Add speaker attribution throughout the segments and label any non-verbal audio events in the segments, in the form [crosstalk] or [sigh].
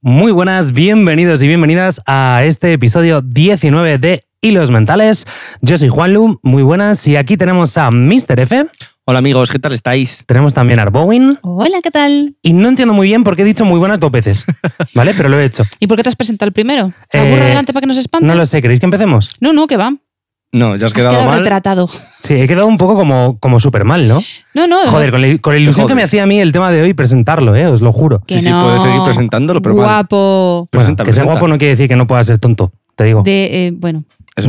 Speaker 1: Muy buenas, bienvenidos y bienvenidas a este episodio 19 de Hilos Mentales. Yo soy Juan Lum, muy buenas, y aquí tenemos a Mr. F,
Speaker 2: Hola amigos, ¿qué tal estáis?
Speaker 1: tenemos también a Arbowin,
Speaker 3: Hola, ¿qué tal?
Speaker 1: y no entiendo muy bien por qué he dicho muy buenas dos veces, ¿vale? Pero lo he hecho.
Speaker 3: ¿Y por qué te has presentado el primero? ¿Te
Speaker 1: Eh,
Speaker 3: aburre adelante para que nos espante?
Speaker 1: No lo sé, ¿queréis que empecemos?
Speaker 3: no, no, que va.
Speaker 2: No, ya has
Speaker 3: Has
Speaker 2: quedado
Speaker 3: quedado
Speaker 2: mal.
Speaker 3: retratado.
Speaker 1: Sí, he quedado un poco como, como súper mal, ¿no?
Speaker 3: No, no.
Speaker 1: Joder, con la, con la ilusión que me
Speaker 2: jodes.
Speaker 1: hacía a mí el tema de hoy presentarlo, ¿eh? Os lo juro.
Speaker 3: que
Speaker 2: sí, sí,
Speaker 3: no.
Speaker 2: puedes seguir presentándolo, pero mal.
Speaker 3: Guapo.
Speaker 1: Bueno,
Speaker 2: Presenta,
Speaker 1: que sea
Speaker 2: presenta.
Speaker 1: guapo no quiere decir que no pueda ser tonto, te digo.
Speaker 3: De, eh, bueno.
Speaker 2: Eso.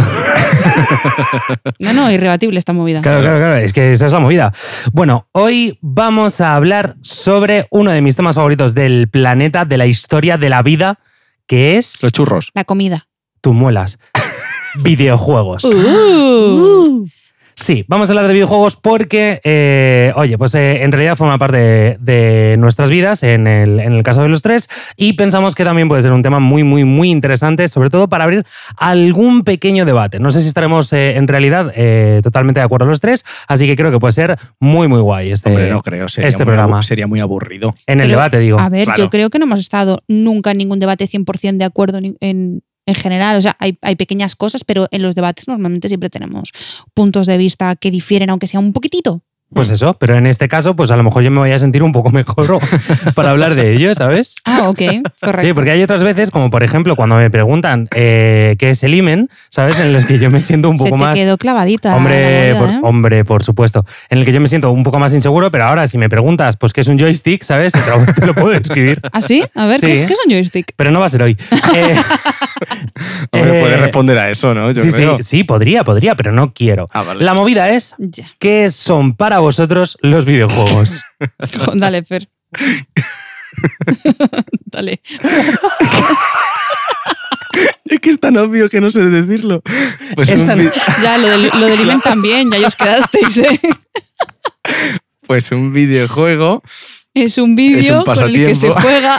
Speaker 3: No, no, irrebatible esta movida.
Speaker 1: Claro, claro, claro, es que esa es la movida. Bueno, hoy vamos a hablar sobre uno de mis temas favoritos del planeta, de la historia de la vida, que es
Speaker 2: Los churros.
Speaker 3: La comida.
Speaker 1: tu muelas. Videojuegos.
Speaker 3: Uh.
Speaker 1: Sí, vamos a hablar de videojuegos porque, eh, oye, pues eh, en realidad forma parte de, de nuestras vidas, en el, en el caso de los tres, y pensamos que también puede ser un tema muy, muy, muy interesante, sobre todo para abrir algún pequeño debate. No sé si estaremos eh, en realidad eh, totalmente de acuerdo los tres, así que creo que puede ser muy, muy guay este,
Speaker 2: Hombre, no creo. Sería
Speaker 1: este
Speaker 2: muy
Speaker 1: programa.
Speaker 2: abu- Sería muy aburrido.
Speaker 1: en el
Speaker 3: Pero,
Speaker 1: debate, digo.
Speaker 3: A ver,
Speaker 2: claro.
Speaker 3: yo creo que no hemos estado nunca en ningún debate 100% de acuerdo ni- en, en general. O sea, hay, hay pequeñas cosas, pero en los debates normalmente siempre tenemos puntos de vista que difieren, aunque sea un poquitito.
Speaker 1: Pues eso, pero en este caso, pues a lo mejor yo me voy a sentir un poco mejor [laughs] o- para hablar de ello, ¿sabes?
Speaker 3: Ah, ok. Correcto.
Speaker 1: Sí, porque hay otras veces, como por ejemplo cuando me preguntan eh, qué es el imen, ¿sabes? En las que yo me siento un
Speaker 3: Se
Speaker 1: poco
Speaker 3: te
Speaker 1: más...
Speaker 3: quedó clavadita.
Speaker 1: Hombre,
Speaker 3: la
Speaker 1: por,
Speaker 3: movida, ¿eh?
Speaker 1: hombre, por supuesto. En el que yo me siento un poco más inseguro, pero ahora si me preguntas, pues qué es un joystick, ¿sabes? Te lo, [laughs] te lo puedo escribir.
Speaker 3: ¿Ah, sí? A ver,
Speaker 1: Sí,
Speaker 3: ¿qué,
Speaker 1: ¿eh?
Speaker 3: es, ¿qué es un joystick?
Speaker 1: Pero no va a ser
Speaker 3: [laughs]
Speaker 1: hoy. Eh,
Speaker 2: Hombre,
Speaker 1: eh,
Speaker 2: puedes responder a eso, ¿no? Yo
Speaker 1: sí, sí,
Speaker 2: creo.
Speaker 1: sí, podría, podría, pero no quiero.
Speaker 2: Ah, vale.
Speaker 1: La movida es,
Speaker 3: Ya.
Speaker 1: ¿qué son para vosotros los videojuegos?
Speaker 3: Jo, [laughs] Dale, Fer. [laughs] Dale.
Speaker 2: Es que es tan obvio que no sé decirlo. Pues,
Speaker 1: Es
Speaker 2: un,
Speaker 1: tan-
Speaker 2: vi-
Speaker 3: Ya, lo del, lo del Imen también, ya os quedasteis, ¿eh?
Speaker 2: pues un videojuego
Speaker 3: Es un vídeo con el que se
Speaker 2: pasatiempo.
Speaker 3: juega.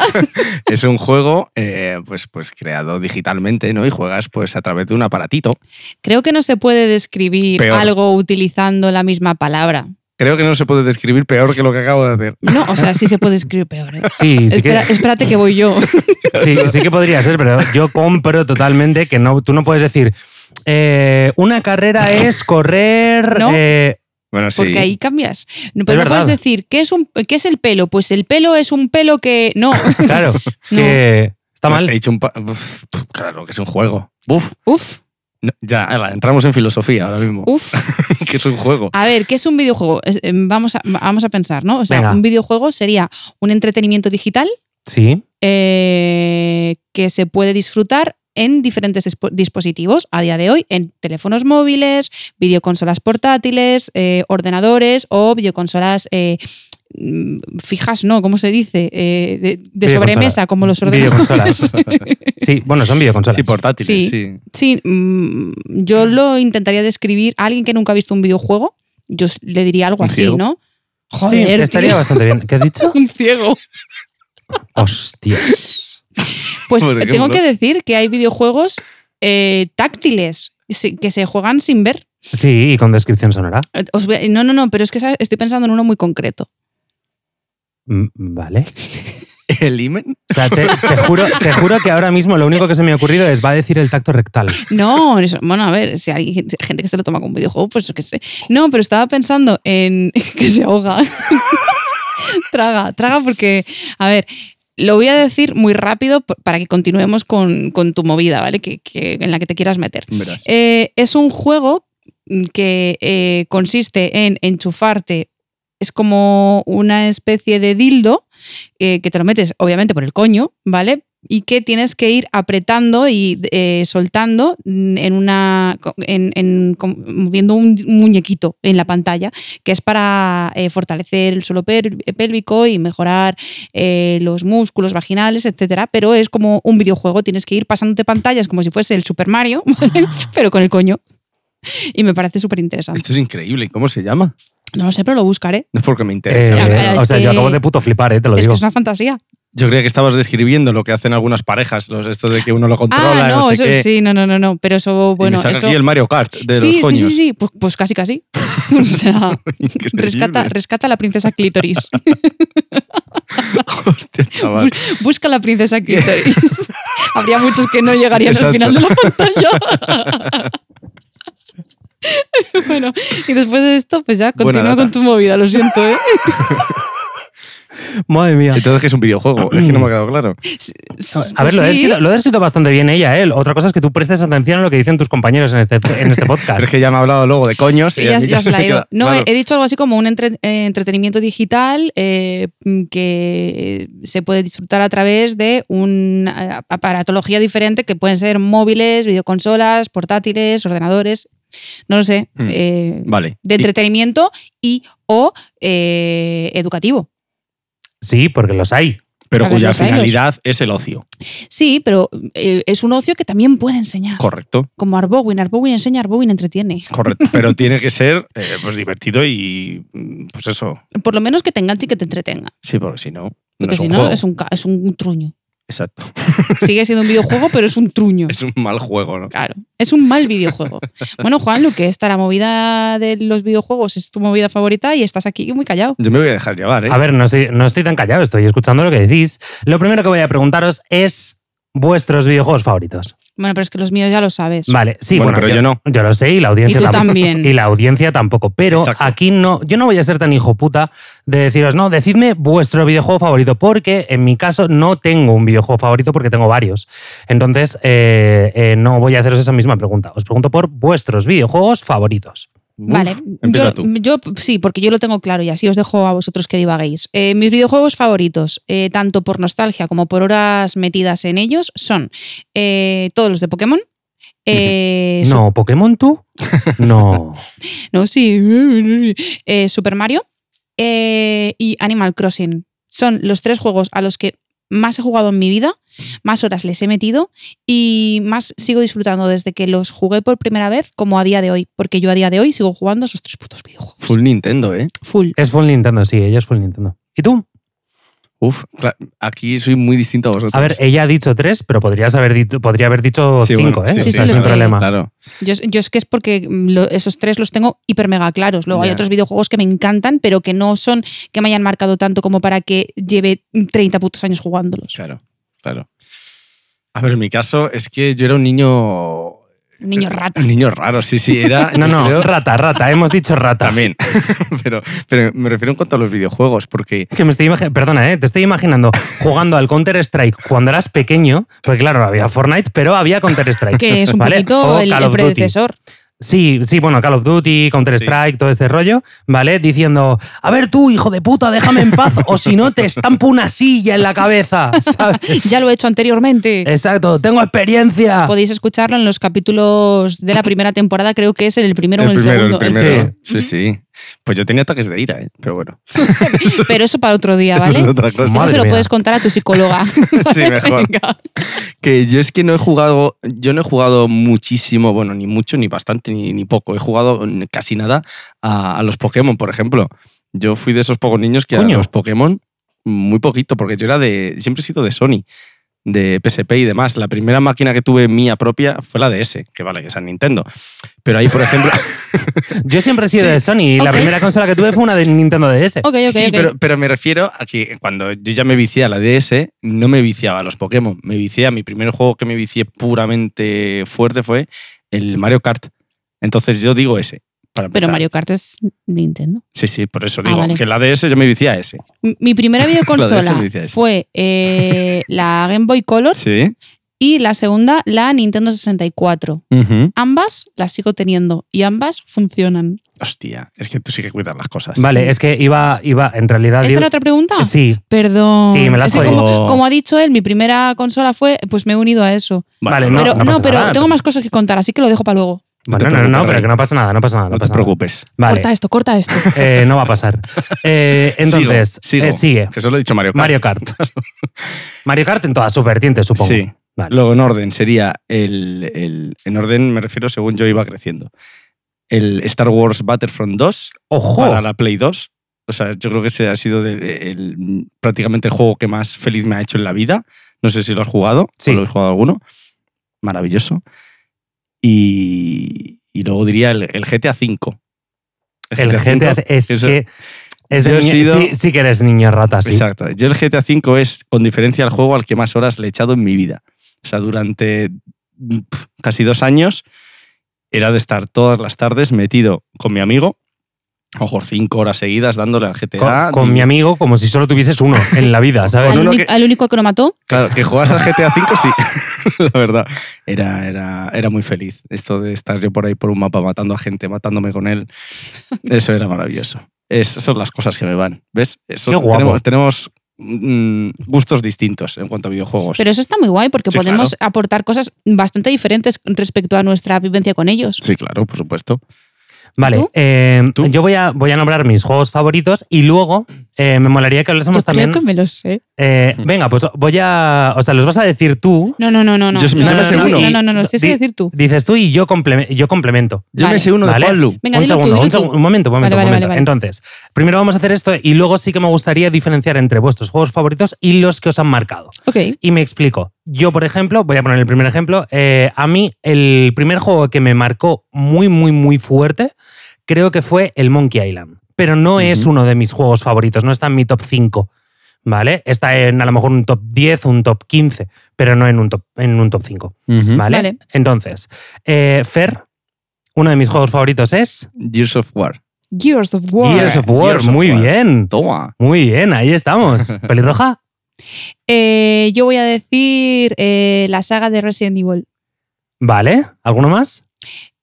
Speaker 2: es un juego eh, pues, pues creado digitalmente, ¿no? Y juegas pues a través de un aparatito.
Speaker 3: Creo que no se puede describir
Speaker 2: Peor.
Speaker 3: algo utilizando la misma palabra.
Speaker 2: Creo que no se puede describir peor que lo que acabo de hacer.
Speaker 3: No, o sea, sí se puede escribir peor, ¿eh?
Speaker 1: Sí,
Speaker 3: [laughs]
Speaker 1: sí que,
Speaker 3: Espera- Espérate que voy yo.
Speaker 1: sí, sí que podría ser, pero yo compro totalmente que no, tú no puedes decir, eh, una carrera es correr...
Speaker 3: No.
Speaker 1: eh,
Speaker 2: Bueno, sí.
Speaker 3: Porque ahí cambias. No, pero
Speaker 1: Es
Speaker 3: no puedes
Speaker 1: verdad.
Speaker 3: decir, ¿qué es, un, ¿qué es el pelo? Pues el pelo es un pelo que. No.
Speaker 2: [laughs]
Speaker 1: claro, es que está mal.
Speaker 2: He hecho un pa- Uf, claro que es un juego. Uf,
Speaker 3: Uf,
Speaker 2: no, ya, ala, entramos en filosofía ahora mismo.
Speaker 3: uf.
Speaker 2: [laughs] que es un juego.
Speaker 3: A ver, ¿qué es un videojuego? Es- em, Vamos a, vamos a pensar, ¿no? O sea,
Speaker 1: Venga.
Speaker 3: un videojuego sería un entretenimiento digital
Speaker 1: Sí.
Speaker 3: eh, que se puede disfrutar en diferentes dispo- dispositivos a día de hoy, en teléfonos móviles, videoconsolas portátiles, eh, ordenadores o videoconsolas eh, mm, fijas, ¿no? ¿Cómo se dice? Eh, de, de
Speaker 1: Videoconsola.
Speaker 3: sobremesa, como los ordenadores.
Speaker 2: [laughs]
Speaker 1: Videoconsolas. Sí, bueno, son videoconsolas.
Speaker 2: Sí, portátiles, sí.
Speaker 3: Sí. Sí, mm, yo lo intentaría describir a alguien que nunca ha visto un videojuego, yo s- le diría algo
Speaker 2: Un
Speaker 3: así,
Speaker 2: ciego.
Speaker 3: ¿no?
Speaker 1: Sí,
Speaker 3: Joder,
Speaker 1: estaría
Speaker 3: tío.
Speaker 1: bastante bien. ¿Qué has
Speaker 3: [laughs]
Speaker 1: dicho?
Speaker 3: un ciego.
Speaker 1: Hostias.
Speaker 3: Pues
Speaker 2: Por ejemplo.
Speaker 3: tengo que decir que hay videojuegos eh, táctiles si- que se juegan sin ver.
Speaker 1: Sí, y con descripción sonora.
Speaker 3: Eh, os voy- no, no, no, pero es que ¿sabes? estoy pensando en uno muy concreto.
Speaker 1: Mm, Vale.
Speaker 2: ¿El imen?
Speaker 1: O sea, te, te juro, te juro que ahora mismo lo único que se me ha ocurrido es va a decir el tacto rectal.
Speaker 3: No, [laughs] eso- bueno, a ver, si hay gente- gente que se lo toma como un videojuego, pues yo qué sé. No, pero estaba pensando en [laughs] que se ahoga. traga, traga porque, a ver, lo voy a decir muy rápido p- para que continuemos con, con tu movida, ¿vale? Que- que, en la que te quieras meter.
Speaker 2: Verás.
Speaker 3: Eh, es un juego mm, que eh, consiste en enchufarte. Es como una especie de dildo eh, que te lo metes, obviamente, por el coño, ¿vale? Y que tienes que ir apretando y eh, soltando mm, en una. co- En, en- com- moviendo un muñequito en la pantalla, que es para eh, fortalecer el suelo pel- pélvico y mejorar eh, los músculos vaginales, etcétera. Pero es como un videojuego, tienes que ir pasándote pantallas como si fuese el Super Mario, [laughs]
Speaker 2: Ah.
Speaker 3: pero con el coño. Y me parece súper interesante.
Speaker 2: Esto es increíble. ¿Cómo se llama?
Speaker 3: No lo sé, pero lo buscaré.
Speaker 2: No es porque me
Speaker 1: Eh,
Speaker 2: interesa.
Speaker 3: Ya, pero
Speaker 1: o
Speaker 3: es
Speaker 1: sea, yo
Speaker 3: que-
Speaker 1: acabo de puto flipar, eh, te lo
Speaker 3: es
Speaker 1: digo.
Speaker 3: que es una fantasía.
Speaker 2: Yo creía que estabas describiendo lo que hacen algunas parejas, los, esto de que uno lo controla.
Speaker 3: ah, no,
Speaker 2: sé
Speaker 3: eso
Speaker 2: qué.
Speaker 3: sí, no, no, no, no. Pero eso,
Speaker 2: Y
Speaker 3: bueno,
Speaker 2: me saca
Speaker 3: eso.
Speaker 2: aquí el Mario Kart de
Speaker 3: sí,
Speaker 2: los coños. [laughs]
Speaker 3: sí, sí, sí, pues, pues casi, casi. [laughs] O sea,
Speaker 2: Increíble.
Speaker 3: rescata, rescata a la princesa Clítoris. [laughs]
Speaker 2: Hostia, chaval.
Speaker 3: Bu- Busca la
Speaker 2: [laughs]
Speaker 3: princesa Clitoris. Habría muchos que no llegarían
Speaker 2: Exacto.
Speaker 3: al final de la pantalla. [laughs] bueno, y después de esto, pues ya,
Speaker 2: Buena
Speaker 3: continúa
Speaker 2: data.
Speaker 3: con tu movida, lo siento, ¿eh?
Speaker 1: Madre mía.
Speaker 2: Entonces, ¿qué es un videojuego? Es que no me ha quedado claro.
Speaker 1: A ver, lo, he
Speaker 3: Sí.
Speaker 1: descrito, lo he descrito bastante bien ella, él. Otra cosa es que tú prestes atención a lo que dicen tus compañeros en este, en este podcast.
Speaker 2: [laughs] Pero es que ya me ha hablado luego de coños.
Speaker 3: Sí,
Speaker 2: y a
Speaker 3: ya,
Speaker 2: mí
Speaker 3: ya has
Speaker 2: se me
Speaker 3: leído.
Speaker 2: queda-
Speaker 3: No, eh,
Speaker 2: claro.
Speaker 3: he, he dicho algo así como un entre- eh, entretenimiento digital eh, mm, que se puede disfrutar a través de una aparatología diferente que pueden ser móviles, videoconsolas, portátiles, ordenadores, no lo sé,
Speaker 2: Hmm.
Speaker 3: eh,
Speaker 2: Vale.
Speaker 3: de
Speaker 2: Y-
Speaker 3: entretenimiento y o eh, educativo.
Speaker 1: Sí, porque los hay.
Speaker 2: pero
Speaker 3: A ver,
Speaker 2: cuya
Speaker 3: los hay, los-
Speaker 2: finalidad es el ocio.
Speaker 3: Sí, pero eh, es un ocio que también puede enseñar.
Speaker 2: Correcto.
Speaker 3: Como Arbowin, Arbowin enseña, Arbowin entretiene.
Speaker 2: Correcto.
Speaker 3: [laughs]
Speaker 2: Pero tiene que ser eh, pues divertido y mm, pues eso.
Speaker 3: Por lo menos que te enganche y que te entretenga.
Speaker 2: Sí, porque si no, no
Speaker 3: Porque
Speaker 2: es
Speaker 3: si
Speaker 2: un
Speaker 3: no,
Speaker 2: juego.
Speaker 3: es un, ca- es un
Speaker 2: [laughs]
Speaker 3: truño. [laughs]
Speaker 2: Exacto.
Speaker 3: Sigue siendo un videojuego, pero es un truño.
Speaker 2: Es un mal juego, ¿no?
Speaker 3: Claro, es un
Speaker 2: [laughs]
Speaker 3: mal videojuego. Bueno, Juan, lo que está la movida de los videojuegos es tu movida favorita y estás aquí muy callado.
Speaker 2: Yo me voy a dejar llevar, ¿eh?
Speaker 1: A ver, no estoy, no estoy tan callado, estoy escuchando lo que decís. Lo primero que voy a preguntaros es vuestros videojuegos favoritos.
Speaker 3: Bueno, pero es que los míos ya lo sabes.
Speaker 1: Vale, sí,
Speaker 2: Bueno,
Speaker 1: bueno,
Speaker 2: pero yo no.
Speaker 1: Yo lo sé y la audiencia
Speaker 3: Y tú
Speaker 1: tampoco.
Speaker 3: también.
Speaker 1: Y la audiencia tampoco. Pero
Speaker 2: Exacto.
Speaker 1: aquí no, yo no voy a ser tan hijo puta de deciros, no, decidme vuestro videojuego favorito, porque en mi caso no tengo un videojuego favorito porque tengo varios. Entonces, eh, eh, no voy a haceros esa misma pregunta. Os pregunto por vuestros videojuegos favoritos.
Speaker 2: Uf,
Speaker 3: Vale,
Speaker 2: empieza
Speaker 3: yo,
Speaker 2: tú.
Speaker 3: yo- sí, porque yo lo tengo claro y así os dejo a vosotros que divaguéis. Eh, mis videojuegos favoritos, eh, tanto por nostalgia como por horas metidas en ellos, son eh, todos los
Speaker 2: [laughs]
Speaker 3: de Pokémon. eh, Su-
Speaker 1: No, Pokémon tú. No.
Speaker 3: no, sí. [laughs] Eh, Super Mario eh, y Animal Crossing. Son los tres juegos a los que más he jugado en mi vida, más horas les he metido y más sigo disfrutando desde que los jugué por primera vez como a día de hoy, porque yo a día de hoy sigo jugando a esos tres putos videojuegos.
Speaker 2: Full Nintendo, ¿eh?
Speaker 3: Full.
Speaker 1: Es full Nintendo, sí, ella es full Nintendo. ¿Y tú?
Speaker 2: Uf, cla- aquí soy muy distinto a vosotros.
Speaker 1: A ver, eh, ella ha dicho tres, pero podrías haber dicho, podría haber dicho
Speaker 2: Sí,
Speaker 1: cinco,
Speaker 2: bueno,
Speaker 1: ¿eh?
Speaker 2: sí,
Speaker 1: O
Speaker 3: sí,
Speaker 1: sea,
Speaker 3: sí,
Speaker 1: sin
Speaker 3: lo sé.
Speaker 1: problema.
Speaker 2: Claro.
Speaker 3: Yo, es- yo es que es porque mm, lo- esos tres los tengo hiper mega claros. Luego hay
Speaker 2: Ya.
Speaker 3: otros videojuegos que me encantan, pero que no son que me hayan marcado tanto como para que lleve 30 putos años jugándolos.
Speaker 2: Claro, claro. A ver, en mi caso es que yo era un niño.
Speaker 3: Un Niño
Speaker 1: [laughs]
Speaker 3: rata.
Speaker 2: Un niño raro, sí, sí. Era.
Speaker 1: No,
Speaker 2: yo
Speaker 1: no,
Speaker 2: creo-
Speaker 1: rata, rata, hemos dicho rata.
Speaker 2: También. [laughs] pero, pero me refiero en cuanto a los videojuegos, porque.
Speaker 1: Que me estoy imagi- perdona, ¿eh? te estoy imaginando jugando al Counter Strike cuando eras pequeño, porque claro, no había Fortnite, pero había Counter Strike.
Speaker 3: que es un
Speaker 1: ¿vale?
Speaker 3: poquito
Speaker 1: O
Speaker 3: el,
Speaker 1: Call
Speaker 3: el
Speaker 1: of Duty.
Speaker 3: predecesor.
Speaker 1: Sí, sí, bueno, Call of Duty, Counter
Speaker 2: Sí.
Speaker 1: Strike, todo este rollo, ¿vale? Diciendo, a ver tú, hijo de puta, déjame en paz, o si no te estampo una silla en la cabeza, [laughs]
Speaker 3: [laughs]
Speaker 1: ¿sabes?
Speaker 3: Ya lo he hecho
Speaker 1: Eh,
Speaker 3: anteriormente.
Speaker 1: Exacto, tengo experiencia.
Speaker 3: Podéis escucharlo en los capítulos de la primera temporada, creo que es en el primero o en el segundo.
Speaker 1: el primero.
Speaker 2: Sí, sí. Pues yo tenía ataques de ira, ¿eh? pero bueno.
Speaker 3: Sí, Pero eso para otro día,
Speaker 2: eso [laughs]
Speaker 3: ¿vale?
Speaker 2: es
Speaker 3: Eso
Speaker 2: otra
Speaker 1: [laughs]
Speaker 2: cosa.
Speaker 1: Madre
Speaker 3: se lo
Speaker 1: mía.
Speaker 3: puedes contar a
Speaker 1: [laughs]
Speaker 3: tu psicóloga. [laughs]
Speaker 2: [laughs] Sí, mejor.
Speaker 3: Venga.
Speaker 2: Que yo es que no he jugado, yo no he jugado muchísimo, bueno, ni mucho, ni bastante, ni, ni poco. He jugado n- casi nada a, a los Pokémon, por ejemplo. Yo fui de esos pocos niños que
Speaker 1: Coño.
Speaker 2: a los Pokémon muy poquito, porque yo era de, siempre he sido de Sony, de PSP y demás. La primera máquina que tuve mía propia fue la DS, que vale, que es a Nintendo. Pero ahí, por ejemplo,
Speaker 1: Yo siempre he sido
Speaker 2: Sí.
Speaker 1: de Sony y la
Speaker 3: Ok. Oh,
Speaker 1: primera consola que tuve fue una de Nintendo DS.
Speaker 3: Ok, ok,
Speaker 2: Sí,
Speaker 3: ok.
Speaker 2: Pero, pero me refiero a que cuando yo ya me vicié a la DS, no me viciaba a los Pokémon. Me vicié a mi primer juego que me vicié puramente fuerte fue el Mario Kart. Entonces yo digo ese. Para
Speaker 3: Pero
Speaker 2: empezar.
Speaker 3: Mario Kart es Nintendo.
Speaker 2: Sí, sí, por eso
Speaker 3: Ah,
Speaker 2: digo
Speaker 3: vale.
Speaker 2: que la DS yo me vicié a ese.
Speaker 3: Mi-
Speaker 1: [laughs]
Speaker 3: Mi primera
Speaker 2: Lo
Speaker 3: videoconsola
Speaker 2: de ese dice.
Speaker 3: fue eh, la Game Boy Color
Speaker 2: Sí.
Speaker 3: y la segunda la Nintendo 64.
Speaker 2: Ujú.
Speaker 3: Ambas las sigo teniendo y ambas funcionan.
Speaker 2: Hostia, es que tú sí que cuidas las cosas.
Speaker 1: Vale, eh, es que iba, iba, en realidad...
Speaker 3: ¿Esta
Speaker 1: iba-
Speaker 3: era otra pregunta?
Speaker 1: Ah, Sí,
Speaker 3: Perdón.
Speaker 1: Sí, me la has
Speaker 3: Es que
Speaker 1: jodido.
Speaker 3: como, como ha dicho él, mi primera consola fue, pues me he unido a eso.
Speaker 1: Vale,
Speaker 3: pero
Speaker 1: no
Speaker 3: no,
Speaker 1: pasa
Speaker 3: pero
Speaker 1: nada.
Speaker 3: tengo más cosas que contar, así que lo dejo para luego.
Speaker 2: No te
Speaker 1: bueno, no, no,
Speaker 2: preocupes,
Speaker 1: pero
Speaker 2: Rey.
Speaker 1: que no pasa nada, no pasa nada. No,
Speaker 2: No te
Speaker 1: pasa nada.
Speaker 2: preocupes.
Speaker 1: Vale.
Speaker 3: Corta esto, corta
Speaker 1: [laughs]
Speaker 3: esto.
Speaker 1: Eh, no va a pasar. Eh, entonces,
Speaker 2: Sigo, sigo.
Speaker 1: eh, sigue.
Speaker 2: Que solo he dicho Mario Kart.
Speaker 1: Mario Kart.
Speaker 2: [laughs]
Speaker 1: Mario Kart en todas sus vertientes, supongo.
Speaker 2: Sí.
Speaker 1: Vale.
Speaker 2: Luego en orden sería el, el- En orden me refiero según yo iba creciendo. El Star Wars Battlefront 2.
Speaker 1: ¡Ojo!
Speaker 2: para la Play 2. O sea, yo creo que ese ha sido de- el- prácticamente el juego que más feliz me ha hecho en la vida. No sé si lo has jugado,
Speaker 1: Sí.
Speaker 2: o lo has jugado alguno. Maravilloso. Y, y luego diría el, el GTA V.
Speaker 1: El
Speaker 2: V,
Speaker 1: GTA es
Speaker 2: eso-
Speaker 1: que Es de
Speaker 2: Yo he
Speaker 1: niño-
Speaker 2: sido-
Speaker 1: sí, sí que eres niño rata, sí.
Speaker 2: Exacto. Yo el GTA V es, con diferencia, el juego al que más horas le he echado en mi vida. O sea, durante mm, pf, casi dos años era de estar todas las tardes metido con mi amigo, a lo mejor cinco horas seguidas dándole al
Speaker 1: Con,
Speaker 2: GTA.
Speaker 1: con mi amigo como si solo tuvieses uno en la
Speaker 2: [laughs]
Speaker 1: vida, ¿sabes?
Speaker 2: Con
Speaker 3: Al,
Speaker 2: uno
Speaker 3: uni-
Speaker 2: que-
Speaker 3: al único que lo mató.
Speaker 2: Claro, que juegas al GTA V,
Speaker 1: [laughs]
Speaker 2: sí. [laughs] la verdad. Era, era, era muy feliz. Esto de estar yo por ahí por un mapa matando a gente, matándome con él. Eso era maravilloso. Es- son las cosas que me van. ¿Ves? Eso-
Speaker 1: Qué guapo.
Speaker 2: Tenemos, tenemos, mm, gustos distintos en cuanto a videojuegos.
Speaker 3: Pero eso está muy guay porque
Speaker 2: Sí,
Speaker 3: podemos aportar cosas bastante diferentes respecto a nuestra vivencia con ellos.
Speaker 2: Sí, claro, por supuesto.
Speaker 1: Vale,
Speaker 3: ¿Tú?
Speaker 1: eh,
Speaker 2: ¿Tú?
Speaker 1: yo voy a, voy a nombrar mis juegos favoritos y luego eh, me molaría que hablásemos
Speaker 3: Yo
Speaker 1: también.
Speaker 3: creo que me lo sé.
Speaker 1: eh, venga, pues voy a. O sea, los vas a decir tú.
Speaker 3: No, no, no, no. No,
Speaker 2: Yo me
Speaker 3: no,
Speaker 2: lo
Speaker 3: no,
Speaker 2: sé
Speaker 3: no,
Speaker 2: uno.
Speaker 3: no, no, no, no, sí, sí,
Speaker 1: Di-
Speaker 3: decir tú.
Speaker 1: Dices tú y yo, comple- yo complemento.
Speaker 2: Yo
Speaker 3: Vale.
Speaker 2: me sé uno de
Speaker 1: Vale.
Speaker 2: Juanlu.
Speaker 3: Venga,
Speaker 1: un
Speaker 3: dilo tú,
Speaker 1: segundo,
Speaker 3: dilo
Speaker 1: un,
Speaker 3: tú.
Speaker 1: segu- un momento, un momento,
Speaker 3: Vale,
Speaker 1: un
Speaker 3: vale,
Speaker 1: momento.
Speaker 3: vale, vale.
Speaker 1: Entonces, primero vamos a hacer esto y luego sí que me gustaría diferenciar entre vuestros juegos favoritos y los que os han marcado.
Speaker 3: Ok.
Speaker 1: Y me explico. Yo, por ejemplo, voy a poner el primer ejemplo. eh, a mí, el primer juego que me marcó muy, muy, muy fuerte, creo que fue el Monkey Island. Pero no es
Speaker 2: Ujú.
Speaker 1: uno de mis juegos favoritos, no está en mi top 5. ¿Vale? Está en a lo mejor un top 10, un top 15, pero no en un top, en un top 5.
Speaker 2: Ujú.
Speaker 1: ¿Vale?
Speaker 3: Vale.
Speaker 1: Entonces, eh, Fer, uno de mis juegos favoritos es
Speaker 2: Gears of War.
Speaker 3: Gears of War.
Speaker 1: Gears of War.
Speaker 2: Gears of
Speaker 1: Muy
Speaker 2: War.
Speaker 1: bien.
Speaker 2: Toma.
Speaker 1: Muy bien, ahí
Speaker 2: [laughs]
Speaker 1: estamos. ¿Pelirroja?
Speaker 3: Eh, yo voy a decir eh, la saga de Resident Evil.
Speaker 1: Vale. ¿Alguno más?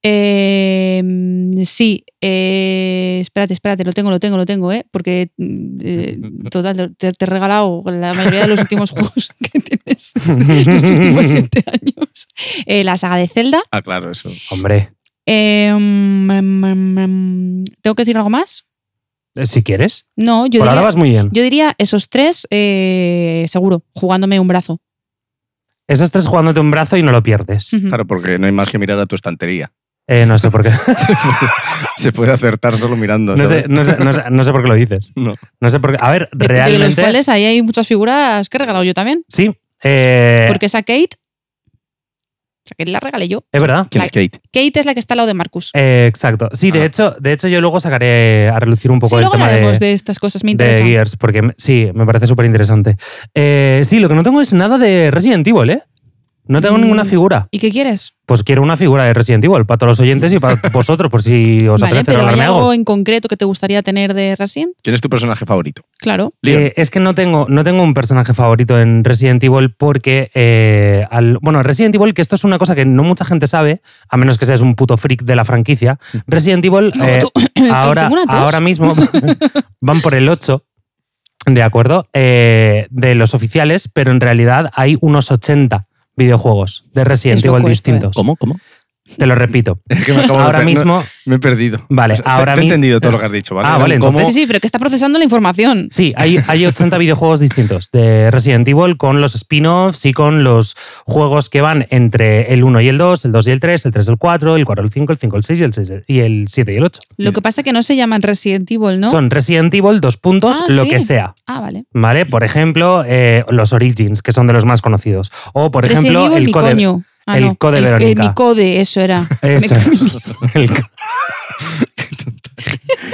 Speaker 3: Eh, mm, sí, eh, espérate, espérate, lo tengo, lo tengo, lo tengo, ¿eh? Porque mm,
Speaker 1: [laughs]
Speaker 3: eh, total, te, te he regalado la mayoría de los últimos juegos que tienes [laughs] los últimos siete años. Eh, la saga de Zelda.
Speaker 2: Ah, claro, eso.
Speaker 1: Hombre,
Speaker 3: Eh, mm, mm, mm, mm, ¿Tengo que decir algo más?
Speaker 1: eh, si quieres.
Speaker 3: No, yo
Speaker 1: Por ahora
Speaker 3: diría,
Speaker 1: vas muy bien.
Speaker 3: yo diría esos tres, eh, seguro, jugándome un brazo.
Speaker 1: Eso estás jugándote un brazo y no lo pierdes.
Speaker 3: Ujú.
Speaker 2: Claro, porque no hay más que mirar a tu estantería.
Speaker 1: Eh, no sé por qué.
Speaker 2: [laughs]
Speaker 1: [laughs]
Speaker 2: Se puede acertar solo mirando.
Speaker 1: No
Speaker 2: ¿sabes?
Speaker 1: sé, no sé- no sé- no sé por qué lo dices.
Speaker 2: No.
Speaker 1: No sé por qué. A ver,
Speaker 3: De- De los
Speaker 1: realmente.
Speaker 3: cuales ahí hay muchas figuras que he regalado yo también.
Speaker 1: sí. eh,
Speaker 3: Porque esa Kate. esa Kate la regalé yo.
Speaker 1: es verdad.
Speaker 2: ¿Quién es Kate?
Speaker 3: Kate es la que está al lado de Marcus.
Speaker 1: Eh, exacto. Sí, de
Speaker 2: Ah.
Speaker 1: hecho, de hecho, yo luego sacaré a relucir un poco
Speaker 3: sí,
Speaker 1: el
Speaker 3: luego
Speaker 1: tema
Speaker 3: hablaremos de,
Speaker 1: de,
Speaker 3: estas cosas, me
Speaker 1: de
Speaker 3: interesa.
Speaker 1: Gears, porque me- sí, me parece súper interesante. sí, lo que no tengo es nada de Resident Evil, ¿eh? No tengo
Speaker 3: Mm.
Speaker 1: ninguna figura.
Speaker 3: ¿Y qué quieres?
Speaker 1: Pues quiero una figura de Resident Evil para todos los oyentes y
Speaker 2: [laughs]
Speaker 1: para vosotros, por si os
Speaker 3: vale,
Speaker 1: apetece
Speaker 3: pero ¿hay
Speaker 1: regalarme algo.
Speaker 3: algo en concreto que te gustaría tener de Resident?
Speaker 2: ¿Quién es tu personaje favorito?
Speaker 3: Claro.
Speaker 2: Leon.
Speaker 1: Eh, es que no tengo, no tengo un personaje favorito en Resident Evil porque, eh, al- bueno, Resident Evil, que esto es una cosa que no mucha gente sabe, a menos que seas un puto freak de la
Speaker 2: [laughs]
Speaker 1: franquicia, Resident Evil eh,
Speaker 3: Tú- [laughs] [clears throat]
Speaker 1: ahora,
Speaker 3: ¿Tengo una tos?
Speaker 1: ahora
Speaker 3: [laughs]
Speaker 1: mismo van por el 8, ¿de acuerdo? Eh, de los oficiales, pero en realidad hay unos 80 videojuegos de Resident
Speaker 3: Es lo
Speaker 1: Evil
Speaker 3: cuesto, ¿eh?
Speaker 1: distintos.
Speaker 2: ¿Cómo? ¿Cómo?
Speaker 1: Te lo repito.
Speaker 2: Es que me acabo de
Speaker 1: Ahora
Speaker 2: pe- no,
Speaker 1: mismo...
Speaker 2: me he perdido.
Speaker 1: Vale,
Speaker 2: te-
Speaker 1: ahora
Speaker 2: te, he
Speaker 1: mi-
Speaker 2: entendido todo lo que has dicho, ¿vale?
Speaker 1: Ah,
Speaker 2: Era
Speaker 1: vale,
Speaker 2: un
Speaker 1: entonces-
Speaker 2: cómo-
Speaker 3: Sí, sí, pero que está procesando la información.
Speaker 1: Sí, hay, hay
Speaker 2: [laughs]
Speaker 1: 80 videojuegos distintos de Resident Evil con los spin-offs y con los juegos que van entre el 1 y el 2, el 2 y el 3, el 3 y el 4, el 4 y el 5, el 5 y el 6 y el, 6 y el 7 y el 8.
Speaker 3: Lo que pasa es que no se llaman Resident Evil, ¿no?
Speaker 1: Son Resident Evil, dos puntos,
Speaker 3: Ah,
Speaker 1: lo
Speaker 3: sí.
Speaker 1: que sea.
Speaker 3: Ah, vale.
Speaker 1: ¿Vale? Por ejemplo, eh, los Origins, que son de los más conocidos. O, por ejemplo,
Speaker 3: Resident Evil,
Speaker 1: el
Speaker 3: mi
Speaker 1: Code.
Speaker 3: coño. Ah,
Speaker 1: el
Speaker 3: no.
Speaker 1: Code
Speaker 3: eh,
Speaker 1: Verónica.
Speaker 3: mi code,
Speaker 1: [laughs]
Speaker 3: eso era.
Speaker 1: Eso.
Speaker 3: Me
Speaker 1: El co-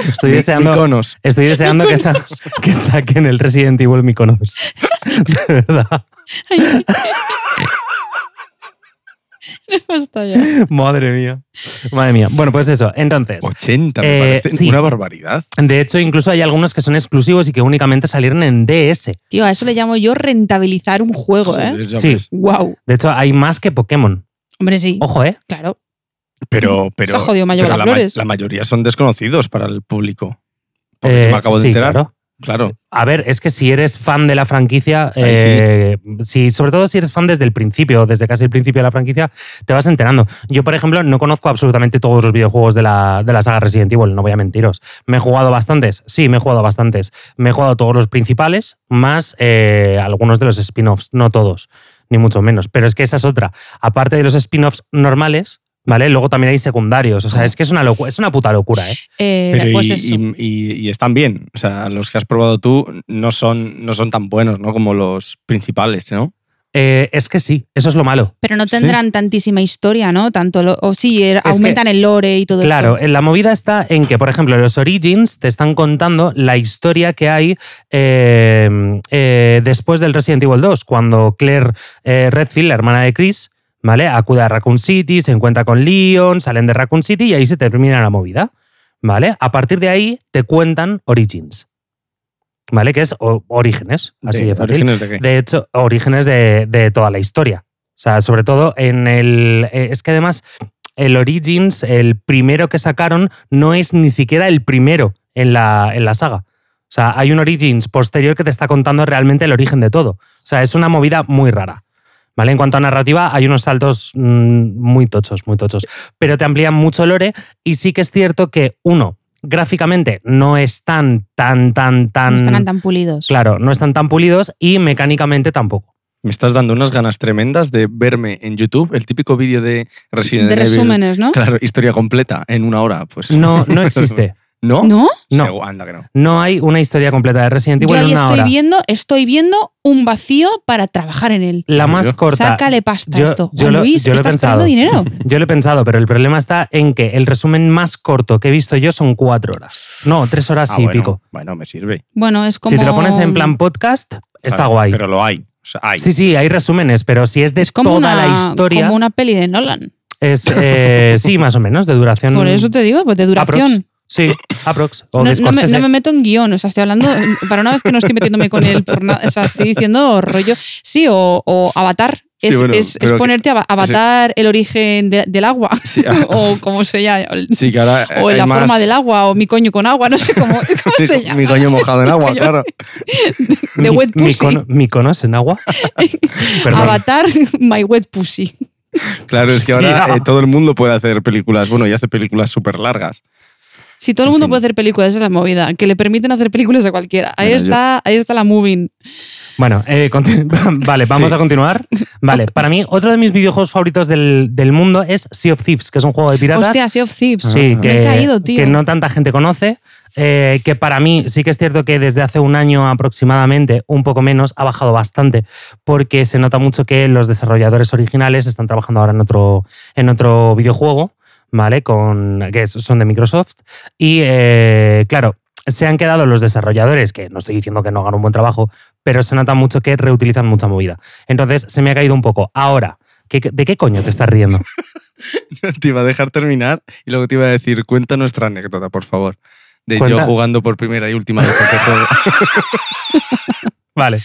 Speaker 1: Estoy
Speaker 2: Mi-
Speaker 1: deseando.
Speaker 2: Iconos.
Speaker 1: Estoy deseando
Speaker 3: [laughs]
Speaker 1: que, sa- que saquen el Resident Evil Mykonos. [laughs] De verdad.
Speaker 3: Basta ya.
Speaker 1: Madre mía. Madre mía. Bueno, pues eso. Entonces,
Speaker 2: 80, me
Speaker 1: Eh,
Speaker 2: parece
Speaker 1: sí.
Speaker 2: una barbaridad.
Speaker 1: de hecho, incluso hay algunos que son exclusivos y que únicamente salieron en DS.
Speaker 3: Tío, a eso le llamo yo rentabilizar un juego, ¿eh?
Speaker 2: Joder, ya
Speaker 1: Sí.
Speaker 2: ves.
Speaker 3: Wow.
Speaker 1: De hecho, hay más que Pokémon.
Speaker 3: Hombre, sí.
Speaker 1: Ojo, ¿eh?
Speaker 3: Claro.
Speaker 2: Pero, pero,
Speaker 3: Se ha jodido Mayor
Speaker 2: pero
Speaker 3: a
Speaker 2: la,
Speaker 3: Flores.
Speaker 2: la mayoría son desconocidos para el público. Porque
Speaker 1: Eh,
Speaker 2: yo me acabo de
Speaker 1: sí,
Speaker 2: enterar. Claro.
Speaker 1: claro. A ver, es que si eres fan de la franquicia,
Speaker 2: Ahí sí.
Speaker 1: eh, si- sobre todo si eres fan desde el principio, desde casi el principio de la franquicia, te vas enterando. Yo, por ejemplo, no conozco absolutamente todos los videojuegos de la, de la saga Resident Evil, no voy a mentiros. ¿Me he jugado bastantes? Sí, me he jugado bastantes. Me he jugado todos los principales, más eh, algunos de los spin-offs, no todos, ni mucho menos. Pero es que esa es otra. Aparte de los spin-offs normales, ¿vale? Luego también hay secundarios. O sea, es que es una, locu- es una puta locura, ¿eh?
Speaker 3: Eh,
Speaker 2: Pero
Speaker 3: pues
Speaker 2: y,
Speaker 3: eso.
Speaker 2: y- y- y están bien. O sea, los que has probado tú no son, no son tan buenos, ¿no? Como los principales, ¿no?
Speaker 1: Eh, es que sí, eso es lo malo.
Speaker 3: Pero no tendrán tantísima historia, ¿no? Tanto lo- o sí, er- aumentan el lore y todo
Speaker 1: Claro,
Speaker 3: esto.
Speaker 1: eh, la movida está en que, por ejemplo, los Origins te están contando la historia que hay eh, eh, después del Resident Evil 2, cuando Claire eh, Redfield, la hermana de Chris, ¿vale? Acude a Raccoon City, se encuentra con Leon, salen de Raccoon City y ahí se termina la movida, ¿vale? A partir de ahí te cuentan Origins, ¿vale? Que es o- Orígenes, así de fácil.
Speaker 2: ¿Orígenes de qué?
Speaker 1: De hecho, orígenes de, de toda la historia. O sea, sobre todo en el... eh, Es que además, el Origins, el primero que sacaron, no es ni siquiera el primero en la, en la saga. O sea, hay un Origins posterior que te está contando realmente el origen de todo. O sea, es una movida muy rara. ¿Vale? En cuanto a narrativa, hay unos saltos mm, muy tochos, muy tochos. Pero te amplían mucho lore y sí que es cierto que, uno, gráficamente no están tan, tan,
Speaker 3: No
Speaker 1: tan...
Speaker 3: estarán tan pulidos.
Speaker 1: Claro, no están tan pulidos y mecánicamente tampoco.
Speaker 2: Me estás dando unas ganas tremendas de verme en YouTube el típico vídeo de Resident
Speaker 3: De
Speaker 2: Evil.
Speaker 3: resúmenes, ¿no?
Speaker 2: Claro, historia completa en una hora, pues.
Speaker 1: No,
Speaker 2: [laughs]
Speaker 1: no existe.
Speaker 2: ¿No?
Speaker 3: ¿No?
Speaker 1: No.
Speaker 2: Segu- anda que no.
Speaker 1: No hay una historia completa de Resident
Speaker 3: Yo
Speaker 1: Evil en
Speaker 3: ahí
Speaker 1: una
Speaker 3: estoy
Speaker 1: hora.
Speaker 3: viendo, estoy viendo un vacío para trabajar en él.
Speaker 1: La más
Speaker 2: Dios.
Speaker 1: corta.
Speaker 3: Sácale pasta a
Speaker 1: Yo-
Speaker 3: esto.
Speaker 1: yo
Speaker 3: Juan
Speaker 1: lo-
Speaker 3: Luis,
Speaker 1: yo lo he
Speaker 3: estás
Speaker 1: pensado. [laughs]
Speaker 3: perdiendo dinero.
Speaker 1: Yo lo he pensado, pero el problema está en que el resumen más corto que he visto yo son cuatro horas. No, tres horas
Speaker 2: Ah,
Speaker 1: y
Speaker 2: bueno,
Speaker 1: pico.
Speaker 2: Bueno, me sirve.
Speaker 3: Bueno, es como.
Speaker 1: Si te lo pones en plan podcast, está
Speaker 2: Claro,
Speaker 1: guay.
Speaker 2: Pero lo hay. O sea, hay.
Speaker 1: Sí, sí, hay resúmenes, pero si es de
Speaker 3: es como
Speaker 1: toda
Speaker 3: una,
Speaker 1: la historia,
Speaker 3: Como una peli de Nolan.
Speaker 1: es eh, sí, más o menos, de duración.
Speaker 3: Por eso te digo, pues de duración.
Speaker 1: Aprox. Sí, aprox. O
Speaker 3: No,
Speaker 1: de
Speaker 3: no me,
Speaker 1: Scorsese.
Speaker 3: no me meto en guión, o sea, estoy hablando, [laughs] para una vez que no estoy metiéndome con él por nada, o sea, estoy diciendo rollo, sí, o, o avatar,
Speaker 2: Sí,
Speaker 3: es,
Speaker 2: bueno,
Speaker 3: es- es
Speaker 2: pero que-
Speaker 3: ponerte a avatar el origen de- del agua,
Speaker 2: [laughs]
Speaker 3: [laughs]
Speaker 2: Sí, ah,
Speaker 3: o como se llama, el-
Speaker 2: sí, que ahora.
Speaker 3: o
Speaker 2: Eh, hay
Speaker 3: la
Speaker 2: más-
Speaker 3: forma del agua, o mi coño con agua, no sé cómo, [laughs] cómo
Speaker 2: Mi-
Speaker 3: se llama,
Speaker 2: Mi coño mojado en agua,
Speaker 3: coño-
Speaker 2: claro.
Speaker 3: de
Speaker 1: Mi-
Speaker 3: wet
Speaker 1: mi
Speaker 3: pussy. Ah,
Speaker 1: cono- mi conos en
Speaker 3: [laughs]
Speaker 1: agua. Perdón.
Speaker 3: avatar [laughs] my wet pussy.
Speaker 2: Claro, es que ahora
Speaker 1: Hostia.
Speaker 2: eh, todo el mundo puede hacer películas. Bueno, y hace películas súper largas.
Speaker 3: Si todo el
Speaker 2: En
Speaker 3: mundo
Speaker 2: fin.
Speaker 3: puede hacer películas, esa es la movida, que le permiten hacer películas a cualquiera, ahí
Speaker 2: Bueno, yo-
Speaker 3: está, ahí está la moving.
Speaker 1: Bueno, eh, conti- [laughs] vale, vamos
Speaker 2: Sí.
Speaker 1: a continuar. Vale, para mí, otro de mis videojuegos favoritos del, del mundo es Sea of Thieves, que es un juego de piratas.
Speaker 3: Hostia, Sea of Thieves.
Speaker 1: Sí,
Speaker 2: Ah.
Speaker 1: que,
Speaker 3: Me he caído, tío.
Speaker 1: que no tanta gente conoce. eh, que para mí sí que es cierto que desde hace un año aproximadamente, un poco menos, ha bajado bastante, porque se nota mucho que los desarrolladores originales están trabajando ahora en otro, en otro videojuego, ¿vale? Con, que es- son de Microsoft. Y eh, claro, se han quedado los desarrolladores, que no estoy diciendo que no hagan un buen trabajo, pero se nota mucho que reutilizan mucha movida. Entonces se me ha caído un poco. Ahora, ¿qué- ¿de qué coño te estás riendo?
Speaker 2: te iba a dejar terminar y luego te iba a decir, cuenta nuestra anécdota, por favor. De yo
Speaker 1: Cuenta.
Speaker 2: jugando por primera y última vez ese juego. [laughs]
Speaker 1: Vale,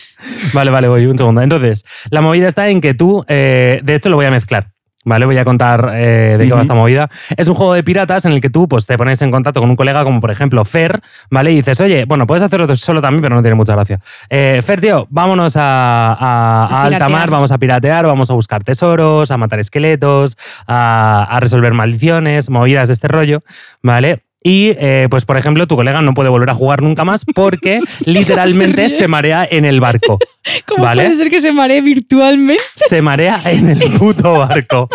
Speaker 1: vale, vale, voy un segundo. Entonces, la movida está en que tú, eh, de hecho, lo voy a mezclar. Vale, voy a contar eh, de qué
Speaker 2: Ujú.
Speaker 1: va esta movida. Es un juego de piratas en el que tú pues, te pones en contacto con un colega como por ejemplo Fer, ¿vale? Y dices, oye, bueno, puedes hacerlo tú solo también, pero no tiene mucha gracia. Eh, Fer, tío, vámonos a, a- a
Speaker 3: A
Speaker 1: alta
Speaker 3: piratear.
Speaker 1: mar, vamos a piratear, vamos a buscar tesoros, a matar esqueletos, a, a resolver maldiciones, movidas de este rollo, ¿vale? Y, eh, pues, por ejemplo, tu colega no puede volver a jugar nunca más
Speaker 3: [laughs]
Speaker 1: porque literalmente se marea en el barco.
Speaker 3: ¿Cómo
Speaker 1: Vale.
Speaker 3: puede ser que se maree virtualmente?
Speaker 1: Se marea en el puto barco.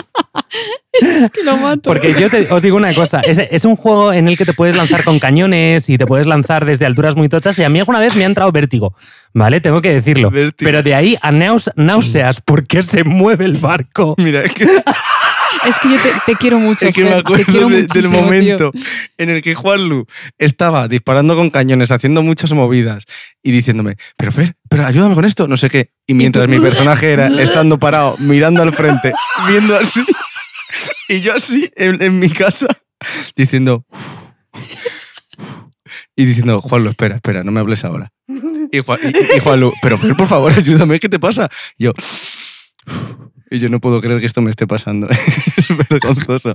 Speaker 3: Que lo mato.
Speaker 1: Porque yo te- os digo una cosa, es, es un juego en el que te puedes lanzar con cañones y te puedes lanzar desde alturas muy tochas y a mí alguna vez me ha entrado vértigo, ¿vale? Tengo que decirlo.
Speaker 2: Vértigo.
Speaker 1: Pero de ahí a náus- náuseas porque se mueve el barco.
Speaker 2: Mira, es que,
Speaker 3: Es que yo te, te quiero mucho.
Speaker 2: es que me
Speaker 3: Fer, te quiero
Speaker 2: acuerdo de- del
Speaker 3: muchísimo,
Speaker 2: momento
Speaker 3: tío.
Speaker 2: en el que Juanlu estaba disparando con cañones, haciendo muchas movidas y diciéndome, pero Fer, pero ayúdame con esto, no sé qué. Y mientras
Speaker 3: tú-
Speaker 2: mi personaje era estando parado, mirando al [laughs] frente, viendo así, y yo así en, en mi casa, diciendo... [laughs] Y diciendo, Juanlu, espera, espera, no me hables ahora. Y, Juan, y- y Juanlu, pero Fer, por favor, ayúdame, ¿qué te pasa? Y yo, y yo no puedo creer que esto me esté pasando. [laughs] es vergonzoso.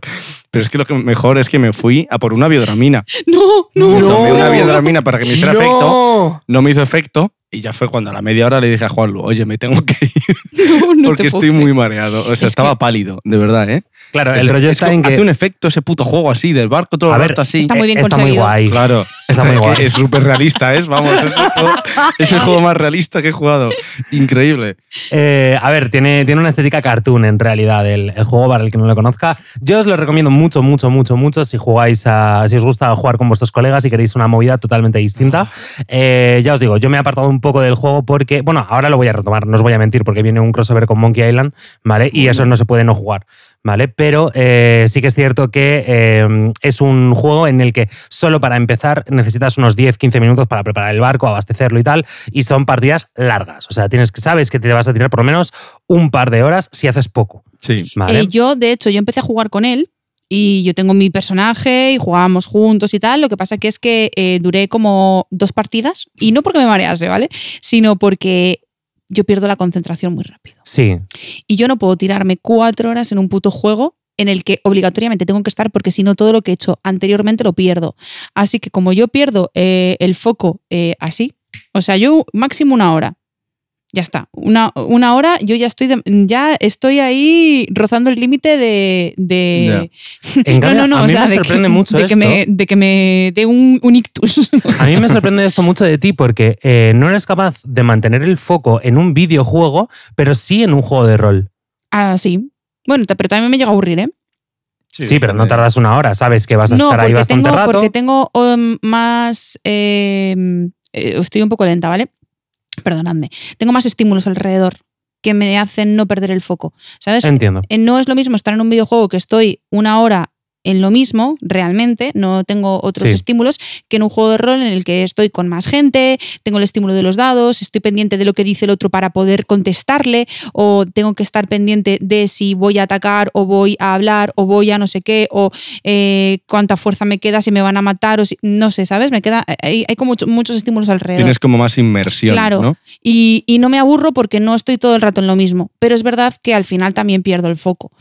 Speaker 2: Pero es que lo que mejor es que me fui a por una biodramina.
Speaker 3: No, no.
Speaker 2: Me tomé una
Speaker 1: No.
Speaker 2: biodramina para que me hiciera efecto. No me hizo efecto. Y ya fue cuando a la media hora le dije a Juanlu, oye, me tengo que ir
Speaker 3: [laughs] no, no te
Speaker 2: porque
Speaker 3: puedo
Speaker 2: estoy
Speaker 3: creer.
Speaker 2: muy mareado. O sea,
Speaker 3: Es
Speaker 2: estaba pálido, de verdad, ¿eh?
Speaker 1: Claro,
Speaker 2: Es-
Speaker 1: el rollo
Speaker 2: es
Speaker 1: está
Speaker 2: como-
Speaker 1: en
Speaker 2: Hace
Speaker 1: que.
Speaker 2: un efecto ese puto juego así, del barco todo
Speaker 1: A
Speaker 2: el
Speaker 1: ver,
Speaker 2: rato así.
Speaker 3: Está muy bien
Speaker 1: eh, está muy
Speaker 3: conseguido.
Speaker 1: guay.
Speaker 2: Claro.
Speaker 1: Está muy
Speaker 2: Es que
Speaker 1: guay.
Speaker 2: Es súper realista, es, vamos, es el,
Speaker 3: [laughs]
Speaker 2: juego, es el juego más realista que he jugado. Increíble.
Speaker 1: Eh, a ver, tiene, tiene una estética cartoon en realidad el, el juego para el que no lo conozca. Yo os lo recomiendo mucho, mucho, mucho, mucho si jugáis a, si os gusta jugar con vuestros colegas y queréis una movida totalmente distinta. Eh, ya os digo, yo me he apartado un poco del juego porque, bueno, ahora lo voy a retomar, no os voy a mentir, porque viene un crossover con Monkey Island, ¿vale? Y eso no se puede no jugar. ¿Vale? Pero eh, sí que es cierto que eh, es un juego en el que solo para empezar necesitas unos 10-15 minutos para preparar el barco, abastecerlo y tal y son partidas largas. O sea, tienes que sabes que te vas a tirar por lo menos un par de horas si haces poco.
Speaker 2: Sí.
Speaker 1: ¿vale?
Speaker 3: Eh, yo, de hecho, yo empecé a jugar con él y yo tengo mi personaje y jugábamos juntos y tal. Lo que pasa que es que eh, duré como dos partidas y no porque me marease, ¿vale? Sino porque yo pierdo la concentración muy rápido. [laughs]
Speaker 1: sí,
Speaker 3: Y yo no puedo tirarme cuatro horas en un puto juego en el que obligatoriamente tengo que estar porque si no todo lo que he hecho anteriormente lo pierdo. Así que como yo pierdo eh, el foco eh, así, o sea, yo máximo una hora. Ya está. Una, una hora yo ya estoy de- ya estoy ahí rozando el límite de, de- [laughs]
Speaker 1: En cambio,
Speaker 3: no, no, no,
Speaker 1: a
Speaker 3: o
Speaker 1: mí
Speaker 3: sea,
Speaker 1: me
Speaker 3: de que-
Speaker 1: sorprende mucho
Speaker 3: de que
Speaker 1: esto.
Speaker 3: me- de que me dé un, un ictus. [laughs]
Speaker 1: a mí me sorprende esto mucho de ti porque eh, no eres capaz de mantener el foco en un videojuego, pero sí en un juego de rol.
Speaker 3: Así. Bueno, ta- pero también me llega a aburrir, ¿eh?
Speaker 1: Sí, pero no
Speaker 2: depende.
Speaker 1: tardas una hora, sabes que vas a
Speaker 3: no,
Speaker 1: estar ahí
Speaker 3: porque
Speaker 1: bastante
Speaker 3: tengo,
Speaker 1: rato.
Speaker 3: porque tengo em, más. em, eh, estoy un poco lenta, ¿vale? Perdonadme. Tengo más estímulos alrededor que me hacen no perder el foco. ¿Sabes?
Speaker 1: Entiendo.
Speaker 3: Eh, No es lo mismo estar en un videojuego que estoy una hora en lo mismo, realmente, no tengo otros
Speaker 1: Sí.
Speaker 3: estímulos, que en un juego de rol en el que estoy con más gente, tengo el estímulo de los dados, estoy pendiente de lo que dice el otro para poder contestarle, o tengo que estar pendiente de si voy a atacar, o voy a hablar, o voy a no sé qué, o eh, cuánta fuerza me queda, si me van a matar, o si, no sé, ¿sabes? Me queda, eh, hay, hay como mucho- muchos estímulos alrededor.
Speaker 2: Tienes como más inmersión,
Speaker 3: Claro.
Speaker 2: ¿no?
Speaker 3: Y, y no me aburro porque no estoy todo el rato en lo mismo. Pero es verdad que al final también pierdo el foco.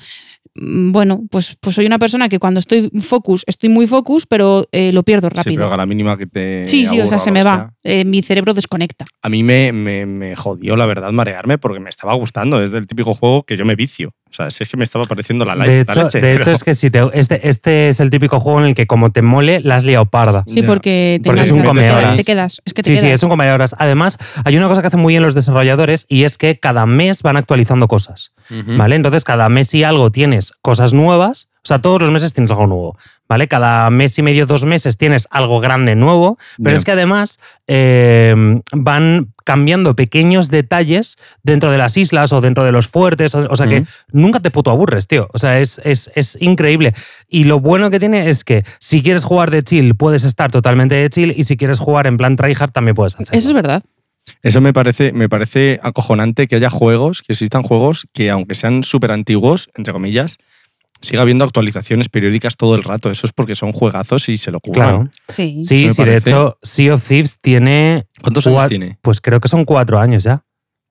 Speaker 3: Mm, Bueno, pues, pues soy una persona que cuando estoy focus, estoy muy focus, pero eh, lo pierdo
Speaker 2: Sí, pero
Speaker 3: rápido.
Speaker 2: a la mínima que te.
Speaker 3: Sí, sí, o
Speaker 2: aburra
Speaker 3: sea, se me
Speaker 2: lo que
Speaker 3: va.
Speaker 2: sea.
Speaker 3: Eh, mi cerebro desconecta.
Speaker 2: A mí me, me- me jodió, la verdad, marearme porque me estaba gustando. Es del típico juego que yo me vicio. O sea, si es que me estaba pareciendo la leche.
Speaker 1: De
Speaker 2: la
Speaker 1: hecho,
Speaker 2: leche,
Speaker 1: de
Speaker 2: pero-
Speaker 1: hecho
Speaker 2: [laughs]
Speaker 1: es que si te, este, este es el típico juego en el que como te mole, la has liado parda.
Speaker 3: Sí,
Speaker 2: Ya.
Speaker 3: porque te
Speaker 1: Porque
Speaker 2: es un
Speaker 3: enganchas, te,
Speaker 2: comedoras.
Speaker 3: quedas, te quedas, Es que te
Speaker 1: Sí, sí,
Speaker 3: quedas.
Speaker 1: es un compañero de horas. Además, hay una cosa que hacen muy bien los desarrolladores y es que cada mes van actualizando cosas.
Speaker 2: Ujú.
Speaker 1: ¿Vale? Entonces, cada mes y algo tienes cosas nuevas. O sea, todos los meses tienes algo nuevo, ¿vale? Cada mes y medio, dos meses tienes algo grande nuevo, pero
Speaker 2: Ya.
Speaker 1: es que además eh, van cambiando pequeños detalles dentro de las islas o dentro de los fuertes, o, o sea que
Speaker 2: Ujú.
Speaker 1: nunca te puto aburres, tío. O sea, es, es, es increíble. Y lo bueno que tiene es que si quieres jugar de chill, puedes estar totalmente de chill, y si quieres jugar en plan tryhard, también puedes hacerlo.
Speaker 3: Eso es verdad.
Speaker 2: Eso me parece, me parece acojonante que haya juegos, que existan juegos que, aunque sean súper antiguos, entre comillas, siga habiendo actualizaciones periódicas todo el rato. Eso es porque son juegazos y se lo juegan.
Speaker 1: Claro.
Speaker 3: Sí.
Speaker 1: Sí, sí,
Speaker 2: me
Speaker 1: de
Speaker 2: parece.
Speaker 1: hecho, Sea of Thieves tiene,
Speaker 2: ¿Cuántos
Speaker 1: What-
Speaker 2: años tiene?
Speaker 1: pues creo que son cuatro años ya.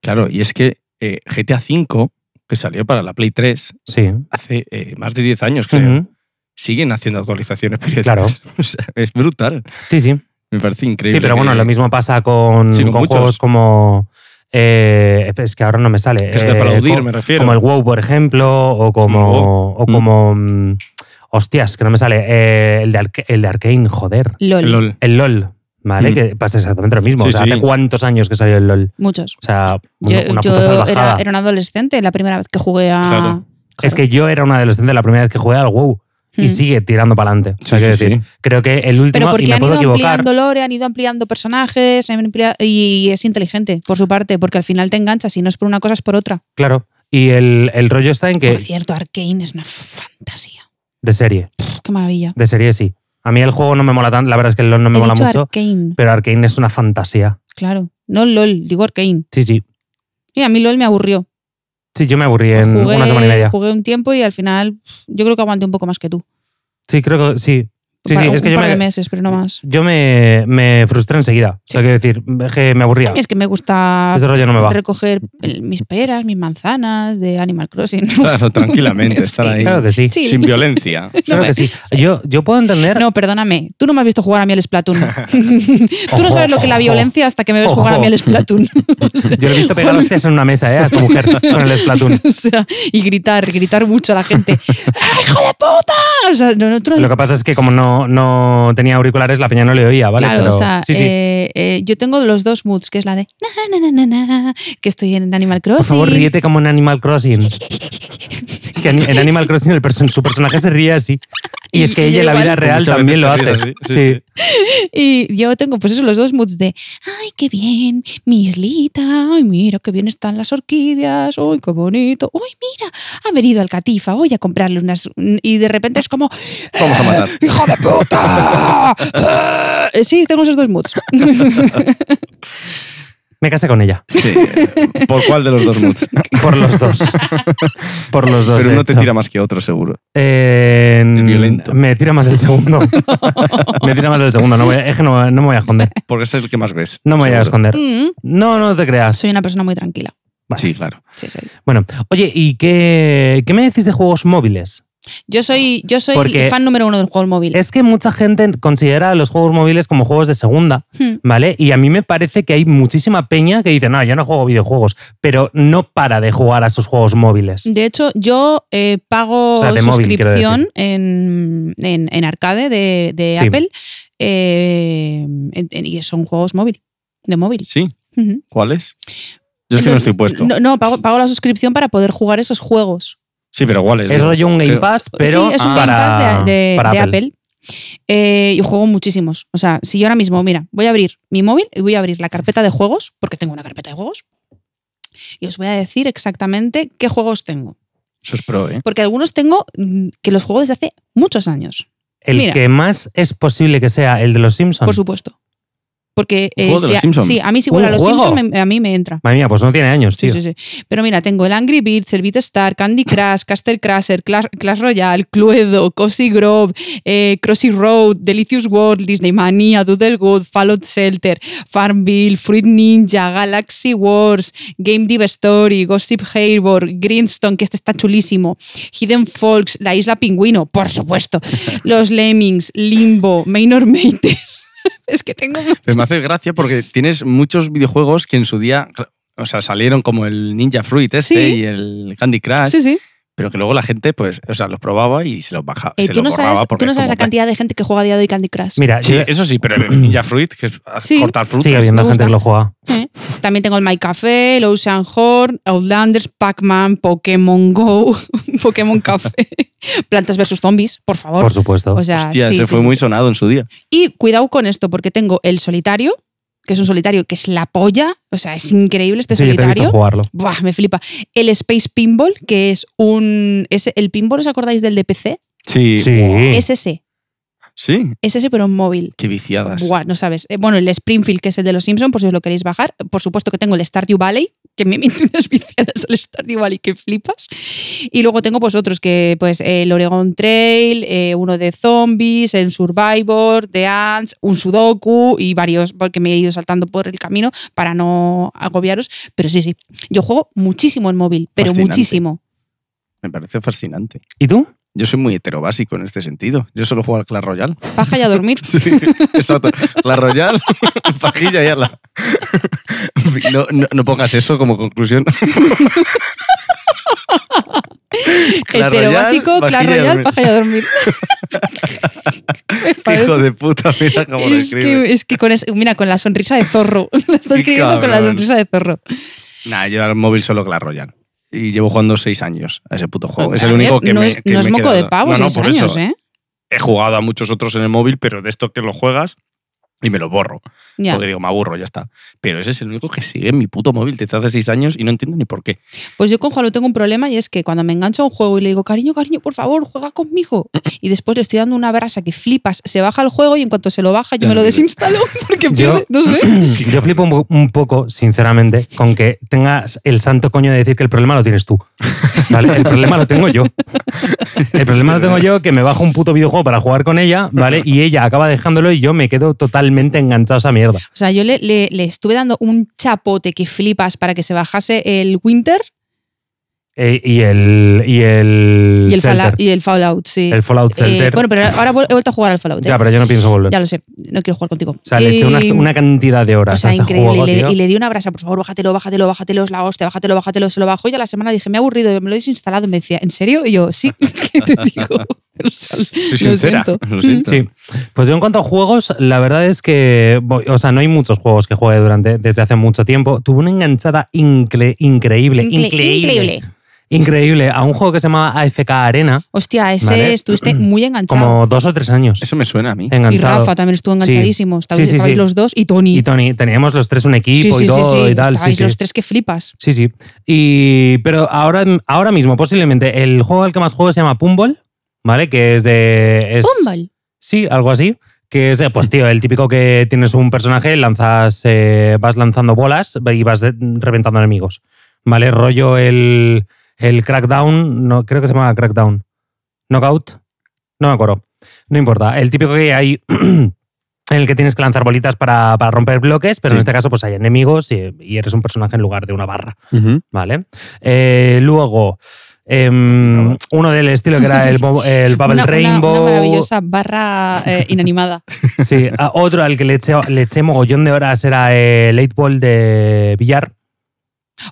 Speaker 2: Claro, y es que eh, GTA V, que salió para la Play 3
Speaker 1: Sí.
Speaker 2: hace eh, más de 10 años, creo,
Speaker 1: Ujú.
Speaker 2: siguen haciendo actualizaciones periódicas.
Speaker 1: Claro.
Speaker 2: [laughs] O sea, es brutal.
Speaker 1: Sí, sí.
Speaker 2: Me parece increíble.
Speaker 1: Sí, pero bueno,
Speaker 2: que-
Speaker 1: lo mismo pasa con,
Speaker 2: Sí,
Speaker 1: con
Speaker 2: con muchos.
Speaker 1: juegos como. eh, es que ahora no me sale.
Speaker 2: Que es de
Speaker 1: eh,
Speaker 2: aplaudir,
Speaker 1: co-
Speaker 2: me refiero.
Speaker 1: como el WoW, por ejemplo, o como. O
Speaker 2: Mm.
Speaker 1: como mm, hostias, que no me sale. eh, el, de Arca- el de Arkane, joder.
Speaker 3: LOL.
Speaker 2: LOL.
Speaker 1: El LOL, ¿vale?
Speaker 2: Mm.
Speaker 1: Que pasa exactamente lo mismo.
Speaker 2: Sí,
Speaker 1: o sea,
Speaker 2: sí.
Speaker 1: ¿hace cuántos años que salió el LOL?
Speaker 3: Muchos.
Speaker 1: O sea,
Speaker 3: Yo,
Speaker 1: una, una
Speaker 3: yo
Speaker 1: puta salvajada.
Speaker 3: era, era un adolescente la primera vez que jugué a.
Speaker 2: Claro.
Speaker 1: Es que yo era una adolescente la primera vez que jugué al WoW. Y
Speaker 3: Mm.
Speaker 1: sigue tirando para adelante.
Speaker 2: Sí, sí, sí.
Speaker 1: Creo que el
Speaker 3: Pero
Speaker 1: último, y
Speaker 3: porque
Speaker 1: me
Speaker 3: han
Speaker 1: puedo
Speaker 3: ido
Speaker 1: equivocar.
Speaker 3: ampliando lore, han ido ampliando personajes, han amplia- y es inteligente por su parte, porque al final te enganchas y no es por una cosa, es por otra.
Speaker 1: Claro. Y el, el rollo está en que.
Speaker 3: Por cierto, Arkane es una fantasía.
Speaker 1: De serie.
Speaker 3: Pff, qué maravilla.
Speaker 1: De serie sí. A mí el juego no me mola tanto, la verdad es que el LoL no me
Speaker 3: He
Speaker 1: mola
Speaker 3: dicho
Speaker 1: mucho,
Speaker 3: Arkane,
Speaker 1: pero Arkane es una fantasía.
Speaker 3: claro. No LOL, digo Arkane.
Speaker 1: Sí, sí.
Speaker 3: Y a mí LOL me aburrió.
Speaker 1: Sí, yo me aburrí en
Speaker 3: jugué,
Speaker 1: una semana y media.
Speaker 3: jugué un tiempo y al final pff, yo creo que aguanté un poco más que tú.
Speaker 1: Sí, creo que sí. Sí, sí,
Speaker 3: para un,
Speaker 1: es que yo
Speaker 3: par
Speaker 1: me-
Speaker 3: de meses, pero no más.
Speaker 1: Yo me, me frustré enseguida. O sea,
Speaker 3: Sí.
Speaker 1: quiero decir, es que me aburría.
Speaker 3: Es que me gusta
Speaker 1: Ese rollo no me va.
Speaker 3: recoger el- mis peras, mis manzanas de Animal Crossing.
Speaker 2: [laughs] Claro,
Speaker 3: [laughs]
Speaker 2: tranquilamente, estar ahí.
Speaker 1: Claro que sí.
Speaker 3: Sí.
Speaker 2: Sin violencia.
Speaker 1: Claro
Speaker 3: me-
Speaker 1: que sí. Yo, yo puedo entender.
Speaker 3: No, perdóname. Tú no me has visto jugar a mí
Speaker 1: [laughs]
Speaker 3: al Splatoon. Tú no
Speaker 1: Ojo,
Speaker 3: sabes lo que es la
Speaker 1: ojo.
Speaker 3: violencia hasta que me ves jugar a mí al Splatoon.
Speaker 1: Yo le he visto pegar hostias en una mesa, ¿eh? A esta mujer con el Splatoon.
Speaker 3: [laughs] O sea, y gritar, gritar mucho a la gente. ¡Ah, ¡Hijo de puta! O sea, no, no, tú no has
Speaker 1: Lo que pasa es que como no, no tenía auriculares, la peña no le oía, ¿vale?
Speaker 3: Claro,
Speaker 1: Pero-
Speaker 3: o sea,
Speaker 1: sí, sí.
Speaker 3: eh, eh, yo tengo los dos moods, que es la de na, na, na, na, na, que estoy en Animal Crossing.
Speaker 1: Por favor, ríete como en Animal
Speaker 3: [laughs]
Speaker 1: Crossing. Es que en Animal Crossing el perso- su personaje se ríe así. Y es que
Speaker 3: Y- y
Speaker 1: ella en la
Speaker 3: igual-
Speaker 1: vida real
Speaker 2: Muchas
Speaker 1: también lo
Speaker 2: veces
Speaker 1: hace.
Speaker 2: te ríes así, sí,
Speaker 1: Sí.
Speaker 2: sí.
Speaker 3: Y yo tengo, pues eso, los dos moods de ¡ay, qué bien! Mi islita, ¡ay, mira, qué bien están las orquídeas! ¡ay, qué bonito! ¡ay, mira! Ha venido al catifa, voy a comprarle unas. Y de repente es como
Speaker 2: Vamos a
Speaker 3: [laughs]
Speaker 2: matar.
Speaker 3: ¡hijo de puta! [laughs] Eh, sí, tengo esos dos moods.
Speaker 1: Me casé con ella.
Speaker 2: Sí. ¿Por cuál de los dos moods?
Speaker 1: Por los
Speaker 3: [laughs]
Speaker 1: dos. Por los dos.
Speaker 2: Pero
Speaker 1: de
Speaker 2: uno te
Speaker 1: hecho.
Speaker 2: tira más que otro, seguro.
Speaker 1: Eh,
Speaker 2: El violento.
Speaker 1: Me tira más el
Speaker 2: [laughs]
Speaker 1: segundo. me tira más el segundo. No voy a- es que no, no me voy a esconder.
Speaker 2: Porque es el que más ves.
Speaker 1: No me voy a
Speaker 2: seguro.
Speaker 1: esconder.
Speaker 3: Mm,
Speaker 1: No, no te creas.
Speaker 3: soy una persona muy tranquila.
Speaker 2: Sí, claro.
Speaker 3: Sí, sí.
Speaker 1: Bueno, oye, ¿y qué, qué me decís de juegos móviles?
Speaker 3: Yo soy, yo soy
Speaker 1: Porque-
Speaker 3: fan número uno del juego móvil.
Speaker 1: Es que mucha gente considera los juegos móviles como juegos de segunda.
Speaker 3: Mm.
Speaker 1: ¿vale? Y a mí me parece que hay muchísima peña que dice, no, yo no juego videojuegos, pero no para de jugar a sus juegos móviles.
Speaker 3: De hecho, yo eh, pago
Speaker 1: O sea, de móvil, quiero
Speaker 3: suscripción en, en- en arcade de, de
Speaker 1: Sí.
Speaker 3: Apple eh, en- en- y son juegos móvil, de móvil.
Speaker 2: Sí.
Speaker 3: Ujú.
Speaker 2: ¿Cuál es? Yo es que no estoy puesto.
Speaker 3: No, no, pago, pago la suscripción para poder jugar esos juegos.
Speaker 2: Sí, pero ¿cuál es?
Speaker 1: Es rollo un Game
Speaker 2: creo-
Speaker 1: Pass, pero
Speaker 3: sí, es un Game
Speaker 1: para,
Speaker 3: Pass de, de-
Speaker 1: para
Speaker 3: de Apple. Eh, y juego muchísimos. O sea, si yo ahora mismo, mira, voy a abrir mi móvil y voy a abrir la carpeta de juegos, porque tengo una carpeta de juegos, y os voy a decir exactamente qué juegos tengo.
Speaker 2: Eso es pro, ¿eh?
Speaker 3: Porque algunos tengo mm, que los juego desde hace muchos años.
Speaker 1: El
Speaker 3: Mira.
Speaker 1: que más es posible que sea el de los Simpsons.
Speaker 3: Por supuesto. Porque
Speaker 2: ¿Un
Speaker 3: eh,
Speaker 2: juego de
Speaker 3: si
Speaker 2: los
Speaker 3: a,
Speaker 2: Simpson?
Speaker 3: sí, a mí si igual a
Speaker 1: ¿Un
Speaker 3: los
Speaker 1: juego?
Speaker 3: Simpsons a mí me entra.
Speaker 1: Madre mía, pues no tiene años,
Speaker 3: Sí,
Speaker 1: tío.
Speaker 3: sí, sí. Pero mira, tengo el Angry Birds, el Beat Star, Candy Crush, Castle Crasher, Clash, Clash Royale, Cluedo, Cozy Grove, eh, Crossy Road, Delicious World, Disney Mania, Doodlewood, Fallout Shelter, Farmville, Fruit Ninja, Galaxy Wars, Game Dev Story, Gossip Harbor, Greenstone, que este está chulísimo, Hidden Folks, La Isla Pingüino,
Speaker 2: [laughs]
Speaker 3: por supuesto, Los Lemmings, Limbo, Maynor Mater. [laughs] es que tengo
Speaker 2: Pero me hace
Speaker 3: muchos.
Speaker 2: gracia porque tienes muchos videojuegos que en su día, o sea, salieron como el Ninja Fruit este
Speaker 3: Sí.
Speaker 2: y el Candy Crush,
Speaker 3: Sí, sí.
Speaker 2: pero que luego la gente, pues, o sea, los probaba y se los bajaba.
Speaker 3: Eh,
Speaker 2: se
Speaker 3: tú,
Speaker 2: los
Speaker 3: no
Speaker 2: borraba
Speaker 3: sabes,
Speaker 2: porque
Speaker 3: tú no
Speaker 2: es
Speaker 3: sabes
Speaker 2: como,
Speaker 3: la cantidad de gente que juega a día de hoy Candy Crush.
Speaker 1: Mira,
Speaker 2: Sí,
Speaker 1: yo-
Speaker 2: eso sí, pero [clears throat] el Ninja Fruit, que es
Speaker 3: Sí.
Speaker 2: cortar frutas.
Speaker 1: sigue
Speaker 3: me
Speaker 1: habiendo gente
Speaker 3: gusta.
Speaker 1: que lo juega.
Speaker 3: ¿eh? También tengo el My Café, el Ocean Horn, Outlanders, Pac-Man, Pokémon Go, [laughs] Pokémon Café, [laughs] Plantas vs. Zombies, por pues, favor.
Speaker 1: Por supuesto.
Speaker 3: o sea,
Speaker 2: Hostia,
Speaker 3: sí,
Speaker 2: ese
Speaker 3: sí,
Speaker 2: fue
Speaker 3: sí,
Speaker 2: muy
Speaker 3: sí.
Speaker 2: sonado en su día.
Speaker 3: Y cuidado con esto, porque tengo el solitario, que es un solitario que es la polla. O sea, es increíble este
Speaker 1: sí, yo te he visto
Speaker 3: solitario.
Speaker 1: jugarlo.
Speaker 3: Buah, me flipa. El Space Pinball, que es un. Es el pinball, ¿os acordáis del DPC?
Speaker 2: Sí.
Speaker 1: Sí.
Speaker 3: Es ese.
Speaker 2: Sí.
Speaker 3: Es ese, pero en móvil.
Speaker 2: Qué viciadas.
Speaker 3: Buah, no sabes. Eh, Bueno, el Springfield, que es el de los Simpsons, por si os lo queréis bajar. Por supuesto que tengo el Stardew Valley, que me [laughs] miento unas viciadas al Stardew Valley que flipas. Y luego tengo pues otros que, pues, eh, el Oregon Trail, eh, uno de zombies, el Survivor, The Ants, un Sudoku y varios, porque me he ido saltando por el camino para no agobiaros. Pero sí, sí. Yo juego muchísimo en móvil, pero
Speaker 2: Fascinante.
Speaker 3: muchísimo.
Speaker 2: Me parece fascinante.
Speaker 1: ¿Y tú?
Speaker 2: Yo soy muy heterobásico en este sentido. Yo solo juego al Clash Royale. [laughs]
Speaker 3: Baja ya a dormir.
Speaker 2: Sí, exacto. Clash Royale, [laughs] pajilla y ala. [laughs] No, no, no pongas eso como conclusión. [laughs] Clash
Speaker 3: Hetero
Speaker 2: Royale,
Speaker 3: básico,
Speaker 2: vajilla
Speaker 3: Clash
Speaker 2: y a
Speaker 3: Royale,
Speaker 2: dormir.
Speaker 3: baja ya a dormir.
Speaker 2: [laughs]
Speaker 3: [laughs] Me
Speaker 2: Qué
Speaker 3: parece
Speaker 2: Hijo de puta, mira cómo lo
Speaker 3: Es
Speaker 2: escribe.
Speaker 3: que, es que con es- mira, con la sonrisa de zorro. [laughs] Lo está
Speaker 2: Qué
Speaker 3: escribiendo con la
Speaker 2: cabrón.
Speaker 3: sonrisa de zorro.
Speaker 2: Nah, yo al móvil solo Clash Royale. Y llevo jugando seis años a ese puto juego. Oh, Es
Speaker 3: A
Speaker 2: el
Speaker 3: ver,
Speaker 2: único que
Speaker 3: no
Speaker 2: me
Speaker 3: es,
Speaker 2: que
Speaker 3: no
Speaker 2: me
Speaker 3: es
Speaker 2: he
Speaker 3: moco de
Speaker 2: quedado.
Speaker 3: pavo,
Speaker 2: No, no,
Speaker 3: seis
Speaker 2: por
Speaker 3: años,
Speaker 2: eso.
Speaker 3: ¿eh?
Speaker 2: He jugado a muchos otros en el móvil, pero de estos que lo juegas, y me lo borro.
Speaker 3: Ya.
Speaker 2: Porque digo, me aburro, ya está. Pero ese es el único que sigue en mi puto móvil desde hace seis años y no entiendo ni
Speaker 1: [laughs]
Speaker 2: por qué.
Speaker 3: Pues yo con Juan tengo un problema y es que cuando me engancho a un juego y le digo, cariño, cariño, por favor, juega conmigo.
Speaker 2: Mm.
Speaker 3: Y después le estoy dando una brasa que flipas, se baja el juego y en cuanto se lo baja yo me lo desinstalo [laughs] porque
Speaker 1: Yo-
Speaker 3: pierde, no
Speaker 2: [laughs]
Speaker 3: sé.
Speaker 1: Yo flipo un, po- un poco, sinceramente, con que tengas el santo coño de decir que el problema lo tienes tú. ¿Vale? El problema lo tengo yo. El problema lo tengo yo que me bajo un puto videojuego para jugar con ella, ¿vale? Y ella acaba dejándolo y yo me quedo totalmente enganchado a esa mierda.
Speaker 3: O sea, yo le, le- le estuve dando un chapote que flipas para que se bajase el Winter
Speaker 1: E- y el. Y el.
Speaker 3: y el,
Speaker 1: Shelter.
Speaker 3: Falla- y el Fallout, sí.
Speaker 1: El Fallout
Speaker 3: Eh,
Speaker 1: Shelter.
Speaker 3: bueno, pero ahora vu- he vuelto a jugar al Fallout. ¿eh?
Speaker 1: ya, pero yo no pienso volver.
Speaker 3: Ya lo sé, no quiero jugar contigo.
Speaker 1: o sea, le eché una,
Speaker 3: Y-
Speaker 1: una cantidad de horas
Speaker 3: O sea,
Speaker 1: a ese
Speaker 3: increíble.
Speaker 1: juego,
Speaker 3: y, le,
Speaker 1: tío.
Speaker 3: y le di una brasa, por favor, bájatelo, bájatelo, bájatelo, es la hostia, bájatelo, bájatelo, se lo bajo. Y a la semana dije, me he aburrido, me lo he desinstalado. Y me decía, ¿en serio? Y yo, sí, [laughs] ¿qué te digo? [laughs] O sea,
Speaker 2: Soy
Speaker 3: Lo
Speaker 2: sincera.
Speaker 3: siento. [laughs]
Speaker 2: Lo siento.
Speaker 1: Sí. Pues yo en cuanto a juegos, la verdad es que, voy- o sea, no hay muchos juegos que juegue durante, desde hace mucho tiempo. Tuve una enganchada incre- increíble,
Speaker 3: Incre-
Speaker 1: increíble, increíble. a un juego que se llama AFK Arena,
Speaker 3: Hostia, ese
Speaker 1: Vale. Mm.
Speaker 3: estuviste muy enganchado.
Speaker 1: como dos o tres años.
Speaker 2: Eso me suena a mí.
Speaker 3: y
Speaker 1: Enganchado.
Speaker 3: Rafa también estuvo enganchadísimo. Estabais,
Speaker 1: Sí, sí,
Speaker 3: estabais
Speaker 1: sí.
Speaker 3: los dos y Tony.
Speaker 1: y Tony, teníamos los tres un
Speaker 3: sí,
Speaker 1: equipo
Speaker 3: sí,
Speaker 1: y
Speaker 3: sí,
Speaker 1: todo
Speaker 3: sí.
Speaker 1: y tal. Sí,
Speaker 3: Estabais
Speaker 1: sí.
Speaker 3: los tres que flipas.
Speaker 1: Sí, sí. Y, pero ahora, ahora mismo, posiblemente, el juego al que más juego se llama Pumball, ¿vale? Que es de. es-
Speaker 3: Gumball.
Speaker 1: Sí, algo así. Que es, eh, pues tío, el típico que tienes un personaje, lanzas, eh, vas lanzando bolas y vas de- reventando enemigos. ¿Vale? Rollo el, el crackdown, no, creo que se llama crackdown. Knockout. No me acuerdo. No importa. El típico que hay [clears throat] en el que tienes que lanzar bolitas para, para romper bloques, pero en
Speaker 2: Sí.
Speaker 1: este caso pues hay enemigos y, y eres un personaje en lugar de una barra. ¿Vale? Eh, luego, em, uno del estilo que era el, bo- el Bubble
Speaker 3: [laughs] Una- una-
Speaker 1: Rainbow.
Speaker 3: Una, maravillosa barra eh,
Speaker 1: [laughs]
Speaker 3: inanimada.
Speaker 1: Sí, a- otro al que le eché, le eché mogollón de horas era eh, el 8 Ball de billar.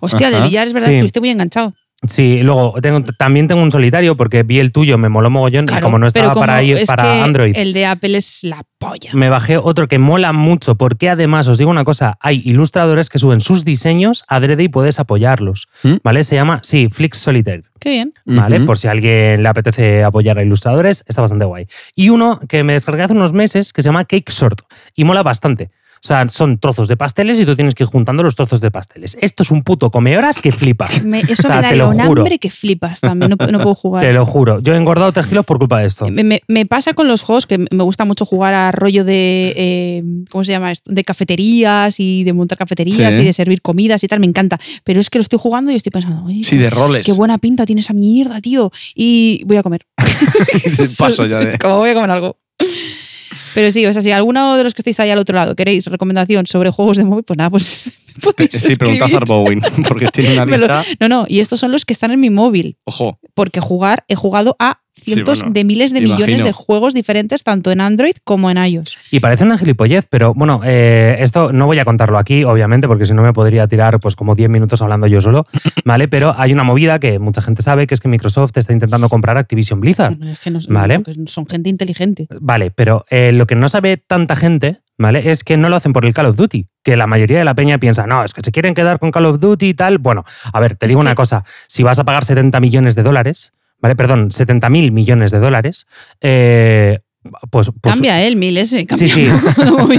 Speaker 3: Hostia, de
Speaker 2: Ajá.
Speaker 3: Villar es verdad,
Speaker 1: Sí.
Speaker 3: estuviste muy enganchado.
Speaker 1: Sí, luego tengo, también tengo un solitario porque vi el tuyo, me moló mogollón y [laughs]
Speaker 3: Claro,
Speaker 1: como no estaba
Speaker 3: pero como
Speaker 1: para, ir,
Speaker 3: es que
Speaker 1: para Android. Mm.
Speaker 3: El de Apple es la polla.
Speaker 1: Me bajé otro que mola mucho, porque además, os digo una cosa, hay ilustradores que suben sus diseños adrede y puedes apoyarlos,
Speaker 2: ¿Mm?
Speaker 1: ¿vale? Se llama, sí, Flix Solitaire.
Speaker 3: Qué
Speaker 1: [laughs]
Speaker 3: bien.
Speaker 1: ¿vale? pues Por si a alguien le apetece apoyar a ilustradores, está bastante guay. Y uno que me descargué hace unos meses que se llama Cake Short y mola bastante. O sea, son trozos de pasteles y tú tienes que ir juntando los trozos de pasteles. Esto es un puto comehoras que flipas.
Speaker 3: [laughs] Me- eso
Speaker 1: sea,
Speaker 3: me
Speaker 1: te
Speaker 3: daría
Speaker 1: lo
Speaker 3: un
Speaker 1: juro.
Speaker 3: hambre que flipas también. No,
Speaker 1: [laughs]
Speaker 3: no puedo jugar.
Speaker 1: Te lo juro. Yo he engordado 3 kilos por culpa de esto.
Speaker 3: Me, me- me pasa con los juegos que me gusta mucho jugar a rollo de. eh, ¿Cómo se llama esto? De cafeterías y de montar cafeterías
Speaker 2: Sí.
Speaker 3: y de servir comidas y tal. Me encanta. Pero es que lo estoy jugando y estoy pensando, oye,
Speaker 2: Sí, de roles.
Speaker 3: qué buena pinta tiene esa mierda, tío. Y voy a comer.
Speaker 2: Paso
Speaker 3: [laughs]
Speaker 2: ya [laughs]
Speaker 3: Es
Speaker 2: de...
Speaker 3: como voy a comer algo. Pero sí, o sea, si alguno de los que estáis ahí al otro lado queréis recomendación sobre juegos de móvil, pues nada, pues [laughs] me podéis
Speaker 2: Sí, preguntad a
Speaker 3: escribir.
Speaker 2: Bowen, [laughs] porque tiene una
Speaker 3: Me lo-
Speaker 2: lista.
Speaker 3: No, no, y estos son los que están en mi móvil.
Speaker 2: Ojo,
Speaker 3: porque jugar he jugado a cientos
Speaker 2: bueno,
Speaker 3: de miles de
Speaker 2: imagino.
Speaker 3: millones de juegos diferentes, tanto en Android como en iOS.
Speaker 1: Y parece una gilipollez, pero bueno, eh, esto no voy a contarlo aquí, obviamente, porque si no me podría tirar pues como 10 minutos hablando yo solo, ¿vale? Pero hay una movida que mucha gente sabe, que es que Microsoft está intentando comprar Activision Blizzard.
Speaker 3: Es que no,
Speaker 1: Ah, Vale.
Speaker 3: porque son gente inteligente.
Speaker 1: Vale, pero eh, lo que no sabe tanta gente, ¿vale? Es que no lo hacen por el Call of Duty. Que la mayoría de la peña piensa, no, es que se quieren quedar con Call of Duty y tal. Bueno, a ver, te
Speaker 3: Es
Speaker 1: digo
Speaker 3: que-
Speaker 1: una cosa. Si vas a pagar 70 millones de dólares, ¿vale? Perdón, 70 mil millones de dólares, eh, pues... pues-
Speaker 3: cambia él, mil ese.
Speaker 1: Sí,
Speaker 3: [laughs]
Speaker 1: sí.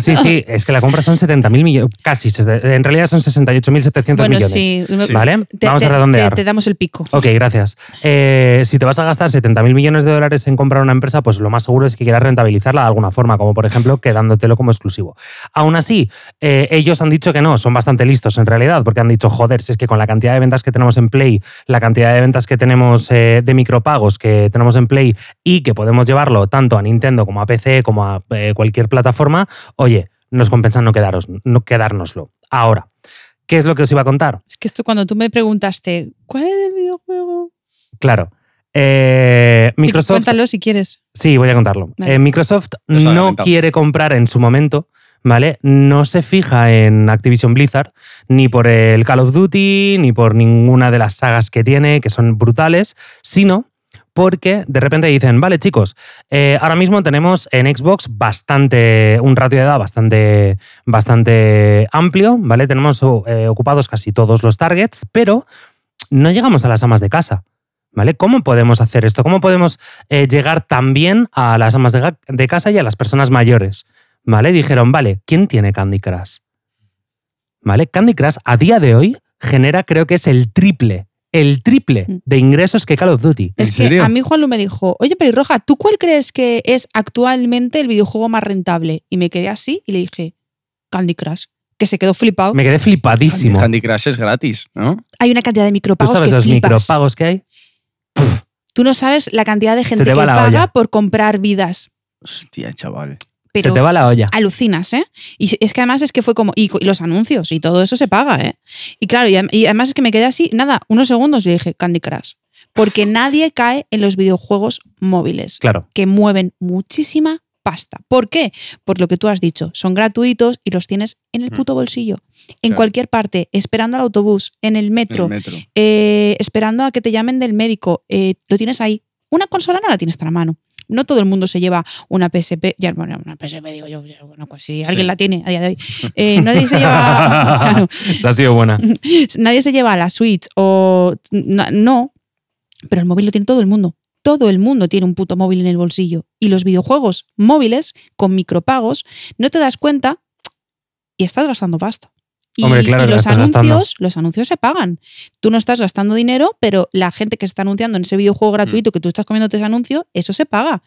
Speaker 1: Sí, sí, es que la compra son 70 mil millones, casi, se- en realidad son 68.700
Speaker 3: Bueno,
Speaker 1: millones.
Speaker 3: sí.
Speaker 2: Sí.
Speaker 1: ¿Vale?
Speaker 3: Te,
Speaker 1: Vamos
Speaker 3: te-
Speaker 1: a redondear.
Speaker 3: te- te damos el pico.
Speaker 1: Ok, gracias. Eh, si te vas a gastar 70.000 millones de dólares en comprar una empresa, pues lo más seguro es que quieras rentabilizarla de alguna forma, como por ejemplo quedándotelo como exclusivo. Aún así, eh, ellos han dicho que no, son bastante listos en realidad, porque han dicho, joder, si es que con la cantidad de ventas que tenemos en Play, la cantidad de ventas que tenemos eh, de micropagos que tenemos en Play y que podemos llevarlo tanto a Nintendo como a PC como a eh, cualquier plataforma, oye, nos compensa no, quedaros, no quedárnoslo. Ahora, ¿qué es lo que os iba a contar?
Speaker 3: Es que esto cuando tú me preguntaste, ¿cuál es el videojuego?
Speaker 1: Claro. eh,
Speaker 3: Sí,
Speaker 1: Microsoft
Speaker 3: cuéntalo si quieres.
Speaker 1: Sí, voy a contarlo.
Speaker 3: Vale.
Speaker 1: Eh, Microsoft
Speaker 2: Ya se ha
Speaker 1: no
Speaker 2: adelantado.
Speaker 1: quiere comprar en su momento, ¿vale? No se fija en Activision Blizzard, ni por el Call of Duty, ni por ninguna de las sagas que tiene, que son brutales, sino porque de repente dicen, vale chicos, eh, ahora mismo tenemos en Xbox bastante, un ratio de edad bastante, bastante amplio, ¿vale? Tenemos eh, ocupados casi todos los targets, pero no llegamos a las amas de casa. ¿Vale? ¿Cómo podemos hacer esto? ¿Cómo podemos eh, llegar también a las amas de, ga- de casa y a las personas mayores. ¿Vale? Dijeron, vale, ¿quién tiene Candy Crush? ¿Vale? Candy Crush a día de hoy genera, creo que es el triple, el triple
Speaker 3: Mm.
Speaker 1: de ingresos que Call of Duty.
Speaker 3: Es
Speaker 2: ¿En
Speaker 3: que
Speaker 2: serio?
Speaker 3: a mí Juanlu me dijo, oye, Pelirroja, ¿tú cuál crees que es actualmente el videojuego más rentable? Y me quedé así y le dije, Candy Crush, que se quedó flipado.
Speaker 1: Me quedé flipadísimo.
Speaker 2: Candy Crush es gratis, ¿no?
Speaker 3: Hay una cantidad de
Speaker 1: ¿Tú
Speaker 3: micropagos
Speaker 1: sabes
Speaker 3: que
Speaker 1: los
Speaker 3: flipas.
Speaker 1: micropagos que hay?
Speaker 3: Tú no sabes la cantidad de gente
Speaker 1: te
Speaker 3: que
Speaker 1: va la
Speaker 3: paga
Speaker 1: olla.
Speaker 3: por comprar vidas.
Speaker 2: Hostia, chaval.
Speaker 3: Pero
Speaker 1: Se te va la
Speaker 3: [laughs]
Speaker 1: olla.
Speaker 3: alucinas, ¿eh? Y es que además es que fue como, y, co- y los anuncios y todo eso se paga, ¿eh? Y claro, y, ad- y además es que me quedé así, nada, unos segundos y dije, Candy Crush. Porque nadie cae en los videojuegos móviles,
Speaker 1: Claro.
Speaker 3: que mueven muchísima pasta. ¿Por qué? Por lo que tú has dicho, son gratuitos y los tienes en el
Speaker 2: Mm.
Speaker 3: puto bolsillo, en
Speaker 2: Claro.
Speaker 3: cualquier parte, esperando al autobús, en el
Speaker 2: El
Speaker 3: metro,
Speaker 2: metro.
Speaker 3: eh, esperando a que te llamen del médico, eh, lo tienes ahí. Una consola no la tienes a la mano. No todo el mundo se lleva una PSP. Ya, bueno, una PSP, digo yo, ya, bueno, pues si alguien
Speaker 2: Sí.
Speaker 3: la tiene a día de
Speaker 2: [laughs]
Speaker 3: hoy. Eh, nadie se lleva. claro,
Speaker 1: Esa ha sido buena.
Speaker 3: nadie se lleva la Switch o. na- No. Pero el móvil lo tiene todo el mundo. Todo el mundo tiene un puto móvil en el bolsillo. Y los videojuegos móviles con micropagos, no te das cuenta y estás gastando pasta. Y,
Speaker 1: Hombre, claro
Speaker 3: y
Speaker 1: que
Speaker 3: los
Speaker 1: estás gastando.
Speaker 3: anuncios, los anuncios se pagan. Tú no estás gastando dinero, pero la gente que se está anunciando en ese videojuego gratuito que tú estás comiéndote ese anuncio, eso se paga.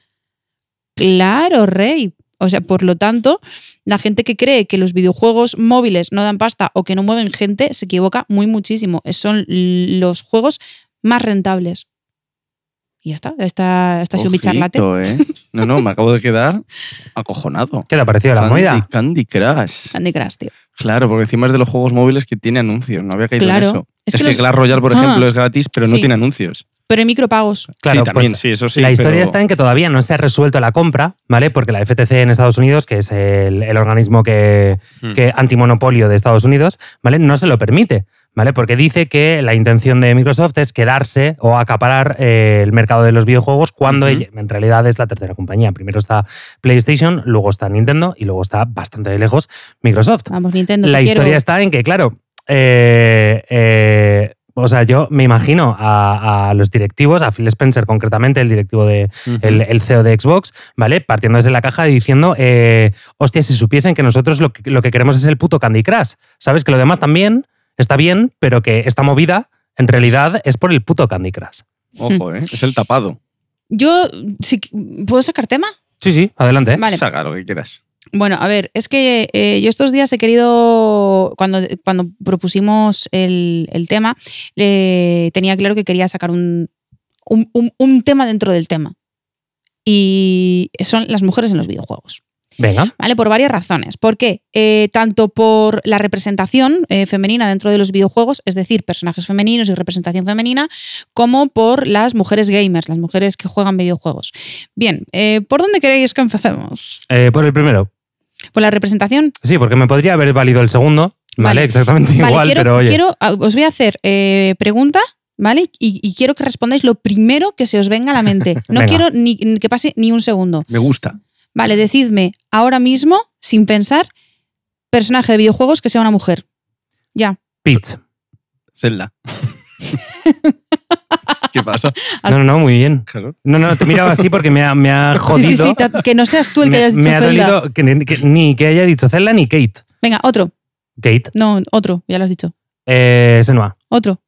Speaker 3: Claro, rey. O sea, por lo tanto, la gente que cree que los videojuegos móviles no dan pasta o que no mueven gente se equivoca muy muchísimo. Es- Son los juegos más rentables. Y ya está. Esta, esta ha sido mi charlate.
Speaker 2: Ojito, ¿eh? No, no, me acabo de quedar acojonado.
Speaker 1: ¿Qué te ha parecido la
Speaker 2: Candy-
Speaker 1: movida?
Speaker 2: Candy Crush.
Speaker 3: Candy Crush, tío.
Speaker 2: Claro, porque encima es de los juegos móviles que tiene anuncios. No había caído
Speaker 3: Claro.
Speaker 2: en eso.
Speaker 3: Es
Speaker 2: Es,
Speaker 3: que
Speaker 2: que,
Speaker 3: los-
Speaker 2: Clash Royale, por
Speaker 3: Ah.
Speaker 2: ejemplo, es gratis, pero no
Speaker 3: Sí.
Speaker 2: tiene anuncios.
Speaker 3: Pero hay micropagos.
Speaker 1: Claro,
Speaker 2: sí, también,
Speaker 1: pues,
Speaker 2: sí, eso sí.
Speaker 1: la historia
Speaker 2: pero-
Speaker 1: está en que todavía no se ha resuelto la compra, ¿vale? Porque la FTC en Estados Unidos, que es el, el organismo que,
Speaker 2: Hmm.
Speaker 1: que antimonopolio de Estados Unidos, ¿vale? No se lo permite, ¿vale? Porque dice que la intención de Microsoft es quedarse o acaparar eh, el mercado de los videojuegos cuando
Speaker 2: Ujú.
Speaker 1: ella- en realidad es la tercera compañía. Primero está PlayStation, luego está Nintendo y luego está bastante de lejos Microsoft.
Speaker 3: Vamos, Nintendo.
Speaker 1: la
Speaker 3: te Ah, quiero.
Speaker 1: historia está en que, claro, eh, eh, o sea, yo me imagino a, a los directivos, a Phil Spencer concretamente, el directivo de,
Speaker 3: Mm.
Speaker 2: Ujú.
Speaker 1: el, el CEO de Xbox, ¿vale? Partiéndose la caja y diciendo, eh, hostia, si supiesen que nosotros lo que, lo que queremos es el puto Candy Crush, ¿sabes? Que lo demás también está bien, pero que esta movida en realidad es por el puto Candy Crush.
Speaker 2: Ojo, ¿eh? Es el tapado.
Speaker 3: Yo, si qu- ¿puedo sacar tema?
Speaker 1: Sí, sí, adelante.
Speaker 3: Vale.
Speaker 2: Saca lo que quieras.
Speaker 3: Bueno, a ver, es que eh, yo estos días he querido, cuando, cuando propusimos el, el tema, eh, tenía claro que quería sacar un, un- un- un tema dentro del tema. Y son las mujeres en los videojuegos.
Speaker 1: Venga.
Speaker 3: ¿vale? Por varias razones. ¿Por qué? Eh, tanto por la representación eh, femenina dentro de los videojuegos, es decir, personajes femeninos y representación femenina, como por las mujeres gamers, las mujeres que juegan videojuegos. Bien, eh, ¿por dónde queréis que empecemos?
Speaker 1: Eh, por el primero.
Speaker 3: ¿Por la representación?
Speaker 1: Sí, porque me podría haber valido el segundo. Vale,
Speaker 3: Vale.
Speaker 1: exactamente [laughs] igual,
Speaker 3: vale, quiero,
Speaker 1: pero oye.
Speaker 3: quiero- ah, os voy a hacer eh, pregunta, ¿vale? Y, y quiero que respondáis lo primero que se os venga a la
Speaker 1: [laughs]
Speaker 3: mente. No
Speaker 1: Venga.
Speaker 3: quiero ni, ni que pase ni un segundo.
Speaker 2: Me gusta.
Speaker 3: Vale, decidme ahora mismo, sin pensar, personaje de videojuegos que sea una mujer. [laughs] Ya.
Speaker 1: Pitch.
Speaker 3: [laughs]
Speaker 2: Zelda. ¿Qué pasa?
Speaker 1: No, no, no, muy bien.
Speaker 2: Claro.
Speaker 1: No, no, te miraba así porque me ha, me ha
Speaker 3: [laughs] Sí,
Speaker 1: jodido.
Speaker 3: sí, sí, ta- que no seas tú el
Speaker 1: me,
Speaker 3: que hayas
Speaker 1: me
Speaker 3: dicho
Speaker 1: ha
Speaker 3: Zelda.
Speaker 1: dolido que, que- ni que haya dicho Zelda ni Kate.
Speaker 3: Venga, otro.
Speaker 1: Kate,
Speaker 3: No, otro, ya lo has dicho.
Speaker 1: eh, Senua.
Speaker 3: Otro,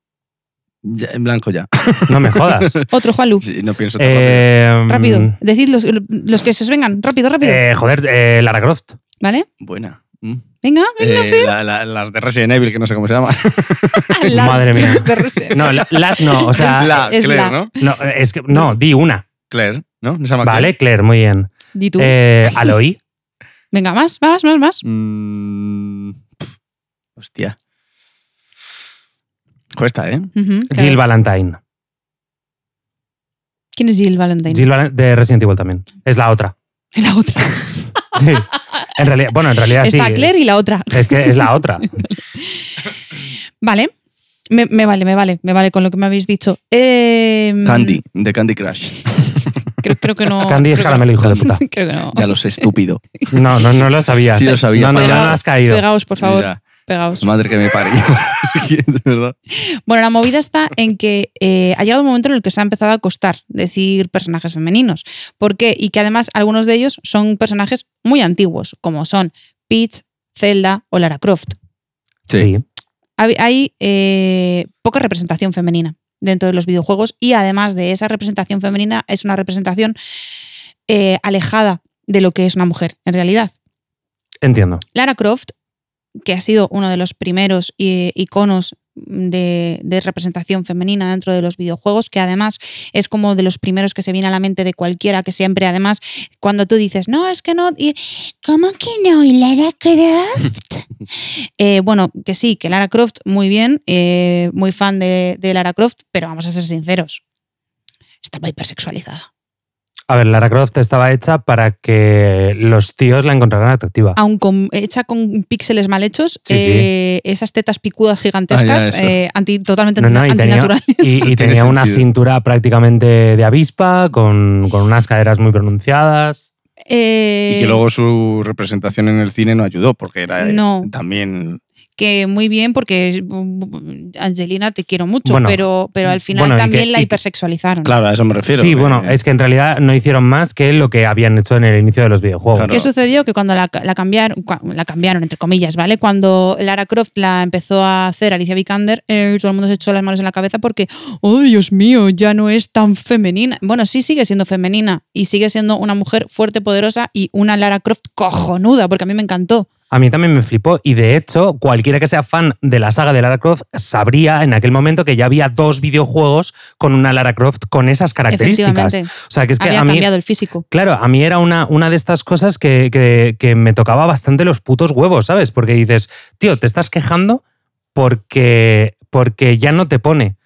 Speaker 2: Ya, en blanco ya.
Speaker 1: No me jodas.
Speaker 3: otro,
Speaker 1: [laughs]
Speaker 2: [laughs]
Speaker 3: Juanlu.
Speaker 2: Sí, no pienso tan rápido.
Speaker 1: Eh,
Speaker 3: Rápido. Decid los, los que se os vengan. Rápido, rápido.
Speaker 1: eh, joder, eh, Lara Croft.
Speaker 3: ¿Vale?
Speaker 2: Buena. Mm.
Speaker 3: Venga, venga.
Speaker 2: Eh, la- la- las de Resident Evil, que no sé cómo se llama.
Speaker 1: [laughs]
Speaker 3: Las-
Speaker 1: madre mía.
Speaker 3: las de reserva.
Speaker 1: No, la- las no, o sea.
Speaker 2: es [laughs] la,
Speaker 3: es
Speaker 2: Claire,
Speaker 3: la-
Speaker 2: ¿no?
Speaker 1: No, es que, no, di una.
Speaker 2: Claire, ¿no? ¿No se llama
Speaker 1: Vale, Claire, muy bien.
Speaker 3: Di tú.
Speaker 1: Eh,
Speaker 3: [laughs]
Speaker 1: Aloy.
Speaker 3: Venga, más, más, más, más.
Speaker 2: Claire? Mm, pf, hostia. Cuesta, ¿eh?
Speaker 3: Ujú, claro.
Speaker 1: Jill Valentine.
Speaker 3: ¿Quién es Jill Valentine?
Speaker 1: Jill Valen- de Resident Evil también. Es la otra.
Speaker 3: [laughs] La otra.
Speaker 1: Sí. En realidad, bueno, en realidad sí.
Speaker 3: Está Claire y la otra.
Speaker 1: Es que es la
Speaker 3: [laughs]
Speaker 1: otra.
Speaker 3: Vale. Me, me vale, me vale, me vale con lo que me habéis dicho. Eh,
Speaker 2: Candy, de Candy Crush.
Speaker 3: [laughs] Creo, creo que no.
Speaker 1: Candy es
Speaker 3: creo que
Speaker 1: caramelo, hijo de puta.
Speaker 3: no- [laughs] Creo que no.
Speaker 2: Ya lo sé, estúpido.
Speaker 1: No, no, no lo sabías.
Speaker 2: Sí lo sabía,
Speaker 1: No, no,
Speaker 2: pero-
Speaker 1: no, no has caído.
Speaker 3: Pegaos, por favor.
Speaker 2: Mira,
Speaker 3: pegados.
Speaker 2: Madre que me
Speaker 3: [laughs]
Speaker 2: parió. [laughs] Es que, de verdad.
Speaker 3: Bueno, la movida está en que eh, ha llegado un momento en el que se ha empezado a costar decir personajes femeninos. ¿Por qué? Y que además algunos de ellos son personajes muy antiguos, como son Peach, Zelda o Lara Croft.
Speaker 2: Sí.
Speaker 3: Hay, hay, eh, poca representación femenina dentro de los videojuegos y además de esa representación femenina es una representación eh, alejada de lo que es una mujer en realidad.
Speaker 1: entiendo.
Speaker 3: Lara Croft, que ha sido uno de los primeros eh, iconos de, de representación femenina dentro de los videojuegos, que además es como de los primeros que se viene a la mente de cualquiera, que siempre además cuando tú dices, no, es que no, y, ¿cómo que no? ¿Y Lara Croft? [laughs] Eh, bueno, que sí, que Lara Croft, muy bien, eh, muy fan de, de Lara Croft, pero vamos a ser sinceros, estaba hipersexualizada.
Speaker 1: A ver, Lara Croft estaba hecha para que los tíos la encontraran atractiva.
Speaker 3: aun con, hecha con píxeles mal hechos,
Speaker 1: Sí, sí.
Speaker 3: eh, esas tetas picudas
Speaker 2: Ah,
Speaker 3: gigantescas,
Speaker 2: ya, eso.
Speaker 3: eh, anti- totalmente
Speaker 1: No, no,
Speaker 3: anti-
Speaker 1: y tenía- [laughs]
Speaker 3: antinaturales.
Speaker 2: [laughs]
Speaker 1: Y, y
Speaker 2: Tiene
Speaker 1: tenía una
Speaker 2: sentido.
Speaker 1: cintura prácticamente de avispa, con, con unas caderas muy pronunciadas.
Speaker 3: Eh,
Speaker 2: Y que luego su representación en el cine no ayudó, porque era eh,
Speaker 3: No.
Speaker 2: también.
Speaker 3: que muy bien, porque mm, Angelina te quiero mucho,
Speaker 1: Bueno, mm,
Speaker 3: pero, pero al final
Speaker 1: bueno, y que-
Speaker 3: también la
Speaker 1: y que-
Speaker 3: hipersexualizaron.
Speaker 2: Claro, a eso me refiero.
Speaker 1: sí,
Speaker 2: que-
Speaker 1: bueno, es que en realidad no hicieron más que lo que habían hecho en el inicio de los videojuegos.
Speaker 2: Claro.
Speaker 3: ¿Qué sucedió? Que cuando la, la cambiaron, cua- la cambiaron entre comillas, ¿vale? Cuando Lara Croft la empezó a hacer Alicia Vikander, eh, todo el mundo se echó las manos en la cabeza porque, oh Dios mío, ya no es tan femenina. Bueno, sí sigue siendo femenina y sigue siendo una mujer fuerte, poderosa y una Lara Croft cojonuda, porque a mí me encantó.
Speaker 1: A mí también me flipó y de hecho cualquiera que sea fan de la saga de Lara Croft sabría en aquel momento que ya había dos videojuegos con una Lara Croft con esas características.
Speaker 3: Efectivamente,
Speaker 1: O sea, que es que
Speaker 3: había
Speaker 1: a mí,
Speaker 3: cambiado el físico.
Speaker 1: claro, a mí era una, una de estas cosas que, que- que me tocaba bastante los putos huevos, ¿sabes? Porque dices, tío, te estás quejando porque, porque ya no te pone.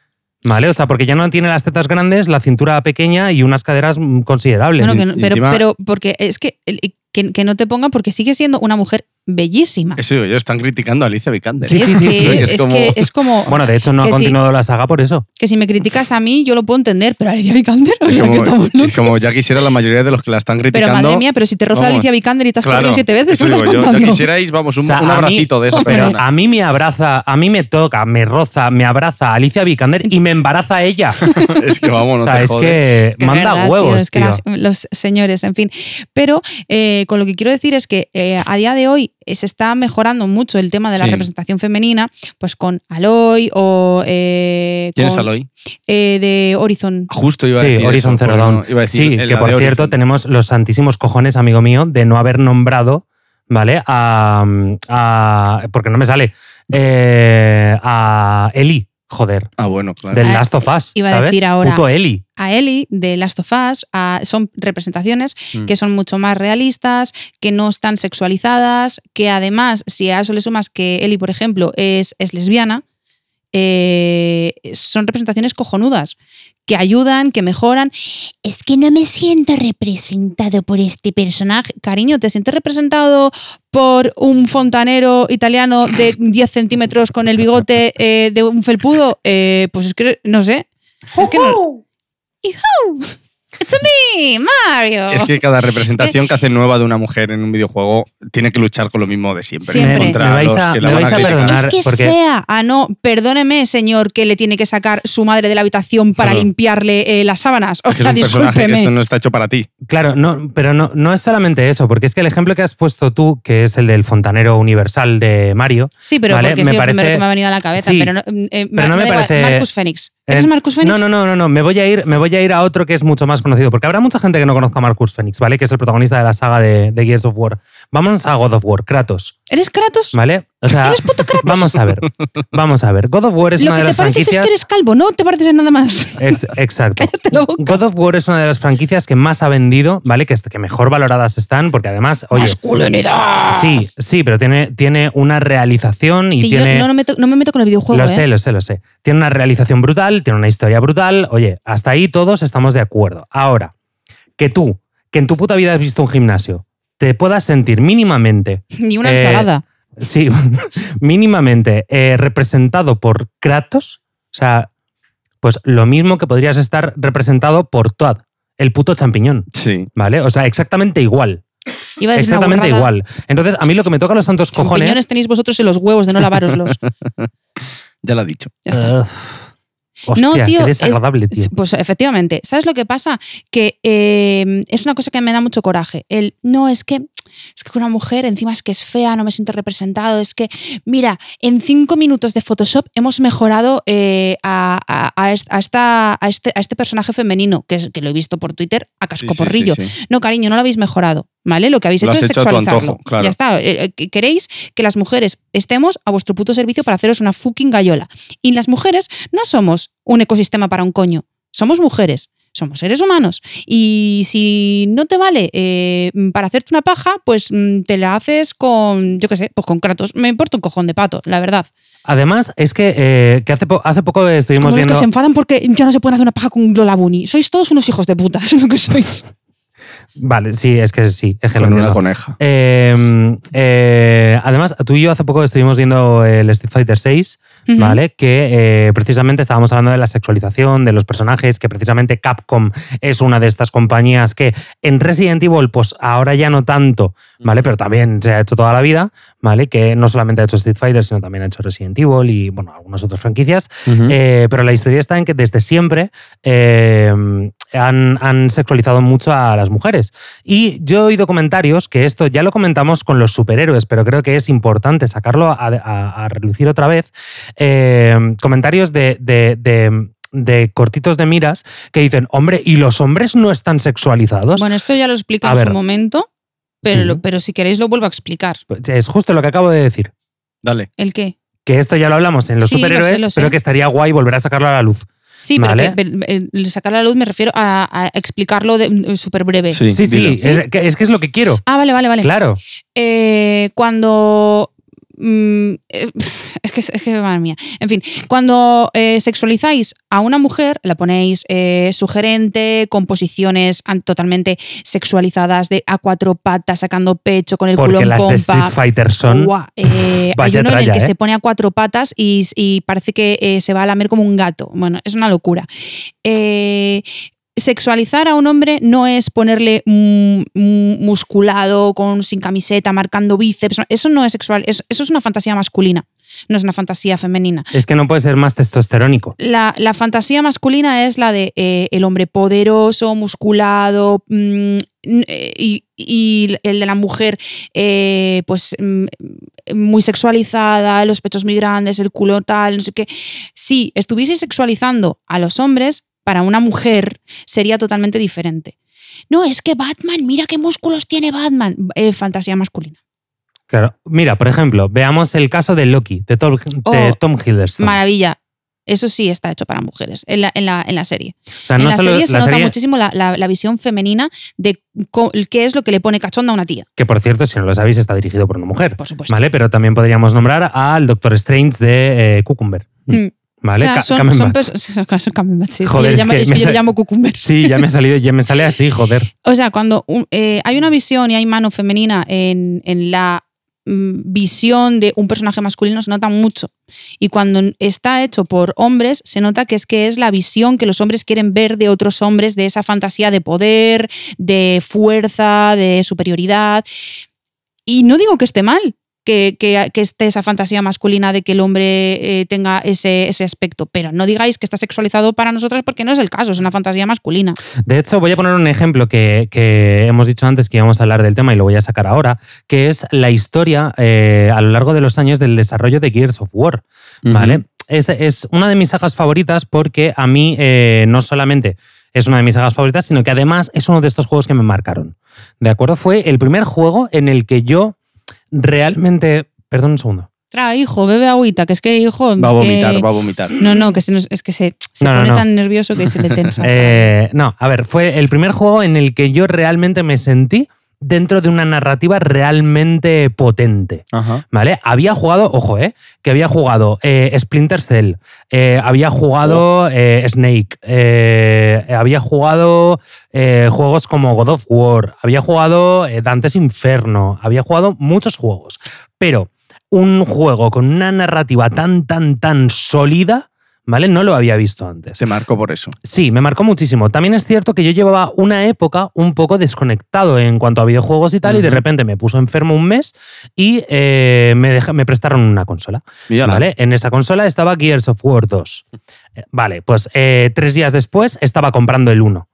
Speaker 1: ¿Vale? O sea, porque ya no tiene las tetas grandes, la cintura pequeña y unas caderas mm, considerables.
Speaker 3: Bueno, que no-
Speaker 2: y
Speaker 3: pero,
Speaker 2: encima-
Speaker 3: pero porque es que, el- eh, que, que no te pongan porque sigue siendo una mujer bellísima.
Speaker 2: Eso digo yo, están criticando a Alicia Vikander.
Speaker 1: eh, Sí,
Speaker 3: es,
Speaker 1: sí, sí,
Speaker 3: que,
Speaker 1: sí,
Speaker 2: es
Speaker 3: es, que-
Speaker 2: como-
Speaker 3: es como
Speaker 1: [laughs] Bueno, de hecho no ha
Speaker 3: que sí.
Speaker 1: continuado la saga por eso.
Speaker 3: que si me criticas a mí, yo lo puedo entender, pero a Alicia Vikander, [laughs] o
Speaker 2: Es
Speaker 3: sea, que
Speaker 2: como,
Speaker 3: estamos locos.
Speaker 2: es como ya quisiera la mayoría de los que la están
Speaker 3: pero
Speaker 2: criticando.
Speaker 3: madre mía, pero si te roza
Speaker 2: Vamos.
Speaker 3: Alicia Vikander y te has
Speaker 2: claro,
Speaker 3: corrido siete veces,
Speaker 2: eso
Speaker 3: ¿qué estás
Speaker 2: digo yo,
Speaker 3: contando?
Speaker 2: ya quisierais, vamos, un,
Speaker 1: O sea,
Speaker 2: un
Speaker 1: a mí-
Speaker 2: abracito
Speaker 3: [laughs]
Speaker 2: de esa
Speaker 1: Pero
Speaker 2: persona.
Speaker 1: a mí me abraza, a mí me toca, me roza, me abraza Alicia Vikander y me embaraza ella.
Speaker 2: es que
Speaker 1: [laughs]
Speaker 2: vamos,
Speaker 1: o
Speaker 2: no
Speaker 1: sea,
Speaker 2: te
Speaker 1: es
Speaker 2: jodes.
Speaker 1: que
Speaker 3: Es que es
Speaker 1: manda
Speaker 3: verdad, tío,
Speaker 1: huevos, tío.
Speaker 3: es que la- los señores, en fin. Pero eh, con lo que quiero decir es que eh, a día de hoy eh, se está mejorando mucho el tema de la
Speaker 2: Sí.
Speaker 3: representación femenina, pues con Aloy o eh,
Speaker 2: ¿Quién es
Speaker 3: con,
Speaker 2: Aloy?
Speaker 3: eh, de Horizon.
Speaker 2: Justo iba a
Speaker 1: sí,
Speaker 2: decir.
Speaker 1: Horizon
Speaker 2: eso,
Speaker 1: Zero
Speaker 2: bueno,
Speaker 1: Dawn.
Speaker 2: iba a decir
Speaker 1: sí,
Speaker 2: el-
Speaker 1: que
Speaker 2: la
Speaker 1: por
Speaker 2: de
Speaker 1: cierto
Speaker 2: Horizon.
Speaker 1: tenemos los santísimos cojones, amigo mío, de no haber nombrado, ¿vale? A, a- porque no me sale, eh, a Eli, joder,
Speaker 2: Ah, bueno, claro.
Speaker 1: del
Speaker 3: Ah,
Speaker 1: Last of Us,
Speaker 3: iba a
Speaker 1: ¿sabes?
Speaker 3: decir ahora.
Speaker 1: Puto Eli.
Speaker 3: A Ellie de Last of Us a- son representaciones
Speaker 2: Mm.
Speaker 3: que son mucho más realistas, que no están sexualizadas, que además, si a eso le sumas que Ellie, por ejemplo, es, es lesbiana, eh, son representaciones cojonudas, que ayudan, que mejoran. Es que no me siento representado por este personaje. Cariño, ¿te sientes representado por un fontanero italiano de 10 centímetros con el bigote eh, de un felpudo? Eh, pues es que, no sé. Es que no- ¡Ijú! ¡It's a me, Mario!
Speaker 2: Es
Speaker 1: [laughs]
Speaker 2: que cada representación que hace nueva de una mujer en un videojuego tiene que luchar con lo mismo de siempre.
Speaker 3: Siempre.
Speaker 2: Contra
Speaker 1: Me- me vais
Speaker 2: los
Speaker 1: a-
Speaker 2: que la
Speaker 1: me
Speaker 2: van
Speaker 1: vais a
Speaker 2: criticar.
Speaker 1: perdonar.
Speaker 3: Es que es
Speaker 1: porque-
Speaker 3: fea. Ah, no, perdóneme, señor, que le tiene que sacar su madre de la habitación para
Speaker 2: Claro.
Speaker 3: limpiarle eh, las sábanas. O
Speaker 2: Es que es
Speaker 1: Ah,
Speaker 3: sea,
Speaker 2: un personaje que
Speaker 3: discúlpeme.
Speaker 2: esto no está hecho para ti.
Speaker 1: Claro, no, pero no, no es solamente eso, porque es que el ejemplo que has puesto tú, que es el del fontanero universal de Mario,
Speaker 3: Sí, pero
Speaker 1: Vale,
Speaker 3: porque
Speaker 1: me
Speaker 3: es el
Speaker 1: parece-
Speaker 3: primero que me ha venido a la cabeza.
Speaker 1: Sí,
Speaker 3: pero no, eh, ma-
Speaker 1: no me
Speaker 3: da igual,
Speaker 1: parece-
Speaker 3: Marcus Fenix.
Speaker 1: Eh,
Speaker 3: ¿Eres Marcus Fenix?
Speaker 1: No, no, no, no, no. Me voy a ir, me voy a ir a otro que es mucho más conocido, porque habrá mucha gente que no conozca a Marcus Fenix, ¿vale? Que es el protagonista de la saga de, de Gears of War. Vamos a God of War, Kratos,
Speaker 3: ¿Eres Kratos?
Speaker 1: ¿vale? O sea,
Speaker 3: ¿Eres puto Kratos?
Speaker 1: vamos a ver. Vamos a ver. God of War es
Speaker 3: Lo
Speaker 1: una de
Speaker 3: que te
Speaker 1: las
Speaker 3: pareces es
Speaker 1: franquicias.
Speaker 3: que eres calvo, no te pareces en nada más. [laughs]
Speaker 1: Ex- exacto.
Speaker 3: Cállate la boca.
Speaker 1: God of War es una de las franquicias que más ha vendido, ¿vale? Que, est- que mejor valoradas están, porque además, oye.
Speaker 3: ¡Masculinidad!
Speaker 1: Sí, sí, pero tiene, tiene una realización y
Speaker 3: Sí, yo
Speaker 1: tiene.
Speaker 3: no, me meto, no me meto con el videojuego,
Speaker 1: Lo
Speaker 3: ¿eh?
Speaker 1: sé, lo sé, lo sé. Tiene una realización brutal, tiene una historia brutal. Oye, hasta ahí todos estamos de acuerdo. Ahora, que tú, que en tu puta vida has visto un gimnasio, te puedas sentir mínimamente,
Speaker 3: Ni una
Speaker 1: Eh,
Speaker 3: ensalada.
Speaker 1: sí, [laughs] mínimamente eh, representado por Kratos, o sea, pues lo mismo que podrías estar representado por Toad, el puto champiñón,
Speaker 2: Sí.
Speaker 1: ¿vale? O sea, exactamente igual.
Speaker 3: Iba a decir una
Speaker 1: exactamente
Speaker 3: burrada.
Speaker 1: igual. Entonces, a mí lo que me toca los santos cojones.
Speaker 3: Champiñones tenéis vosotros en los huevos de
Speaker 1: [laughs]
Speaker 3: no lavaroslos.
Speaker 2: Ya lo ha dicho.
Speaker 3: Ya está.
Speaker 1: Ugh. Hostia,
Speaker 3: No, tío,
Speaker 1: qué
Speaker 3: es-
Speaker 1: desagradable, tío.
Speaker 3: Pues efectivamente, ¿sabes lo que pasa? Que eh, es una cosa que me da mucho coraje. El no, es que es que una mujer encima es que es fea, no me siento representado, es que, mira, en cinco minutos de Photoshop hemos mejorado eh, a, a- a est- a esta- a este, a este personaje femenino, que, es, que lo he visto por Twitter a cascoporrillo. No, cariño, no lo habéis mejorado, ¿vale? Lo que habéis
Speaker 2: Lo
Speaker 3: hecho
Speaker 2: has
Speaker 3: es
Speaker 2: hecho a tu
Speaker 3: sexualizarlo.
Speaker 2: antojo, claro.
Speaker 3: Ya está. Eh, eh, que- Queréis que las mujeres estemos a vuestro puto servicio para haceros una fucking gallola. Y las mujeres no somos un ecosistema para un coño. Somos mujeres. Somos seres humanos. Y si no te vale eh, para hacerte una paja, pues mm, te la haces con, yo qué sé, pues con Kratos. Me importa un cojón de pato, la verdad.
Speaker 1: Además, es que, eh, que hace, po- hace poco
Speaker 3: Como
Speaker 1: estuvimos
Speaker 3: los
Speaker 1: viendo.
Speaker 3: que se enfadan porque ya no se pueden hacer una paja con Lola Bunny. Sois todos unos hijos de puta, [laughs] es lo
Speaker 2: [laughs]
Speaker 3: que sois.
Speaker 1: Vale, sí, es que sí, es que lo
Speaker 2: Con una
Speaker 1: entiendo.
Speaker 2: coneja.
Speaker 1: Eh, eh, además, tú y yo hace poco estuvimos viendo el Street Fighter 6,
Speaker 3: Ujú.
Speaker 1: ¿vale? Que eh, precisamente estábamos hablando de la sexualización, de los personajes, que precisamente Capcom es una de estas compañías que en Resident Evil, pues ahora ya no tanto, ¿vale? Pero también se ha hecho toda la vida, ¿vale? Que no solamente ha hecho Street Fighter, sino también ha hecho Resident Evil y, bueno, algunas otras franquicias.
Speaker 2: Ujú.
Speaker 1: Eh, pero la historia está en que desde siempre eh, han, han sexualizado mucho a las mujeres. Y yo he oído comentarios que esto ya lo comentamos con los superhéroes, pero creo que es importante sacarlo a, a- a relucir otra vez. Eh, comentarios de, de- de- de cortitos de miras que dicen, hombre, ¿y los hombres no están sexualizados?
Speaker 3: Bueno, esto ya lo explico
Speaker 1: A
Speaker 3: en
Speaker 1: ver.
Speaker 3: su momento, pero,
Speaker 1: Sí.
Speaker 3: lo- pero si queréis lo vuelvo a explicar.
Speaker 1: Pues Es justo lo que acabo de decir.
Speaker 2: Dale.
Speaker 3: ¿El qué? que
Speaker 1: Que esto ya lo hablamos en los
Speaker 3: Sí, lo sé,
Speaker 1: superhéroes,
Speaker 3: lo sé.
Speaker 1: pero que estaría guay volver a sacarlo a la luz.
Speaker 3: Sí,
Speaker 1: Vale.
Speaker 3: pero que, el- el sacar a la luz me refiero a, a explicarlo de- mm, súper breve.
Speaker 2: Sí,
Speaker 1: eh, Sí, sí,
Speaker 2: dilo.
Speaker 1: es, que- es que es lo que quiero.
Speaker 3: Ah, vale, vale, vale.
Speaker 1: Claro.
Speaker 3: Eh, cuando... mm, eh, [laughs] es, que, es que, madre mía. En fin, cuando eh, sexualizáis a una mujer, la ponéis eh, sugerente, con posiciones an- totalmente sexualizadas de a cuatro patas, sacando pecho, con el culo
Speaker 1: Porque
Speaker 3: en
Speaker 1: las de Street
Speaker 3: pompa.
Speaker 1: Fighter son.
Speaker 3: Guau, eh, hay
Speaker 1: [laughs] Vaya
Speaker 3: uno en el
Speaker 1: tralla,
Speaker 3: que
Speaker 1: ¿eh?
Speaker 3: se pone a cuatro patas y, y parece que eh, se va a lamer como un gato. Bueno, es una locura. Eh, sexualizar a un hombre no es ponerle mm, mm, musculado, con, sin camiseta, marcando bíceps. no, Eso no es sexual. es- eso es una fantasía masculina, no es una fantasía femenina.
Speaker 1: Es que no puede ser más testosterónico.
Speaker 3: La, la fantasía masculina es la de eh, el hombre poderoso, musculado, mm, n- eh, y, y el de la mujer, eh, pues mm, muy sexualizada, los pechos muy grandes, el culo tal, no sé qué. Si estuviese sexualizando a los hombres, para una mujer sería totalmente diferente. No, es que Batman, mira qué músculos tiene Batman. Eh, fantasía masculina.
Speaker 1: Claro. Mira, por ejemplo, veamos el caso de Loki, de Tom, de
Speaker 3: Oh,
Speaker 1: Tom Hiddleston.
Speaker 3: Maravilla. Eso sí está hecho para mujeres en la- en la, en la serie.
Speaker 1: O sea,
Speaker 3: en
Speaker 1: no
Speaker 3: la
Speaker 1: solo
Speaker 3: serie se
Speaker 1: la
Speaker 3: nota
Speaker 1: serie-
Speaker 3: muchísimo la, la- la visión femenina de co- qué es lo que le pone cachonda a una tía,
Speaker 1: que por cierto, si no lo sabéis, está dirigido por una mujer.
Speaker 3: por supuesto.
Speaker 1: ¿Vale? Pero también podríamos nombrar al Doctor Strange de eh, Cucumber.
Speaker 3: Mm. O
Speaker 1: ¿Vale?
Speaker 3: sea,
Speaker 1: Ca-
Speaker 3: son,
Speaker 1: Cumberbatch.
Speaker 3: son pers- [laughs] son Cumberbatch, sí, es que
Speaker 1: Joder,
Speaker 3: yo le
Speaker 1: es
Speaker 3: llamo-
Speaker 1: que
Speaker 3: es
Speaker 1: me
Speaker 3: que yo le
Speaker 1: sale-
Speaker 3: llamo cucumber.
Speaker 1: Sí, ya me ha salido, ya me sale así, joder.
Speaker 3: O sea, cuando un- eh, hay una visión y hay mano femenina en, en la mm, visión de un personaje masculino se nota mucho. Y cuando está hecho por hombres, se nota que es que es la visión que los hombres quieren ver de otros hombres, de esa fantasía de poder, de fuerza, de superioridad. Y no digo que esté mal. Que, que- que esté esa fantasía masculina de que el hombre eh, tenga ese, ese aspecto. Pero no digáis que está sexualizado para nosotras porque no es el caso, es una fantasía masculina.
Speaker 1: De hecho, voy a poner un ejemplo que, que hemos dicho antes que íbamos a hablar del tema y lo voy a sacar ahora, que es la historia eh, a lo largo de los años del desarrollo de Gears of War. ¿vale? Es, es una de mis sagas favoritas porque a mí eh, no solamente es una de mis sagas favoritas, sino que además es uno de estos juegos que me marcaron. ¿De acuerdo? Fue el primer juego en el que yo realmente... Perdón un segundo.
Speaker 3: Tra, hijo, bebe agüita, que es que, hijo.
Speaker 2: Va a
Speaker 3: es que-
Speaker 2: vomitar, va a vomitar.
Speaker 3: No, no, que se nos- es que se, se
Speaker 1: No, no,
Speaker 3: pone
Speaker 1: no.
Speaker 3: tan nervioso que se le tensa.
Speaker 1: [laughs] Eh, no, a ver, fue el primer juego en el que yo realmente me sentí dentro de una narrativa realmente potente.
Speaker 2: Ajá.
Speaker 1: ¿Vale? Había jugado, ojo, ¿eh? Que había jugado eh, Splinter Cell, eh, había jugado eh, Snake, eh, había jugado eh, juegos como God of War, había jugado eh, Dantes Inferno, había jugado muchos juegos. Pero un juego con una narrativa tan, tan, tan sólida, ¿vale? No lo había visto antes.
Speaker 2: Se marcó por eso.
Speaker 1: Sí, me marcó muchísimo. También es cierto que yo llevaba una época un poco desconectado en cuanto a videojuegos y tal, y de
Speaker 2: Ujú.
Speaker 1: repente me puso enfermo un mes y eh, me, deja- me prestaron una consola.
Speaker 2: Y ala,
Speaker 1: ¿vale? En esa consola estaba Gears of War 2. Eh, Vale, pues eh, tres días después estaba comprando el 1.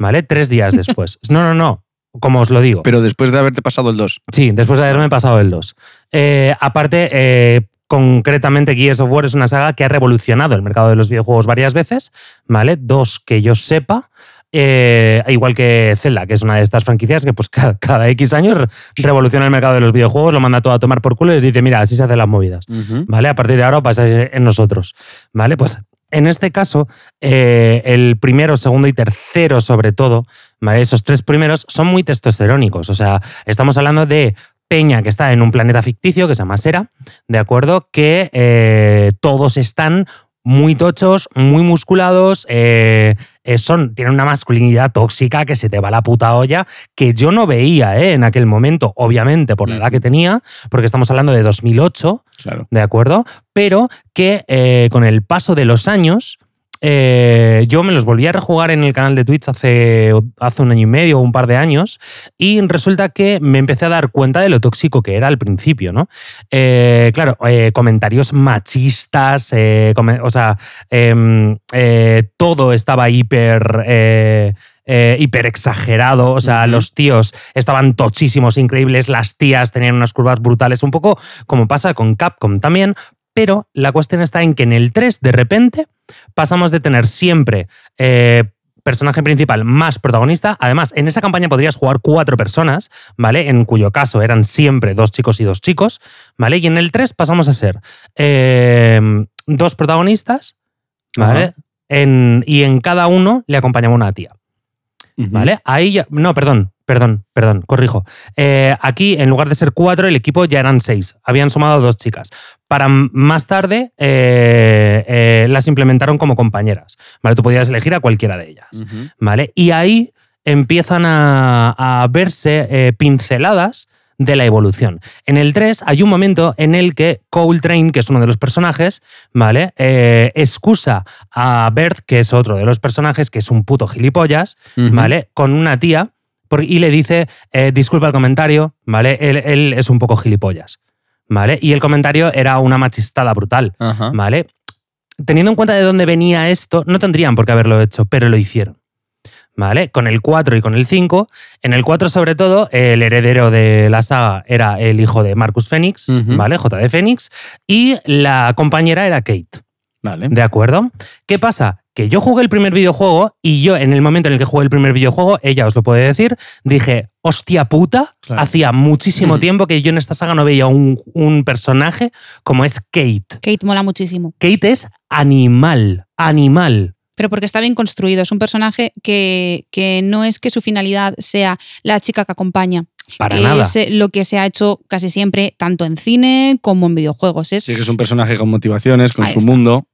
Speaker 1: ¿Vale? Tres días después. No, no, no. Como os lo digo.
Speaker 2: Pero después de haberte pasado el 2.
Speaker 1: Sí, después de haberme pasado el 2. Eh, aparte, eh, concretamente Gears of War es una saga que ha revolucionado el mercado de los videojuegos varias veces, ¿vale? Dos que yo sepa. eh, igual que Zelda, que es una de estas franquicias que pues [laughs] ca- cada, X años re- revoluciona el mercado de los videojuegos, lo manda todo a tomar por culo y les dice, mira, así se hacen las movidas. ¿vale? A partir de ahora pasáis en nosotros, ¿vale? Pues en este caso, eh, el primero, segundo y tercero, sobre todo, ¿vale? Esos tres primeros son muy testosterónicos. O sea, estamos hablando de Peña que está en un planeta ficticio que se llama Sera, ¿de acuerdo? Que eh, todos están muy tochos, muy musculados, eh, eh, son, tienen una masculinidad tóxica que se te va la puta olla, que yo no veía ¿eh? en aquel momento, obviamente por la edad que tenía, porque estamos hablando de 2008,
Speaker 2: Claro.
Speaker 1: ¿de acuerdo? Pero que eh, con el paso de los años, eh, yo me los volví a rejugar en el canal de Twitch hace, hace un año y medio o un par de años, y resulta que me empecé a dar cuenta de lo tóxico que era al principio, ¿no? Eh, claro, eh, comentarios machistas, eh, come- o sea, em, eh, todo estaba hiper... eh, eh, hiper exagerado, o sea,
Speaker 2: Ujú.
Speaker 1: los tíos estaban tochísimos, increíbles, las tías tenían unas curvas brutales, un poco como pasa con Capcom también, pero la cuestión está en que en el 3, de repente, pasamos de tener siempre eh, personaje principal más protagonista. Además, en esa campaña podrías jugar cuatro personas, ¿vale? En cuyo caso eran siempre dos chicos y dos chicos, ¿vale? Y en el 3 pasamos a ser eh, dos protagonistas, ¿vale?
Speaker 2: Ajá.
Speaker 1: En- y en cada uno le acompañaba una tía. ¿Vale? Ahí ya. No, perdón, perdón, perdón, corrijo. Eh, aquí, en lugar de ser cuatro, el equipo ya eran seis. Habían sumado dos chicas. Para m- más tarde, eh, eh, las implementaron como compañeras. ¿Vale? Tú podías elegir a cualquiera de ellas.
Speaker 2: Ujú.
Speaker 1: ¿Vale? Y ahí empiezan a, a verse eh, pinceladas de la evolución. En el 3 hay un momento en el que Coltrane, que es uno de los personajes, ¿vale? Eh, excusa a Bert, que es otro de los personajes, que es un puto gilipollas,
Speaker 2: Ujú.
Speaker 1: ¿vale? Con una tía por- y le dice, eh, disculpa el comentario, ¿vale? Él, él es un poco gilipollas, ¿vale? Y el comentario era una machistada brutal,
Speaker 2: Ajá.
Speaker 1: ¿vale? Teniendo en cuenta de dónde venía esto, no tendrían por qué haberlo hecho, pero lo hicieron. ¿Vale? Con el 4 y con el 5. En el 4, sobre todo, el heredero de la saga era el hijo de Marcus Phoenix,
Speaker 2: Ujú.
Speaker 1: ¿vale? J.D. Phoenix. Y la compañera era Kate.
Speaker 2: Vale.
Speaker 1: ¿De acuerdo? ¿Qué pasa? Que yo jugué el primer videojuego y yo, en el momento en el que jugué el primer videojuego, ella os lo puede decir, dije, hostia puta,
Speaker 2: Claro.
Speaker 1: hacía muchísimo
Speaker 2: Ujú.
Speaker 1: tiempo que yo en esta saga no veía un, un personaje como es Kate.
Speaker 3: Kate mola muchísimo.
Speaker 1: Kate es animal, animal.
Speaker 3: Pero porque está bien construido. Es un personaje que, que no es que su finalidad sea la chica que acompaña.
Speaker 1: Para
Speaker 3: que
Speaker 1: nada.
Speaker 3: Es eh, lo que se ha hecho casi siempre, tanto en cine como en videojuegos. Es
Speaker 2: Sí, que es un personaje con motivaciones, con
Speaker 3: Ahí
Speaker 2: su
Speaker 3: está.
Speaker 2: mundo.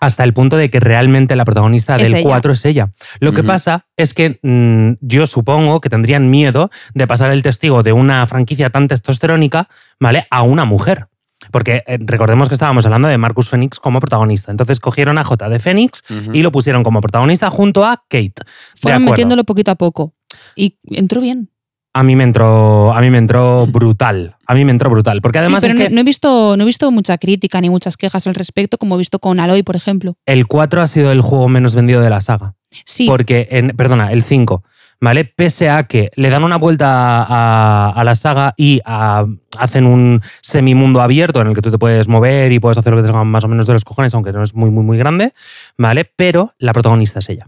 Speaker 1: hasta el punto de que realmente la protagonista
Speaker 3: Es
Speaker 1: del
Speaker 3: ella.
Speaker 1: 4 es ella. Lo que
Speaker 2: Ujú.
Speaker 1: pasa es que mm, yo supongo que tendrían miedo de pasar el testigo de una franquicia tan testosterónica, ¿vale? A una mujer. Porque eh, recordemos que estábamos hablando de Marcus Phoenix como protagonista. Entonces cogieron a J de Phoenix y lo pusieron como protagonista junto a Kate.
Speaker 3: fueron
Speaker 1: acuerdo.
Speaker 3: metiéndolo poquito a poco. Y entró bien.
Speaker 1: A mí me entró, a mí me entró brutal. A mí me entró brutal. Porque además
Speaker 3: sí, pero
Speaker 1: es
Speaker 3: no,
Speaker 1: que
Speaker 3: no he visto, no he visto mucha crítica ni muchas quejas al respecto, como he visto con Aloy, por ejemplo.
Speaker 1: el 4 ha sido el juego menos vendido de la saga.
Speaker 3: Sí,
Speaker 1: Porque, en, perdona, el 5, ¿vale? Pese a que le dan una vuelta a, a la saga y a- hacen un semimundo abierto en el que tú te puedes mover y puedes hacer lo que te salga más o menos de los cojones, aunque no es muy, muy, muy grande, ¿vale? Pero la protagonista es ella.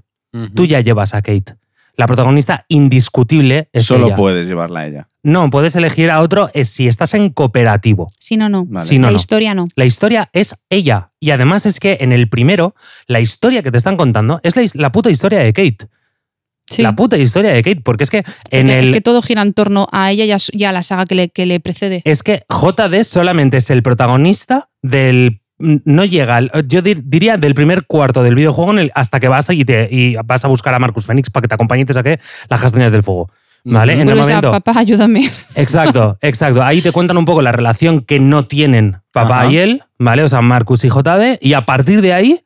Speaker 1: Tú ya llevas a Kate. La protagonista indiscutible es
Speaker 2: Solo
Speaker 1: ella.
Speaker 2: puedes llevarla a ella.
Speaker 1: No, puedes elegir a otro eh, si estás en cooperativo.
Speaker 3: sí, no, no.
Speaker 2: Vale.
Speaker 1: Si no,
Speaker 3: la
Speaker 1: no.
Speaker 3: historia no.
Speaker 1: La historia es ella. Y además es que en el primero, la historia que te están contando es la, his- la puta historia de Kate.
Speaker 3: Sí.
Speaker 1: la puta historia de Kate, porque es que en
Speaker 3: Porque
Speaker 1: el
Speaker 3: Es que todo gira en torno a ella y a, su- y a la saga que le, que le precede.
Speaker 1: es que JD solamente es el protagonista del no llega, al- yo dir- diría del primer cuarto del videojuego en el- hasta que vas y, te- y vas a buscar a Marcus Phoenix para que te acompañe y te saque las castañas del fuego. Vale, en el
Speaker 3: Vuelves
Speaker 1: momento.
Speaker 3: a papá, [laughs] ayúdame. [laughs]
Speaker 1: Exacto, exacto. Ahí te cuentan un poco la relación que no tienen papá
Speaker 2: Ajá.
Speaker 1: y él, ¿vale? O sea, Marcus y JD, y a partir de ahí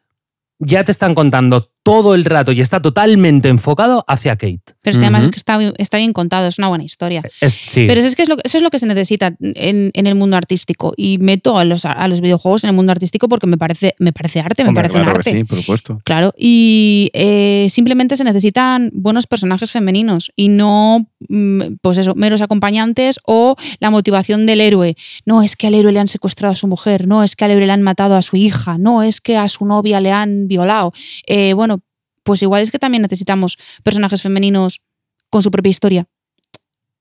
Speaker 1: ya te están contando todo el rato y está totalmente enfocado hacia Kate.
Speaker 3: Pero es que además
Speaker 2: Ujú.
Speaker 3: es que está, bi- está bien contado, es una buena historia.
Speaker 1: Es, sí.
Speaker 3: Pero es que es lo, eso es lo que se necesita en, en el mundo artístico. Y meto a los, a los videojuegos en el mundo artístico porque me parece, me parece arte, me
Speaker 2: Hombre,
Speaker 3: parece
Speaker 2: claro
Speaker 3: un
Speaker 2: que
Speaker 3: arte.
Speaker 2: Sí, por supuesto.
Speaker 3: Claro, y eh, simplemente se necesitan buenos personajes femeninos y no, mm, pues eso, meros acompañantes o la motivación del héroe. No es que al héroe le han secuestrado a su mujer, no es que al héroe le han matado a su hija, no es que a su novia le han violado. Eh, bueno, pues igual es que también necesitamos personajes femeninos con su propia historia.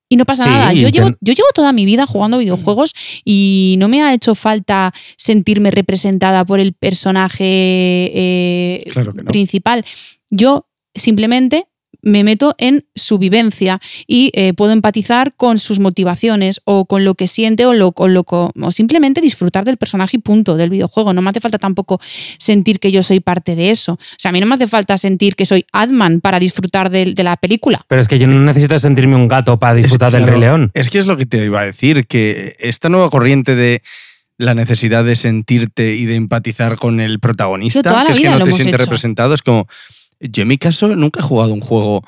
Speaker 3: Y no pasa
Speaker 1: Sí,
Speaker 3: nada. Yo
Speaker 1: inten-
Speaker 3: llevo, yo llevo toda mi vida jugando videojuegos y no me ha hecho falta sentirme representada por el personaje eh,
Speaker 2: Claro que no.
Speaker 3: principal. Yo simplemente me meto en su vivencia y eh, puedo empatizar con sus motivaciones o con lo que siente o lo, o lo co- o simplemente disfrutar del personaje y punto del videojuego. No me hace falta tampoco sentir que yo soy parte de eso. O sea, a mí no me hace falta sentir que soy Adman para disfrutar del- de, la película.
Speaker 1: Pero es que yo no necesito sentirme un gato para disfrutar del
Speaker 2: claro,
Speaker 1: Rey León.
Speaker 2: Es que es lo que te iba a decir, que esta nueva corriente de la necesidad de sentirte y de empatizar con el protagonista,
Speaker 3: Yo toda la
Speaker 2: que es que
Speaker 3: vida
Speaker 2: no
Speaker 3: lo
Speaker 2: te
Speaker 3: hemos
Speaker 2: sientes
Speaker 3: hecho.
Speaker 2: representado, es como, yo en mi caso nunca he jugado un juego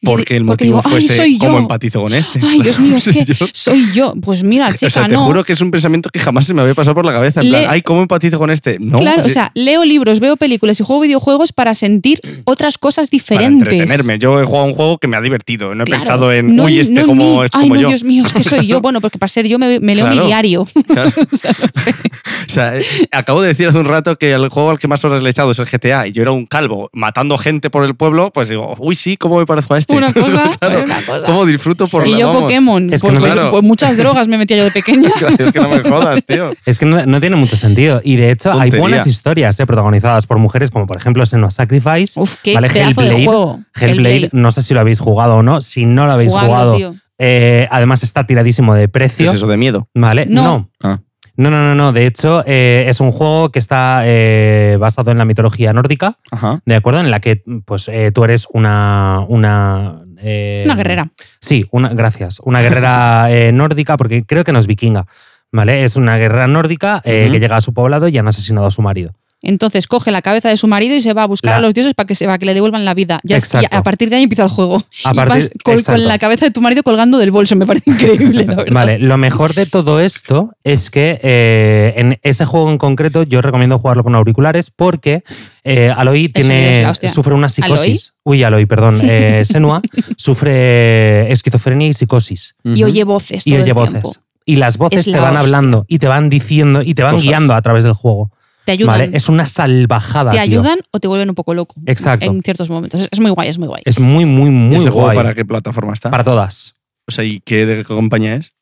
Speaker 2: porque el
Speaker 3: porque
Speaker 2: motivo
Speaker 3: digo, "Ay,
Speaker 2: fuese
Speaker 3: soy yo".
Speaker 2: cómo empatizo con este.
Speaker 3: Ay,
Speaker 2: [laughs]
Speaker 3: Dios mío, es
Speaker 2: Soy
Speaker 3: que
Speaker 2: yo.
Speaker 3: soy yo. Pues mira,
Speaker 2: [laughs]
Speaker 3: chica,
Speaker 2: o sea, te
Speaker 3: no.
Speaker 2: juro que es un pensamiento que jamás se me había pasado por la cabeza. En
Speaker 3: Le-
Speaker 2: plan, ay, ¿cómo empatizo con este? No,
Speaker 3: claro,
Speaker 2: pues,
Speaker 3: o sea, leo libros, veo películas y juego videojuegos para sentir otras cosas
Speaker 2: para
Speaker 3: diferentes.
Speaker 2: entretenerme. Yo he jugado un juego que me ha divertido. No he
Speaker 3: Claro,
Speaker 2: pensado en,
Speaker 3: no
Speaker 2: uy,
Speaker 3: en-
Speaker 2: este
Speaker 3: no en
Speaker 2: como
Speaker 3: mí.
Speaker 2: es
Speaker 3: Ay,
Speaker 2: como
Speaker 3: no,
Speaker 2: yo.
Speaker 3: Dios mío, es que soy yo. Bueno, porque para ser yo me, me leo
Speaker 2: Claro.
Speaker 3: mi
Speaker 1: [laughs]
Speaker 3: diario.
Speaker 2: [laughs] Claro. o sea, eh, acabo de decir hace un rato que el juego al que más horas le he echado es el GTA y yo era un calvo matando gente por el pueblo, pues digo, uy, sí, ¿cómo me parezco a este?
Speaker 3: Una cosa, pues
Speaker 2: Claro.
Speaker 3: una cosa.
Speaker 2: ¿Cómo disfruto por
Speaker 3: y
Speaker 2: la-
Speaker 3: yo
Speaker 2: vamos. [laughs]
Speaker 3: Pokémon.
Speaker 1: Es que
Speaker 3: pues,
Speaker 1: no-
Speaker 3: pues-
Speaker 2: claro.
Speaker 3: pues muchas drogas me metía yo de pequeña.
Speaker 2: es que no me jodas, tío.
Speaker 1: Es que no, no tiene mucho sentido. Y de hecho, hay
Speaker 2: Tontería.
Speaker 1: buenas historias eh, protagonizadas por mujeres, como por ejemplo Senua Sacrifice.
Speaker 3: Uf, qué
Speaker 1: Vale,
Speaker 3: pedazo
Speaker 1: Hellblade,
Speaker 3: de juego.
Speaker 1: Hellblade, no sé si lo habéis jugado o no. Si no lo habéis
Speaker 3: Jugadlo,
Speaker 1: jugado,
Speaker 3: tío.
Speaker 1: eh, además está tiradísimo de
Speaker 2: [laughs] ¿Qué
Speaker 1: precio.
Speaker 2: es eso de miedo?
Speaker 1: ¿Vale?
Speaker 3: No.
Speaker 1: No.
Speaker 2: Ah.
Speaker 1: No, no, no, no. De hecho, eh, es un juego que está eh, basado en la mitología nórdica,
Speaker 2: Ajá.
Speaker 1: ¿de acuerdo? En la que pues, eh, tú eres una. Una, eh,
Speaker 3: Una guerrera.
Speaker 1: Sí, una, gracias. Una guerrera [laughs] eh, nórdica, porque creo que no es vikinga, ¿vale? Es una guerrera nórdica eh,
Speaker 2: Ujú.
Speaker 1: que llega a su poblado y han asesinado a su marido.
Speaker 3: Entonces coge la cabeza de su marido y se va a buscar
Speaker 1: La-
Speaker 3: a los dioses para que, se, para que le devuelvan la vida. Ya, es- ya-
Speaker 1: Exacto.
Speaker 3: a partir de ahí empieza el juego.
Speaker 1: A
Speaker 3: y
Speaker 1: partir-
Speaker 3: vas col-
Speaker 1: exacto.
Speaker 3: con la cabeza de tu marido colgando del bolso. Me parece increíble, la verdad.
Speaker 1: Vale, lo mejor de todo esto es que eh, en ese juego en concreto yo recomiendo jugarlo con auriculares porque eh, Aloy
Speaker 3: sonido es
Speaker 1: tiene,
Speaker 3: la hostia.
Speaker 1: sufre una psicosis. Uy, Aloy,
Speaker 3: [laughs]
Speaker 1: perdón. eh, Senua sufre esquizofrenia y psicosis.
Speaker 3: Y oye voces todo
Speaker 1: y oye
Speaker 3: el
Speaker 1: voces.
Speaker 3: tiempo.
Speaker 1: Y las voces
Speaker 3: Es
Speaker 1: te
Speaker 3: la
Speaker 1: van
Speaker 3: hostia.
Speaker 1: hablando y te van diciendo y te van
Speaker 2: Cosas.
Speaker 1: guiando a través del juego.
Speaker 3: Te ayudan.
Speaker 1: ¿vale? Es una salvajada.
Speaker 3: te
Speaker 1: tío.
Speaker 3: ayudan o te vuelven un poco loco.
Speaker 1: Exacto.
Speaker 3: En ciertos momentos. Es- Es muy guay, es muy guay.
Speaker 1: Es muy, muy,
Speaker 2: ¿Y
Speaker 1: muy
Speaker 2: ese juego
Speaker 1: guay.
Speaker 2: para qué plataforma está?
Speaker 1: Para todas.
Speaker 2: O sea, ¿y qué, de qué compañía es?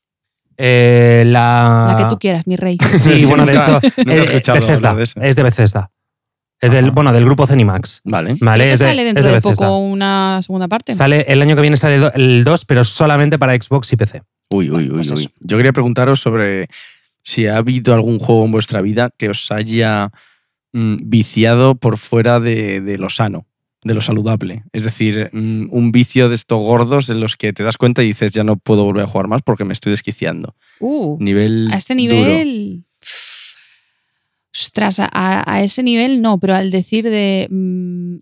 Speaker 1: Eh, la...
Speaker 3: La que tú quieras, mi rey.
Speaker 1: Sí,
Speaker 2: [laughs] Yo
Speaker 1: bueno, de
Speaker 2: nunca-
Speaker 1: hecho,
Speaker 2: nunca he
Speaker 1: eh,
Speaker 2: escuchado hablar
Speaker 1: Bethesda,
Speaker 2: de eso.
Speaker 1: es de Bethesda. Es del,
Speaker 2: Ajá.
Speaker 1: bueno, del grupo Cenimax.
Speaker 2: Vale.
Speaker 1: ¿vale?
Speaker 3: Creo que
Speaker 1: Es de-
Speaker 3: sale
Speaker 1: es
Speaker 3: dentro de,
Speaker 1: Bethesda.
Speaker 3: poco una segunda parte.
Speaker 1: Sale, el año que viene sale do- el 2, pero solamente para Xbox y PC.
Speaker 2: Uy, uy,
Speaker 3: Bueno,
Speaker 2: uy,
Speaker 3: pues
Speaker 2: uy.
Speaker 3: eso.
Speaker 2: Yo quería preguntaros sobre si ha habido algún juego en vuestra vida que os haya mm, viciado por fuera de, de lo sano, de lo saludable. Es decir, mm, un vicio de estos gordos en los que te das cuenta y dices, ya no puedo volver a jugar más porque me estoy desquiciando.
Speaker 3: Uh,
Speaker 2: Nivel.
Speaker 3: a este
Speaker 2: duro.
Speaker 3: nivel. Ostras, a, a ese nivel no, pero al decir de mm,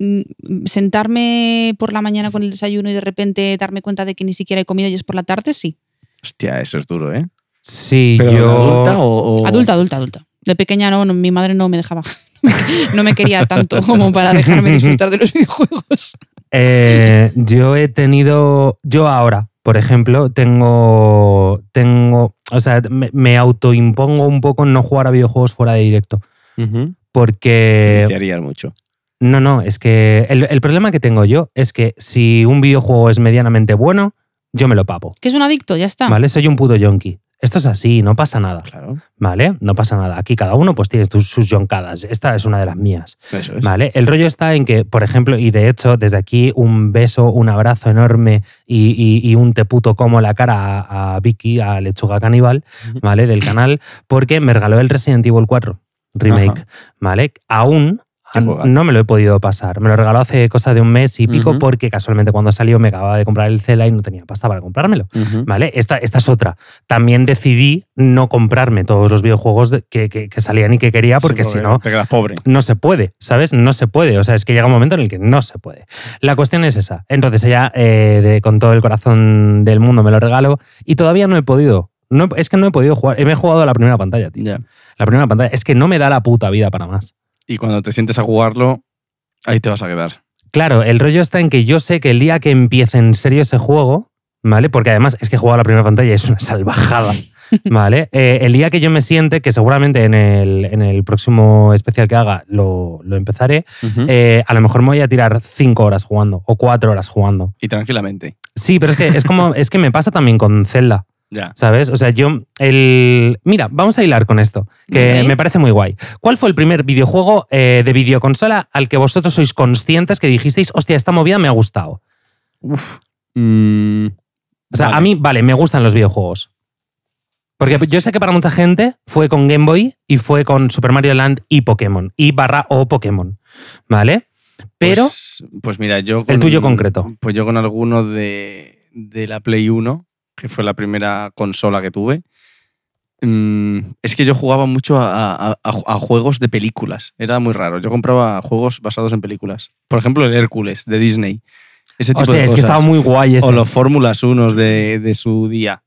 Speaker 3: mm, sentarme por la mañana con el desayuno y de repente darme cuenta de que ni siquiera he comido y es por la tarde, sí.
Speaker 2: Hostia, eso es duro, ¿eh?
Speaker 1: Sí,
Speaker 2: ¿Pero
Speaker 1: yo.
Speaker 2: adulta
Speaker 1: Oh.
Speaker 2: o, o-
Speaker 3: Adulta, adulta, adulta. De pequeña no, no, mi madre no me dejaba. [laughs] No me quería tanto como para dejarme disfrutar de los [laughs] videojuegos.
Speaker 1: Eh, yo he tenido. Yo ahora, por ejemplo, tengo. Tengo. O sea, me, me autoimpongo un poco no jugar a videojuegos fuera de directo.
Speaker 2: Ujú. Eh, Te
Speaker 1: Porque.
Speaker 2: viciarías mucho.
Speaker 1: No, no, es que. El, el problema que tengo yo es que si un videojuego es medianamente bueno, yo me lo papo.
Speaker 3: Que es un adicto, ya está.
Speaker 1: ¿Vale? Soy un puto yonki. Esto es así, no pasa nada.
Speaker 2: Claro.
Speaker 1: ¿Vale? No pasa nada. Aquí cada uno pues tiene tus- sus yoncadas. Esta es una de las mías.
Speaker 2: Eso es.
Speaker 1: Vale, el rollo está en que, por ejemplo, y de hecho, desde aquí un beso, un abrazo enorme y, y- y un te puto como la cara a, a Vicky, a Lechuga Caníbal,
Speaker 2: Ujú. [clears throat]
Speaker 1: ¿vale? Del canal, porque me regaló el Resident Evil 4 Remake,
Speaker 2: Ajá.
Speaker 1: ¿vale? Aún,
Speaker 2: Qué juegazo.
Speaker 1: No me lo he podido pasar. Me lo regaló hace cosa de un mes y pico
Speaker 2: Ujú.
Speaker 1: porque casualmente cuando salió me acababa de comprar el Zelda y no tenía pasta para comprármelo.
Speaker 2: Ujú.
Speaker 1: ¿Vale? Esta, esta es otra. También decidí no comprarme todos los videojuegos de- que, que- que salían y que quería porque si
Speaker 2: Sí,
Speaker 1: no,
Speaker 2: Te quedas pobre.
Speaker 1: no se puede, ¿sabes? No se puede. O sea, es que llega un momento en el que no se puede. La cuestión es esa. Entonces ella, eh, de- con todo el corazón del mundo, me lo regalo y todavía no he podido. No, he- es que no he podido jugar. Me he jugado a la primera pantalla, tío.
Speaker 2: Ya.
Speaker 1: La primera pantalla. Es que no me da la puta vida para más.
Speaker 2: Y cuando te sientes a jugarlo, ahí te vas a quedar.
Speaker 1: Claro, el rollo está en que yo sé que el día que empiece en serio ese juego, ¿vale? Porque además es que he jugado a la primera pantalla y es una salvajada, ¿vale? Eh, el día que yo me siente, que seguramente en el, en el próximo especial que haga lo- lo empezaré,
Speaker 2: Ujú.
Speaker 1: eh, a lo mejor me voy a tirar cinco horas jugando o cuatro horas jugando.
Speaker 2: y tranquilamente.
Speaker 1: Sí, pero es que es
Speaker 2: [laughs]
Speaker 1: como es que me pasa también con Zelda,
Speaker 2: Ya.
Speaker 1: ¿sabes? O sea, yo el mira, vamos a hilar con esto, que
Speaker 3: Ok.
Speaker 1: me parece muy guay. ¿Cuál fue el primer videojuego eh, de videoconsola al que vosotros sois conscientes que dijisteis, hostia, esta movida me ha gustado?
Speaker 2: Uf. Mm,
Speaker 1: O sea,
Speaker 2: vale.
Speaker 1: a mí, vale, me gustan los videojuegos. Porque yo sé que para mucha gente fue con Game Boy y fue con Super Mario Land y Pokémon. Y barra o Pokémon. ¿Vale? Pero.
Speaker 2: Pues, pues mira, yo.
Speaker 1: tuyo concreto.
Speaker 2: Pues yo con algunos de, de la Play 1, que fue la primera consola que tuve. Mm, es que yo jugaba mucho a, a- a- a juegos de películas. Era muy raro. Yo compraba juegos basados en películas. Por ejemplo, el Hércules de Disney. Ese tipo
Speaker 1: hostia,
Speaker 2: de
Speaker 1: es
Speaker 2: cosas.
Speaker 1: que estaba muy guay ese.
Speaker 2: o los Fórmulas 1 de, de su día.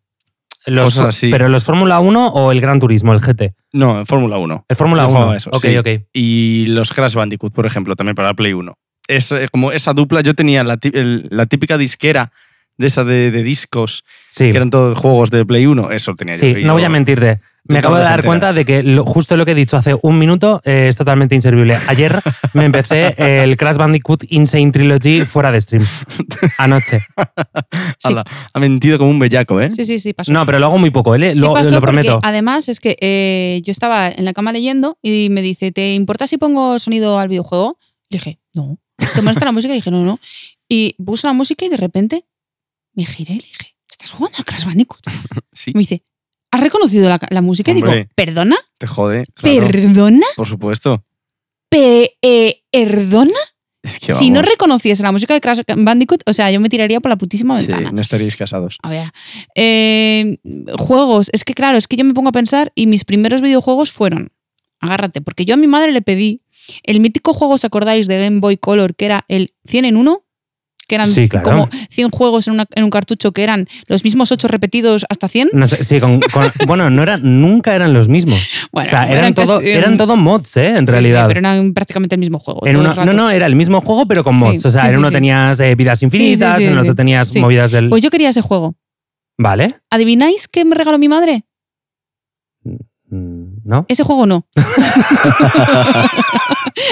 Speaker 1: Los-
Speaker 2: Cosas así.
Speaker 1: Pero los Fórmula 1 o el Gran Turismo, el GT.
Speaker 2: No, en Fórmula 1.
Speaker 1: El Fórmula
Speaker 2: Yo
Speaker 1: 1.
Speaker 2: jugaba eso,
Speaker 1: ok,
Speaker 2: sí.
Speaker 1: ok.
Speaker 2: Y los Crash Bandicoot, por ejemplo, también para la Play 1. Es eh, como esa dupla, yo tenía la, tí- el- la típica disquera de esa de, de discos,
Speaker 1: Sí.
Speaker 2: que eran todos juegos de Play 1. Eso tenía
Speaker 1: Sí,
Speaker 2: yo. Y
Speaker 1: no voy
Speaker 2: yo-
Speaker 1: a mentirte. Me acabo de
Speaker 2: todas
Speaker 1: dar
Speaker 2: enteras.
Speaker 1: cuenta de que lo- justo lo que he dicho hace un minuto eh, es totalmente inservible. Ayer me empecé eh, el Crash Bandicoot Insane Trilogy fuera de stream. Anoche.
Speaker 3: Sí.
Speaker 2: Ala, ha mentido como un bellaco, ¿eh?
Speaker 3: Sí, sí, sí, pasó.
Speaker 1: No, pero lo hago muy poco, ¿eh?
Speaker 3: Sí
Speaker 1: Lo,
Speaker 3: pasó
Speaker 1: lo
Speaker 3: porque,
Speaker 1: prometo.
Speaker 3: Además, es que eh, yo estaba en la cama leyendo y me dice, ¿te importa si pongo sonido al videojuego? Le dije, no. ¿Te molesta la música? Le dije, no, no. Y puse la música y de repente me giré y le dije, ¿estás jugando al Crash Bandicoot?
Speaker 2: Sí,
Speaker 3: Y me dice, ¿has reconocido la, la música? Y digo,
Speaker 2: Hombre.
Speaker 3: ¿perdona?
Speaker 2: te jode. claro,
Speaker 3: ¿Perdona?
Speaker 2: por supuesto.
Speaker 3: Pe- eh, ¿Perdona?
Speaker 2: Es que
Speaker 3: si no
Speaker 2: vamos,
Speaker 3: reconociese la música de Crash Bandicoot, o sea, yo me tiraría por la putísima
Speaker 2: sí,
Speaker 3: ventana.
Speaker 2: no estaríais casados.
Speaker 3: A ver, eh, juegos. Es que claro, es que yo me pongo a pensar y mis primeros videojuegos fueron. Agárrate, porque yo a mi madre le pedí el mítico juego, ¿os acordáis de Game Boy Color? Que era el 100 en 1. Que eran
Speaker 1: Sí, claro.
Speaker 3: como 100 juegos en, una- en un cartucho que eran los mismos 8 repetidos hasta 100.
Speaker 1: No sé, sí, con- con- bueno, no eran, nunca eran los mismos.
Speaker 3: Bueno,
Speaker 1: o sea, eran,
Speaker 3: eran
Speaker 1: todo,
Speaker 3: casi-
Speaker 1: eran todo mods, ¿eh? En
Speaker 3: Sí, sí,
Speaker 1: realidad.
Speaker 3: pero eran prácticamente el mismo juego.
Speaker 1: En
Speaker 3: todo el
Speaker 1: una-
Speaker 3: rato.
Speaker 1: no, no, era el mismo juego, pero con
Speaker 3: Sí,
Speaker 1: mods. o sea,
Speaker 3: sí,
Speaker 1: en
Speaker 3: sí,
Speaker 1: uno
Speaker 3: sí.
Speaker 1: tenías eh, vidas infinitas,
Speaker 3: sí,
Speaker 1: en el otro
Speaker 3: sí.
Speaker 1: tenías
Speaker 3: Sí.
Speaker 1: movidas del.
Speaker 3: Pues yo quería ese juego.
Speaker 1: vale.
Speaker 3: ¿Adivináis qué me regaló mi madre?
Speaker 1: Mm, [laughs] ¿No?
Speaker 3: Ese juego no.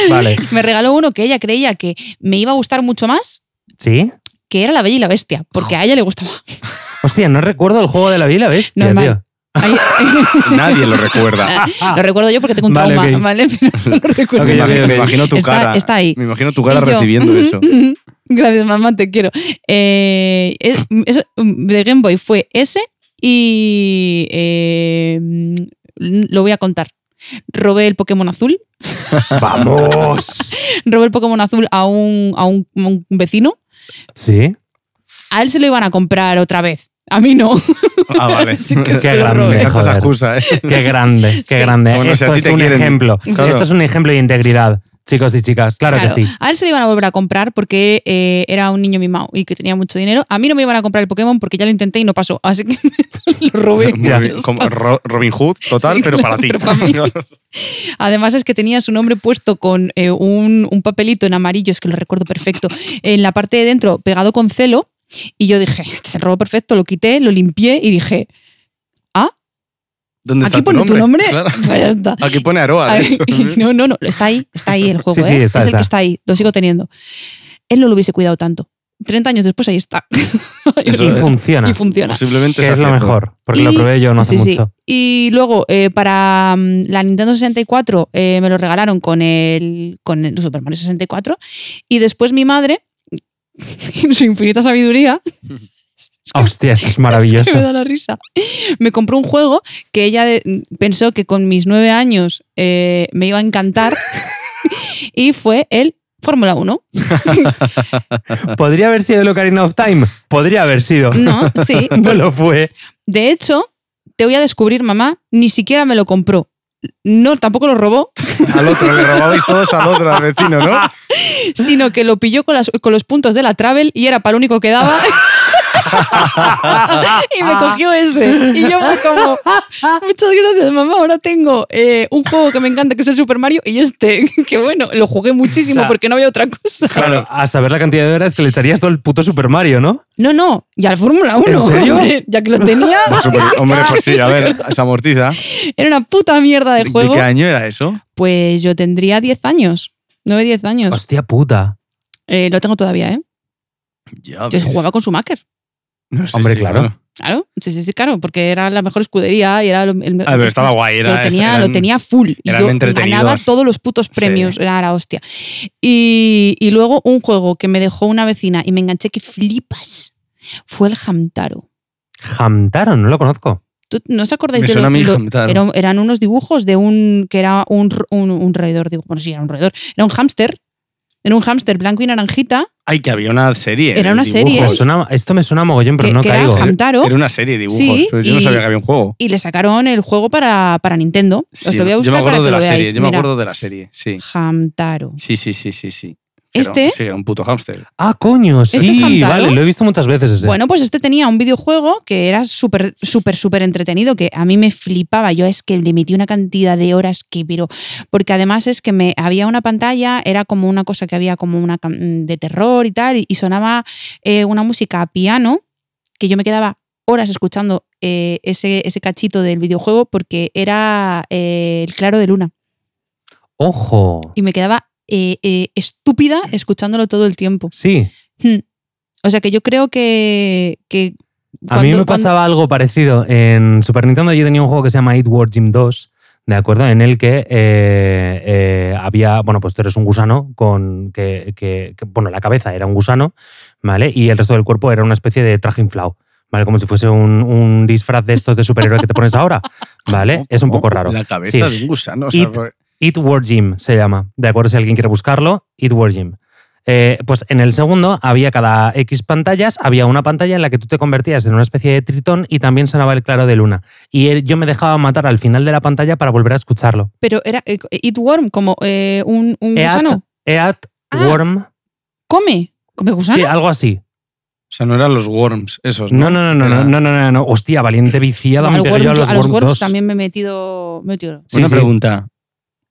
Speaker 1: Vale.
Speaker 3: Me regaló uno que ella creía que me iba a gustar mucho más,
Speaker 1: ¿Sí?
Speaker 3: que era La Bella y la Bestia,
Speaker 1: Oh.
Speaker 3: porque a ella le gustaba.
Speaker 1: Hostia, no recuerdo el juego de la Biblia, ¿ves?
Speaker 3: Normal.
Speaker 1: [laughs]
Speaker 3: Ahí-
Speaker 2: Nadie lo recuerda.
Speaker 3: [laughs] lo recuerdo yo porque tengo un
Speaker 1: Vale,
Speaker 3: trauma,
Speaker 1: ok.
Speaker 3: ¿vale? [laughs] Pero no lo recuerdo.
Speaker 1: Ok,
Speaker 2: me,
Speaker 1: ok,
Speaker 2: imagino,
Speaker 1: ok.
Speaker 2: me imagino tu
Speaker 3: Está-
Speaker 2: cara.
Speaker 3: está ahí.
Speaker 2: Me imagino tu
Speaker 3: Y
Speaker 2: cara
Speaker 3: yo, "Mm-hmm".
Speaker 2: recibiendo
Speaker 3: "Ujú,
Speaker 2: eso.
Speaker 3: ujú, [laughs] Gracias, mamá, te quiero. Eh, es- eso, mm, de Game Boy fue ese y eh, mm, lo voy a contar. Robé el Pokémon azul.
Speaker 1: ¡Vamos!
Speaker 3: Robé el Pokémon azul a un, a un- a un vecino.
Speaker 1: Sí.
Speaker 3: A él se lo iban a comprar otra vez. A mí no.
Speaker 2: Ah,
Speaker 3: [laughs]
Speaker 2: vale.
Speaker 3: Sí
Speaker 2: [laughs]
Speaker 3: que
Speaker 2: Me
Speaker 3: sí.
Speaker 1: Qué
Speaker 3: lo robé.
Speaker 1: grande,
Speaker 2: encanta esa
Speaker 1: joder.
Speaker 2: excusa, ¿eh?
Speaker 1: Qué grande, qué
Speaker 3: Sí.
Speaker 1: grande.
Speaker 2: Bueno, si a
Speaker 1: Esto
Speaker 2: ti
Speaker 1: es
Speaker 2: te
Speaker 1: un
Speaker 2: quieren,
Speaker 1: ejemplo.
Speaker 2: claro.
Speaker 1: Esto es un ejemplo de integridad, chicos y chicas. Claro,
Speaker 3: Claro,
Speaker 1: que sí.
Speaker 3: A él se lo iban a volver a comprar porque eh, era un niño mimado y que tenía mucho dinero. A mí no me iban a comprar el Pokémon porque ya lo intenté y no pasó. Así que [laughs] lo
Speaker 1: [laughs]
Speaker 2: [laughs]
Speaker 3: robé.
Speaker 2: Muy
Speaker 1: Ya.
Speaker 2: bien, como Ro- Robin Hood, total,
Speaker 3: Sí,
Speaker 2: pero para ti.
Speaker 3: pero para mí. Además es que tenía su nombre puesto con eh, un, un papelito en amarillo, es que lo recuerdo perfecto, en la parte de dentro pegado con celo. Y yo dije, este es el robo perfecto, lo quité, lo limpié y dije,
Speaker 2: [laughs] ¿Dónde
Speaker 3: aquí
Speaker 2: está
Speaker 3: pone tu nombre.
Speaker 2: Claro.
Speaker 3: Pues ya está.
Speaker 2: Aquí pone Aroa. de
Speaker 3: Ay, [laughs]
Speaker 2: hecho.
Speaker 3: no, no, no, está ahí, está ahí el juego,
Speaker 1: Sí, sí,
Speaker 3: ¿eh?
Speaker 1: está,
Speaker 3: es el
Speaker 1: está.
Speaker 3: que está ahí, lo sigo teniendo. Él no lo hubiese cuidado tanto. 30 años después ahí está. [laughs]
Speaker 2: Eso
Speaker 1: y
Speaker 2: es.
Speaker 1: funciona,
Speaker 3: y funciona.
Speaker 2: Posiblemente
Speaker 1: que es lo
Speaker 2: acierto.
Speaker 1: mejor, porque lo
Speaker 3: Y-
Speaker 1: probé yo no hace
Speaker 3: Sí, sí.
Speaker 1: mucho.
Speaker 3: Y luego, eh, para mm, la Nintendo 64, eh, me lo regalaron con el, con el Super Mario 64. Y después mi madre, [laughs] en su infinita sabiduría, [laughs]
Speaker 1: Hostia, esto es
Speaker 3: que me
Speaker 1: maravilloso.
Speaker 3: da la risa, me compró un juego eh,
Speaker 1: [laughs]
Speaker 3: que ella de- pensó que con mis nueve años eh, me iba a encantar. y fue el Fórmula 1.
Speaker 1: ¿Podría haber sido el Ocarina of Time? Podría haber sido.
Speaker 3: No, sí.
Speaker 1: No lo fue.
Speaker 3: De hecho, te voy a descubrir, mamá, ni siquiera me lo compró. No, tampoco lo robó,
Speaker 4: Al otro, le robabais todos al otro, al vecino, ¿no?
Speaker 3: sino que lo pilló con, las- con los puntos de la Travel y era para lo único que daba. [laughs] y me cogió ese. Y yo fue como, muchas gracias, mamá. Ahora tengo eh, un juego que me encanta, que es el Super Mario, y este, [laughs] que bueno, lo jugué muchísimo
Speaker 1: O sea,
Speaker 3: porque no había otra cosa.
Speaker 1: Claro, a saber la cantidad de horas que le echarías todo el puto Super Mario, ¿no?
Speaker 3: No, no, y al Fórmula 1,
Speaker 1: serio?
Speaker 3: hombre, ya que lo tenía,
Speaker 4: Pues,
Speaker 3: [laughs]
Speaker 4: hombre, hombre, pues sí, a ver, se amortiza.
Speaker 3: era una puta mierda de
Speaker 2: ¿De-
Speaker 3: juego.
Speaker 2: ¿De qué año era eso?
Speaker 3: Pues yo tendría 10 años, 9, 10 años.
Speaker 1: Hostia puta.
Speaker 3: Eh, lo tengo todavía, ¿eh?
Speaker 2: Ya
Speaker 3: Yo
Speaker 2: ves.
Speaker 3: jugaba con Schumacher.
Speaker 2: No sé
Speaker 1: Hombre,
Speaker 2: si-
Speaker 1: claro.
Speaker 3: Claro, sí, sí, sí, claro, porque era la mejor escudería y era lo- el me-
Speaker 2: A ver, Ah, estaba guay. este Era,
Speaker 3: lo tenía, lo
Speaker 2: eran-
Speaker 3: tenía full. Y
Speaker 2: eran
Speaker 3: yo
Speaker 2: entretenidos.
Speaker 3: ganaba todos los putos
Speaker 2: Sí.
Speaker 3: premios. Era la hostia. Y, y luego un juego que me dejó una vecina y me enganché que flipas fue el Hamtaro.
Speaker 1: Hamtaro, no lo conozco.
Speaker 3: ¿Tú, ¿No os acordáis
Speaker 2: Me
Speaker 3: de
Speaker 2: suena
Speaker 3: lo-
Speaker 2: a mí [laughs]
Speaker 3: lo-
Speaker 2: Hamtaro.
Speaker 3: era- eran unos dibujos de un. que era un, r- un, un roedor. Digo, bueno, sí, era un roedor. Era un hámster. Era un hámster blanco y naranjita.
Speaker 2: Ay, que había una serie.
Speaker 3: Era
Speaker 2: de
Speaker 3: una serie.
Speaker 1: Me
Speaker 2: dibujos.
Speaker 1: suena- esto me suena mogollón, pero
Speaker 3: Pues que,
Speaker 1: no
Speaker 3: que
Speaker 1: caigo. ¿eh?
Speaker 3: era Hamtaro.
Speaker 2: ¿eh? Era una serie de dibujos.
Speaker 3: Sí,
Speaker 2: pero yo no
Speaker 3: y-
Speaker 2: sabía que había un juego.
Speaker 3: Y le sacaron el juego para, para Nintendo. Os
Speaker 2: Sí,
Speaker 3: lo voy
Speaker 2: yo
Speaker 3: a
Speaker 2: me
Speaker 3: buscar para
Speaker 2: acuerdo
Speaker 3: que
Speaker 2: de
Speaker 3: lo
Speaker 2: la
Speaker 3: veáis.
Speaker 2: serie. Yo me
Speaker 3: Mira,
Speaker 2: acuerdo de la serie. Sí.
Speaker 3: Hamtaro.
Speaker 2: Sí, sí, sí, sí, sí. Pero
Speaker 3: Este.
Speaker 2: Sí, era un puto hámster.
Speaker 1: Ah, coño,
Speaker 3: ¿Este es
Speaker 1: sí,
Speaker 3: Hamtaro?
Speaker 1: vale, lo he visto muchas veces ese.
Speaker 3: Bueno, pues este tenía un videojuego que era súper, súper, súper entretenido, que a mí me flipaba. Yo es que le metí una cantidad de horas que, pero. Porque además es que me había una pantalla, era como una cosa que había como una can- mm, de terror y tal, y, y sonaba eh, una música a piano, que yo me quedaba horas escuchando eh, ese, ese cachito del videojuego porque era eh, el claro de luna.
Speaker 1: Ojo.
Speaker 3: Y me quedaba eh, eh, estúpida escuchándolo todo el tiempo.
Speaker 1: Sí,
Speaker 3: Hmm. O sea que yo creo que. que
Speaker 1: a mí
Speaker 3: cuando-
Speaker 1: me
Speaker 3: cuando-
Speaker 1: pasaba algo parecido. En Super Nintendo yo tenía un juego que se llama It War Gym 2, ¿de acuerdo? En el que eh, eh, había, bueno, pues tú eres un gusano con que, que- que, bueno, la cabeza era un gusano, ¿vale? Y el resto del cuerpo era una especie de traje inflado. ¿Vale? Como si fuese un, un disfraz de estos de superhéroe que te pones ahora. ¿Vale?
Speaker 3: [laughs]
Speaker 2: ¿Cómo?
Speaker 1: Es un
Speaker 2: ¿Cómo?
Speaker 1: poco raro.
Speaker 2: La cabeza
Speaker 1: Sí.
Speaker 2: de un gusano. o sea,
Speaker 1: It- It War Gym se llama. De acuerdo, si alguien quiere buscarlo, It War Gym. Eh, pues en el segundo había cada X pantallas, había una pantalla en la que tú te convertías en una especie de tritón y también sonaba el claro de luna. Y él- yo me dejaba matar al final de la pantalla para volver a escucharlo.
Speaker 3: Pero era eh, Eat Worm, como eh, un, un
Speaker 1: Eat,
Speaker 3: gusano.
Speaker 1: Eat
Speaker 3: Ah,
Speaker 1: Worm.
Speaker 3: Come, come gusano.
Speaker 1: Sí, algo así.
Speaker 2: O sea, no eran los worms esos.
Speaker 1: No, no, no, no,
Speaker 2: Era-
Speaker 1: no, no, no, no, no. Hostia, valiente viciada,
Speaker 3: Al
Speaker 1: me pegué yo a
Speaker 3: Worm,
Speaker 1: los,
Speaker 3: a los
Speaker 1: Worms
Speaker 3: Worms
Speaker 1: 2.
Speaker 3: también me he metido. me he metido.
Speaker 1: Sí,
Speaker 2: Una
Speaker 1: sí.
Speaker 2: pregunta.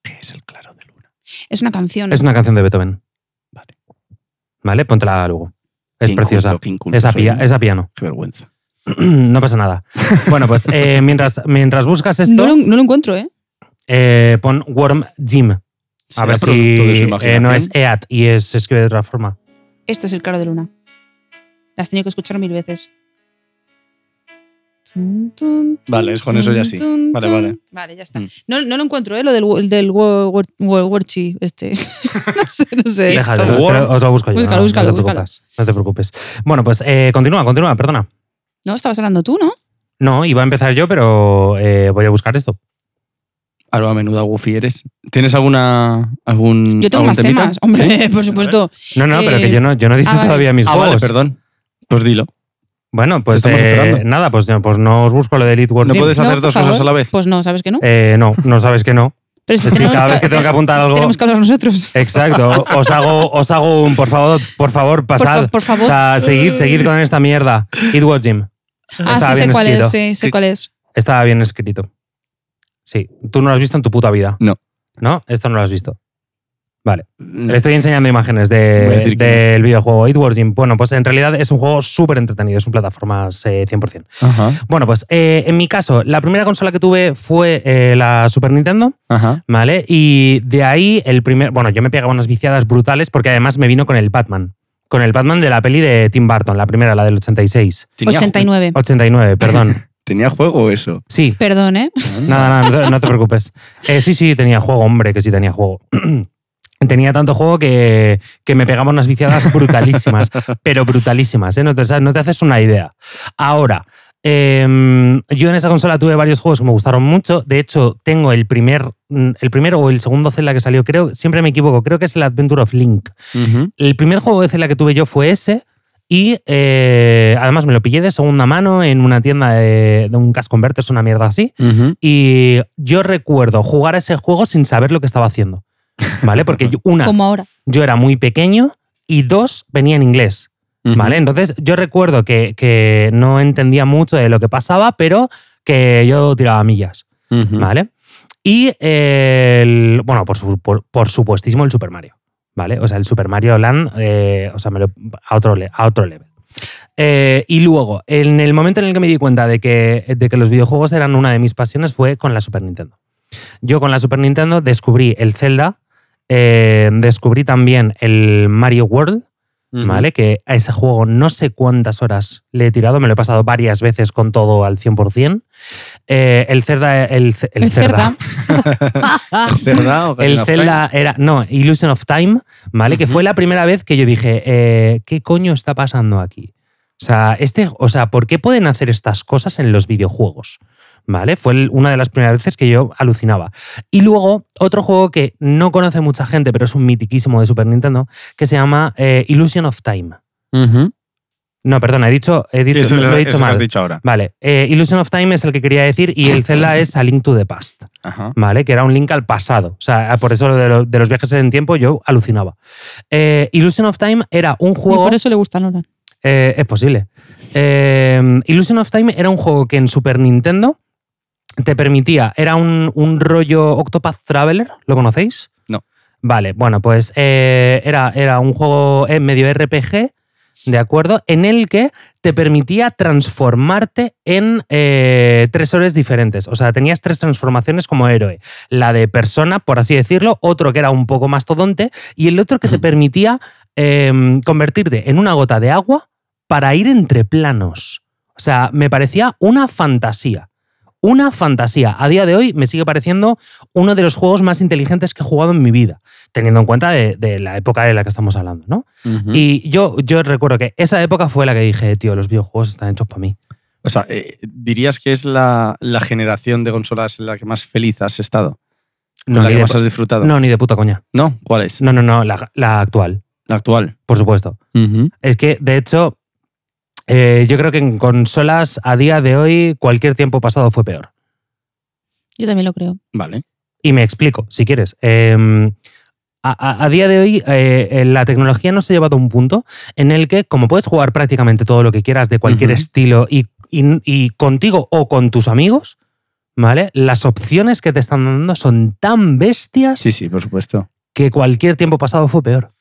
Speaker 2: ¿Qué es el claro de luna?
Speaker 3: Es una canción.
Speaker 1: Es una canción de Beethoven.
Speaker 2: Vale.
Speaker 1: Vale, póntela luego. Es
Speaker 2: Qué
Speaker 1: preciosa.
Speaker 2: inculto, qué inculto
Speaker 1: Esa,
Speaker 2: soy.
Speaker 1: pia- esa piano.
Speaker 2: Qué vergüenza.
Speaker 1: [clears throat] no pasa nada. Bueno, pues eh, mientras, mientras buscas
Speaker 3: no,
Speaker 1: esto,
Speaker 3: lo, no lo encuentro, ¿eh?
Speaker 1: eh, pon Worm Gym. A
Speaker 2: ¿Será
Speaker 1: ver si
Speaker 2: producto de su
Speaker 1: eh, no
Speaker 2: imaginación?
Speaker 1: es EAT y es- se escribe de otra forma.
Speaker 3: Esto es el claro de luna. Las tengo que escuchar mil veces. Tun, tun, tun,
Speaker 2: Vale, es con eso ya
Speaker 3: tun,
Speaker 2: sí.
Speaker 3: tun,
Speaker 2: Vale,
Speaker 3: tun.
Speaker 2: vale.
Speaker 3: Vale, ya está.
Speaker 1: Hmm.
Speaker 2: Mm.
Speaker 3: No, no lo encuentro, ¿eh? Lo del, wo- del wo- wo- wo- worchi, este. [laughs] no sé, no sé.
Speaker 1: Déjalo,
Speaker 2: Worm.
Speaker 1: te lo- os lo busco yo.
Speaker 3: Búscalo,
Speaker 1: no,
Speaker 3: búscalo,
Speaker 1: no te
Speaker 3: búscalo.
Speaker 1: preocupes, no te preocupes. Bueno, pues eh, continúa, continúa, perdona.
Speaker 3: No, estabas hablando tú, ¿no?
Speaker 1: No, iba a empezar yo, pero eh, voy a buscar esto.
Speaker 2: Ahora a menuda Goofy eres. ¿Tienes alguna algún
Speaker 3: Yo tengo
Speaker 2: Mm, algún
Speaker 3: más
Speaker 2: temita?
Speaker 3: temas. Hombre,
Speaker 2: ¿Sí?
Speaker 3: [laughs] por supuesto.
Speaker 1: No, no, pero
Speaker 3: Eh,
Speaker 1: que yo no, yo no he dicho
Speaker 3: ah, vale.
Speaker 1: todavía mis
Speaker 2: Ah,
Speaker 1: juegos.
Speaker 2: vale, perdón. Pues dilo.
Speaker 1: Bueno, pues
Speaker 2: estamos
Speaker 1: eh,
Speaker 2: esperando.
Speaker 1: nada, pues, pues no os busco lo de Elite World
Speaker 2: ¿No
Speaker 1: Gym.
Speaker 2: puedes
Speaker 3: No,
Speaker 2: hacer
Speaker 3: por
Speaker 2: dos
Speaker 3: favor.
Speaker 2: cosas a la vez?
Speaker 3: Pues no, ¿sabes que no?
Speaker 1: Eh, no, no sabes que no. [laughs]
Speaker 3: Pero si
Speaker 1: Es que
Speaker 3: Pues tenemos
Speaker 1: cada vez que tengo que apuntar algo...
Speaker 3: tenemos que
Speaker 1: [laughs]
Speaker 3: hablar nosotros.
Speaker 1: Exacto, os hago, os hago un por favor, por favor,
Speaker 3: Por,
Speaker 1: pasad.
Speaker 3: fa- por
Speaker 1: O
Speaker 3: favor.
Speaker 1: sea, seguid, seguid con esta mierda. It was Jim.
Speaker 3: ah,
Speaker 1: estaba
Speaker 3: sí, sé
Speaker 1: bien
Speaker 3: cuál es.
Speaker 1: escrito.
Speaker 3: Sí, sé
Speaker 2: Sí.
Speaker 3: cuál es.
Speaker 1: Estaba bien escrito. Sí, tú no lo has visto en tu puta vida.
Speaker 2: No.
Speaker 1: ¿No? Esto no lo has visto.
Speaker 2: No.
Speaker 1: Le estoy enseñando imágenes
Speaker 2: Voy a
Speaker 1: de,
Speaker 2: decir que
Speaker 1: del videojuego It was Jim. Bueno, pues en realidad es un juego súper entretenido, es un plataformas eh, 100%.
Speaker 2: Ajá,
Speaker 1: Bueno, pues eh, en mi caso, la primera consola que tuve fue eh, la Super Nintendo,
Speaker 2: ajá.
Speaker 1: ¿vale? Y de ahí el primer. Bueno, yo me pegaba unas viciadas brutales porque además me vino con el Batman. Con el Batman de la peli de Tim Burton, la primera, la del 86.
Speaker 2: Tenía,
Speaker 3: 89.
Speaker 1: 89, perdón.
Speaker 2: tenía juego eso.
Speaker 1: Sí,
Speaker 3: Perdón, ¿eh?
Speaker 1: nada, nada, no te- no te preocupes. Eh, sí, sí, tenía juego, hombre, que sí tenía juego. [clears throat] Tenía tanto juego que, que me pegaba unas viciadas brutalísimas, pero brutalísimas, ¿eh? no, te, o sea, no te haces una idea. Ahora, em, yo en esa consola tuve varios juegos que me gustaron mucho, de hecho tengo el primer mm, el primero o el segundo Zelda que salió, creo, siempre me equivoco, creo que es el Adventure of Link. El primer juego de Zelda que tuve yo fue ese. Y eh, además me lo pillé de segunda mano en una tienda de, de un Cash Converters, una mierda así. Y yo recuerdo jugar a ese juego sin saber lo que estaba haciendo. ¿Vale? Porque yo- una,
Speaker 3: Como ahora.
Speaker 1: yo era muy pequeño y dos, venía en inglés. ¿Vale? Entonces yo recuerdo que, que no entendía mucho de lo que pasaba, pero que yo tiraba millas. ¿Vale? Y eh, el- bueno, por, su- por, por supuestísimo el Super Mario. ¿Vale? O sea, el Super Mario Land, eh, o sea, me lo- a, otro, le- a otro level. Eh, y luego, en el momento en el que me di cuenta de que, de que los videojuegos eran una de mis pasiones fue con la Super Nintendo. Yo con la Super Nintendo descubrí el Zelda, eh, descubrí también el Mario World, ¿vale? Que a ese juego no sé cuántas horas le he tirado, me lo he pasado varias veces con todo al 100%. Eh, el Zelda... El, ce- el
Speaker 3: El
Speaker 1: Zelda.
Speaker 3: Zelda.
Speaker 1: Ah.
Speaker 2: ¿Verdad?
Speaker 1: El Zelda era, no, Illusion of Time, ¿vale? Que
Speaker 2: Ujú.
Speaker 1: fue la primera vez que yo dije, eh, ¿qué coño está pasando aquí? O sea, este, o sea, ¿por qué pueden hacer estas cosas en los videojuegos? ¿Vale? Fue el- una de las primeras veces que yo alucinaba. Y luego, otro juego que no conoce mucha gente, pero es un mitiquísimo de Super Nintendo, que se llama eh, Illusion of Time. No, perdona, he dicho, he dicho,
Speaker 4: Eso
Speaker 1: lo,
Speaker 4: lo
Speaker 1: he dicho
Speaker 4: eso lo has
Speaker 1: mal.
Speaker 4: dicho ahora.
Speaker 1: Vale, eh, Illusion of Time es el que quería decir y el Zelda es A Link to the Past.
Speaker 2: Ajá.
Speaker 1: ¿vale? Que era un link al pasado. O sea, por eso lo de, lo- de los viajes en el tiempo yo alucinaba. Eh, Illusion of Time era un
Speaker 3: Y
Speaker 1: juego...
Speaker 3: por eso le gusta a Nolan.
Speaker 1: Eh, es posible. Eh, Illusion of Time era un juego que en Super Nintendo te permitía. Era un, un rollo Octopath Traveler, ¿lo conocéis?
Speaker 2: No.
Speaker 1: Vale, bueno, pues eh, era, era un juego eh, medio RPG, ¿de acuerdo? En el que te permitía transformarte en eh, tres héroes diferentes. O sea, tenías tres transformaciones como héroe. La de persona, por así decirlo, otro que era un poco mastodonte, y el otro que te permitía em, convertirte en una gota de agua para ir entre planos. O sea, me parecía una fantasía. Una fantasía. A día de hoy me sigue pareciendo uno de los juegos más inteligentes que he jugado en mi vida, teniendo en cuenta de, de la época de la que estamos hablando, ¿no?
Speaker 2: Y-
Speaker 1: Y yo, yo recuerdo que esa época fue la que dije, tío, los videojuegos están hechos para mí.
Speaker 2: o sea, eh, ¿dirías que es la, la generación de consolas en la que más feliz has estado? Con
Speaker 1: No,
Speaker 2: la
Speaker 1: ni
Speaker 2: que
Speaker 1: de,
Speaker 2: más has disfrutado.
Speaker 1: no, ni de puta coña.
Speaker 2: ¿No? ¿Cuál es?
Speaker 1: No, no, no, la- la actual,
Speaker 2: La actual.
Speaker 1: por supuesto. Es que, de hecho, eh, yo creo que en consolas a día de hoy cualquier tiempo pasado fue peor.
Speaker 3: Yo también lo creo.
Speaker 2: Vale.
Speaker 1: Y me explico, si quieres. Eh, a, a- a día de hoy, eh, eh, la tecnología nos ha llevado a un punto en el que, como puedes jugar prácticamente todo lo que quieras de cualquier
Speaker 2: Ujú.
Speaker 1: estilo y, y- y contigo o con tus amigos, ¿vale? Las opciones que te están dando son tan bestias
Speaker 2: Sí, sí, por supuesto.
Speaker 1: que cualquier tiempo pasado fue peor.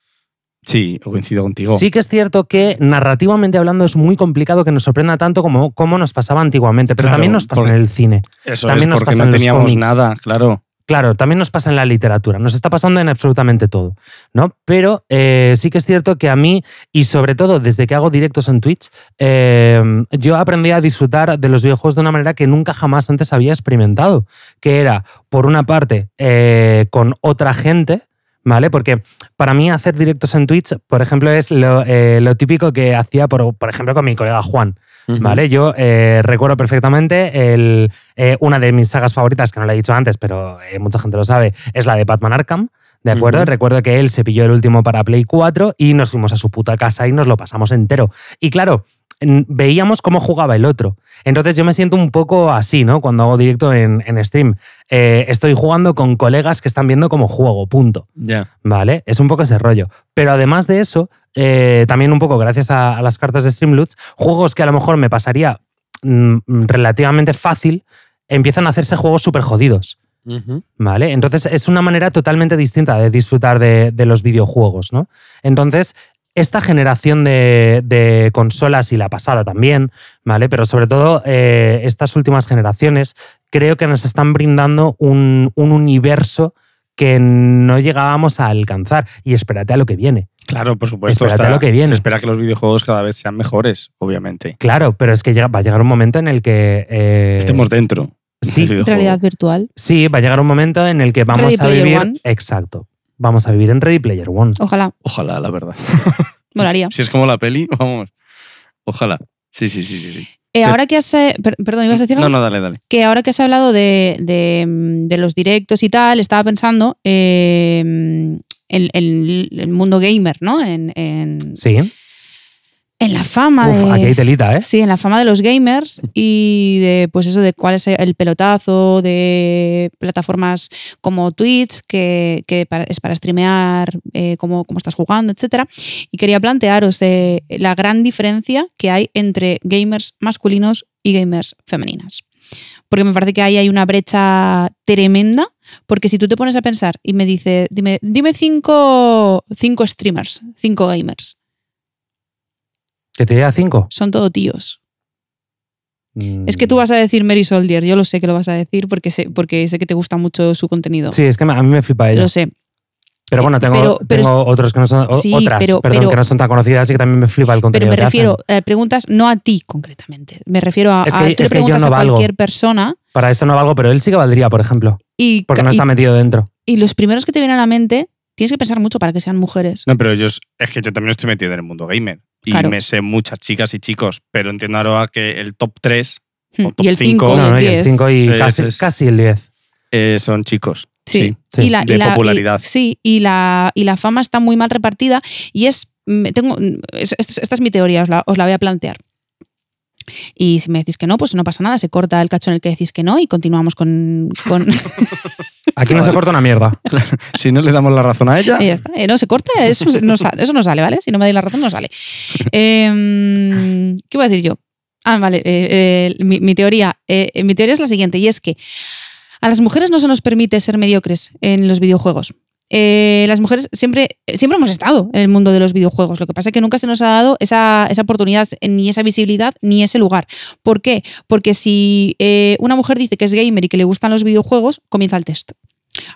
Speaker 2: Sí, coincido contigo.
Speaker 1: Sí que es cierto que narrativamente hablando es muy complicado que nos sorprenda tanto como, como nos pasaba antiguamente, pero
Speaker 2: Claro,
Speaker 1: también nos pasa
Speaker 2: por-
Speaker 1: en el cine.
Speaker 2: Eso
Speaker 1: También
Speaker 2: es
Speaker 1: nos
Speaker 2: porque
Speaker 1: pasa
Speaker 2: no
Speaker 1: en los
Speaker 2: teníamos
Speaker 1: cómics.
Speaker 2: nada, claro.
Speaker 1: Claro, también nos pasa en la literatura, nos está pasando en absolutamente todo, ¿no? Pero eh, sí que es cierto que a mí, y sobre todo desde que hago directos en Twitch, eh, yo aprendí a disfrutar de los videojuegos de una manera que nunca jamás antes había experimentado, que era, por una parte, eh, con otra gente, ¿vale? Porque para mí hacer directos en Twitch, por ejemplo, es lo, eh, lo típico que hacía, por, por ejemplo, con mi colega Juan, ¿vale? Yo eh, recuerdo perfectamente el, eh, una de mis sagas favoritas, que no la he dicho antes, pero eh, mucha gente lo sabe, es la de Batman Arkham. ¿De acuerdo?
Speaker 2: Ujú.
Speaker 1: Recuerdo que él se pilló el último para Play 4 y nos fuimos a su puta casa y nos lo pasamos entero. Y claro, n- veíamos cómo jugaba el otro. Entonces yo me siento un poco así, ¿no? Cuando hago directo en, en stream. Eh, estoy jugando con colegas que están viendo cómo juego, punto.
Speaker 2: Ya.
Speaker 1: ¿Vale? Es un poco ese rollo. Pero además de eso, eh, también un poco gracias a, a las cartas de Streamloots, juegos que a lo mejor me pasaría mm, relativamente fácil, empiezan a hacerse juegos súper jodidos. ¿Vale? Entonces es una manera totalmente distinta de disfrutar de, de los videojuegos, ¿no? Entonces, esta generación de, de consolas y la pasada también, ¿vale? Pero sobre todo eh, estas últimas generaciones creo que nos están brindando un, un universo que no llegábamos a alcanzar. Y espérate a lo que viene.
Speaker 2: Claro, por supuesto.
Speaker 1: Espérate a lo que viene. Eh,
Speaker 2: Se espera que los videojuegos cada vez sean mejores, obviamente.
Speaker 1: Claro, pero es que llega- va a llegar un momento en el que... eh,
Speaker 2: Estemos dentro.
Speaker 1: sí,
Speaker 2: del videojuego.
Speaker 3: Realidad virtual.
Speaker 1: sí, va a llegar un momento en el que vamos
Speaker 3: Ready
Speaker 1: a
Speaker 3: Player
Speaker 1: vivir...
Speaker 3: One.
Speaker 1: Exacto. Vamos a vivir en Ready Player One.
Speaker 3: Ojalá.
Speaker 2: Ojalá, la verdad.
Speaker 3: Molaría.
Speaker 2: Si es como la peli, vamos. Ojalá. Sí, sí, sí, sí. sí.
Speaker 3: Eh, ahora que has. eh, per- perdón, ¿ibas a decir algo?
Speaker 2: No, no, dale, dale.
Speaker 3: que ahora que has hablado de, de, mm, de los directos y tal, estaba pensando eh, mm, en en el mundo gamer, ¿no? En, en-
Speaker 1: Sí.
Speaker 3: en la fama
Speaker 1: Uf, aquí hay
Speaker 3: de.
Speaker 1: telita, ¿eh?
Speaker 3: Sí, en la fama de los gamers y de pues eso de cuál es el pelotazo de plataformas como Twitch, que, que para- es para streamear eh, cómo, cómo estás jugando, etcétera. Y quería plantearos eh, la gran diferencia que hay entre gamers masculinos y gamers femeninas. Porque me parece que ahí hay una brecha tremenda. Porque si tú te pones a pensar y me dices, dime, dime cinco, cinco streamers, cinco gamers,
Speaker 1: Que te llega 5.
Speaker 3: son todo tíos. Es
Speaker 1: Mm.
Speaker 3: que tú vas a decir Mary Soldier, yo lo sé que lo vas a decir porque sé, porque sé que te gusta mucho su contenido.
Speaker 1: Sí, es que a mí me flipa ella.
Speaker 3: Lo sé.
Speaker 1: Pero bueno,
Speaker 3: Eh,
Speaker 1: tengo,
Speaker 3: pero- pero-
Speaker 1: tengo otros que no son. o-
Speaker 3: Sí,
Speaker 1: otras,
Speaker 3: pero-
Speaker 1: perdón,
Speaker 3: pero-
Speaker 1: que no son tan conocidas y que también me flipa el
Speaker 3: Pero
Speaker 1: contenido.
Speaker 3: me
Speaker 1: que hacen.
Speaker 3: refiero, eh, preguntas no a ti concretamente. Me refiero a.
Speaker 1: Es que-
Speaker 3: a-
Speaker 1: es que yo
Speaker 3: tú le preguntas
Speaker 1: no
Speaker 3: a
Speaker 1: valgo.
Speaker 3: cualquier persona
Speaker 1: Para esto no valgo, pero él sí que valdría, por ejemplo.
Speaker 3: y,
Speaker 1: Porque no
Speaker 3: y-
Speaker 1: está metido dentro.
Speaker 3: y los primeros que te vienen a la mente tienes que pensar mucho para que sean mujeres.
Speaker 4: No, pero yo es es que yo también estoy metido en el mundo gamer. Y
Speaker 3: Claro.
Speaker 4: me sé muchas chicas y chicos, pero entiendo ahora que el top 3
Speaker 3: Hmm,
Speaker 4: o top
Speaker 3: y el
Speaker 4: cinco.
Speaker 3: 5
Speaker 4: Oye,
Speaker 1: no, no,
Speaker 3: y
Speaker 1: y
Speaker 3: el
Speaker 1: el
Speaker 3: 10.
Speaker 1: 5 y
Speaker 4: Eso
Speaker 1: casi,
Speaker 4: es.
Speaker 1: casi el 10.
Speaker 4: eh, son chicos.
Speaker 3: Sí.
Speaker 1: sí,
Speaker 3: y la,
Speaker 4: de
Speaker 3: y la- y-
Speaker 4: popularidad.
Speaker 3: sí, y la, y la fama está muy mal repartida y es... mm, Tengo, mm, es- es- esta es mi teoría, os la, os la voy a plantear. Y si me decís que no, pues no pasa nada, se corta el cacho en el que decís que no y continuamos con... con-
Speaker 1: Aquí no se corta una mierda.
Speaker 4: Si no le damos la razón a ella,
Speaker 3: y ya está. Eh, no se corta, eso no, sa- eso no sale, ¿vale? Si no me dais la razón, no sale. Em, ¿Qué voy a decir yo? Ah, vale, eh, eh, mi, mi teoría, eh, eh, mi teoría es la siguiente, y es que a las mujeres no se nos permite ser mediocres en los videojuegos. Eh, las mujeres siempre, eh, siempre hemos estado en el mundo de los videojuegos. Lo que pasa es que nunca se nos ha dado esa, esa oportunidad, eh, ni esa visibilidad, ni ese lugar. ¿Por qué? Porque si eh, una mujer dice que es gamer y que le gustan los videojuegos, comienza el test.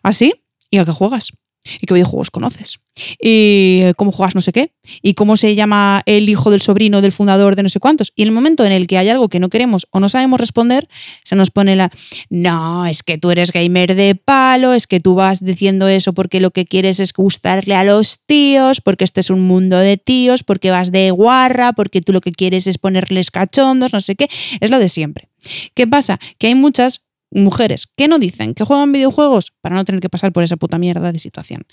Speaker 3: ¿Así? ¿Y a qué juegas? ¿Y qué videojuegos conoces? ¿Y eh, cómo juegas no sé qué? ¿Y cómo se llama el hijo del sobrino del fundador de no sé cuántos? Y en el momento en el que hay algo que no queremos o no sabemos responder, se nos pone la, no, es que tú eres gamer de palo, es que tú vas diciendo eso porque lo que quieres es gustarle a los tíos, porque este es un mundo de tíos, porque vas de guarra, porque tú lo que quieres es ponerles cachondos, no sé qué, es lo de siempre. ¿Qué pasa? Que hay muchas mujeres que no dicen que juegan videojuegos para no tener que pasar por esa puta mierda de situación.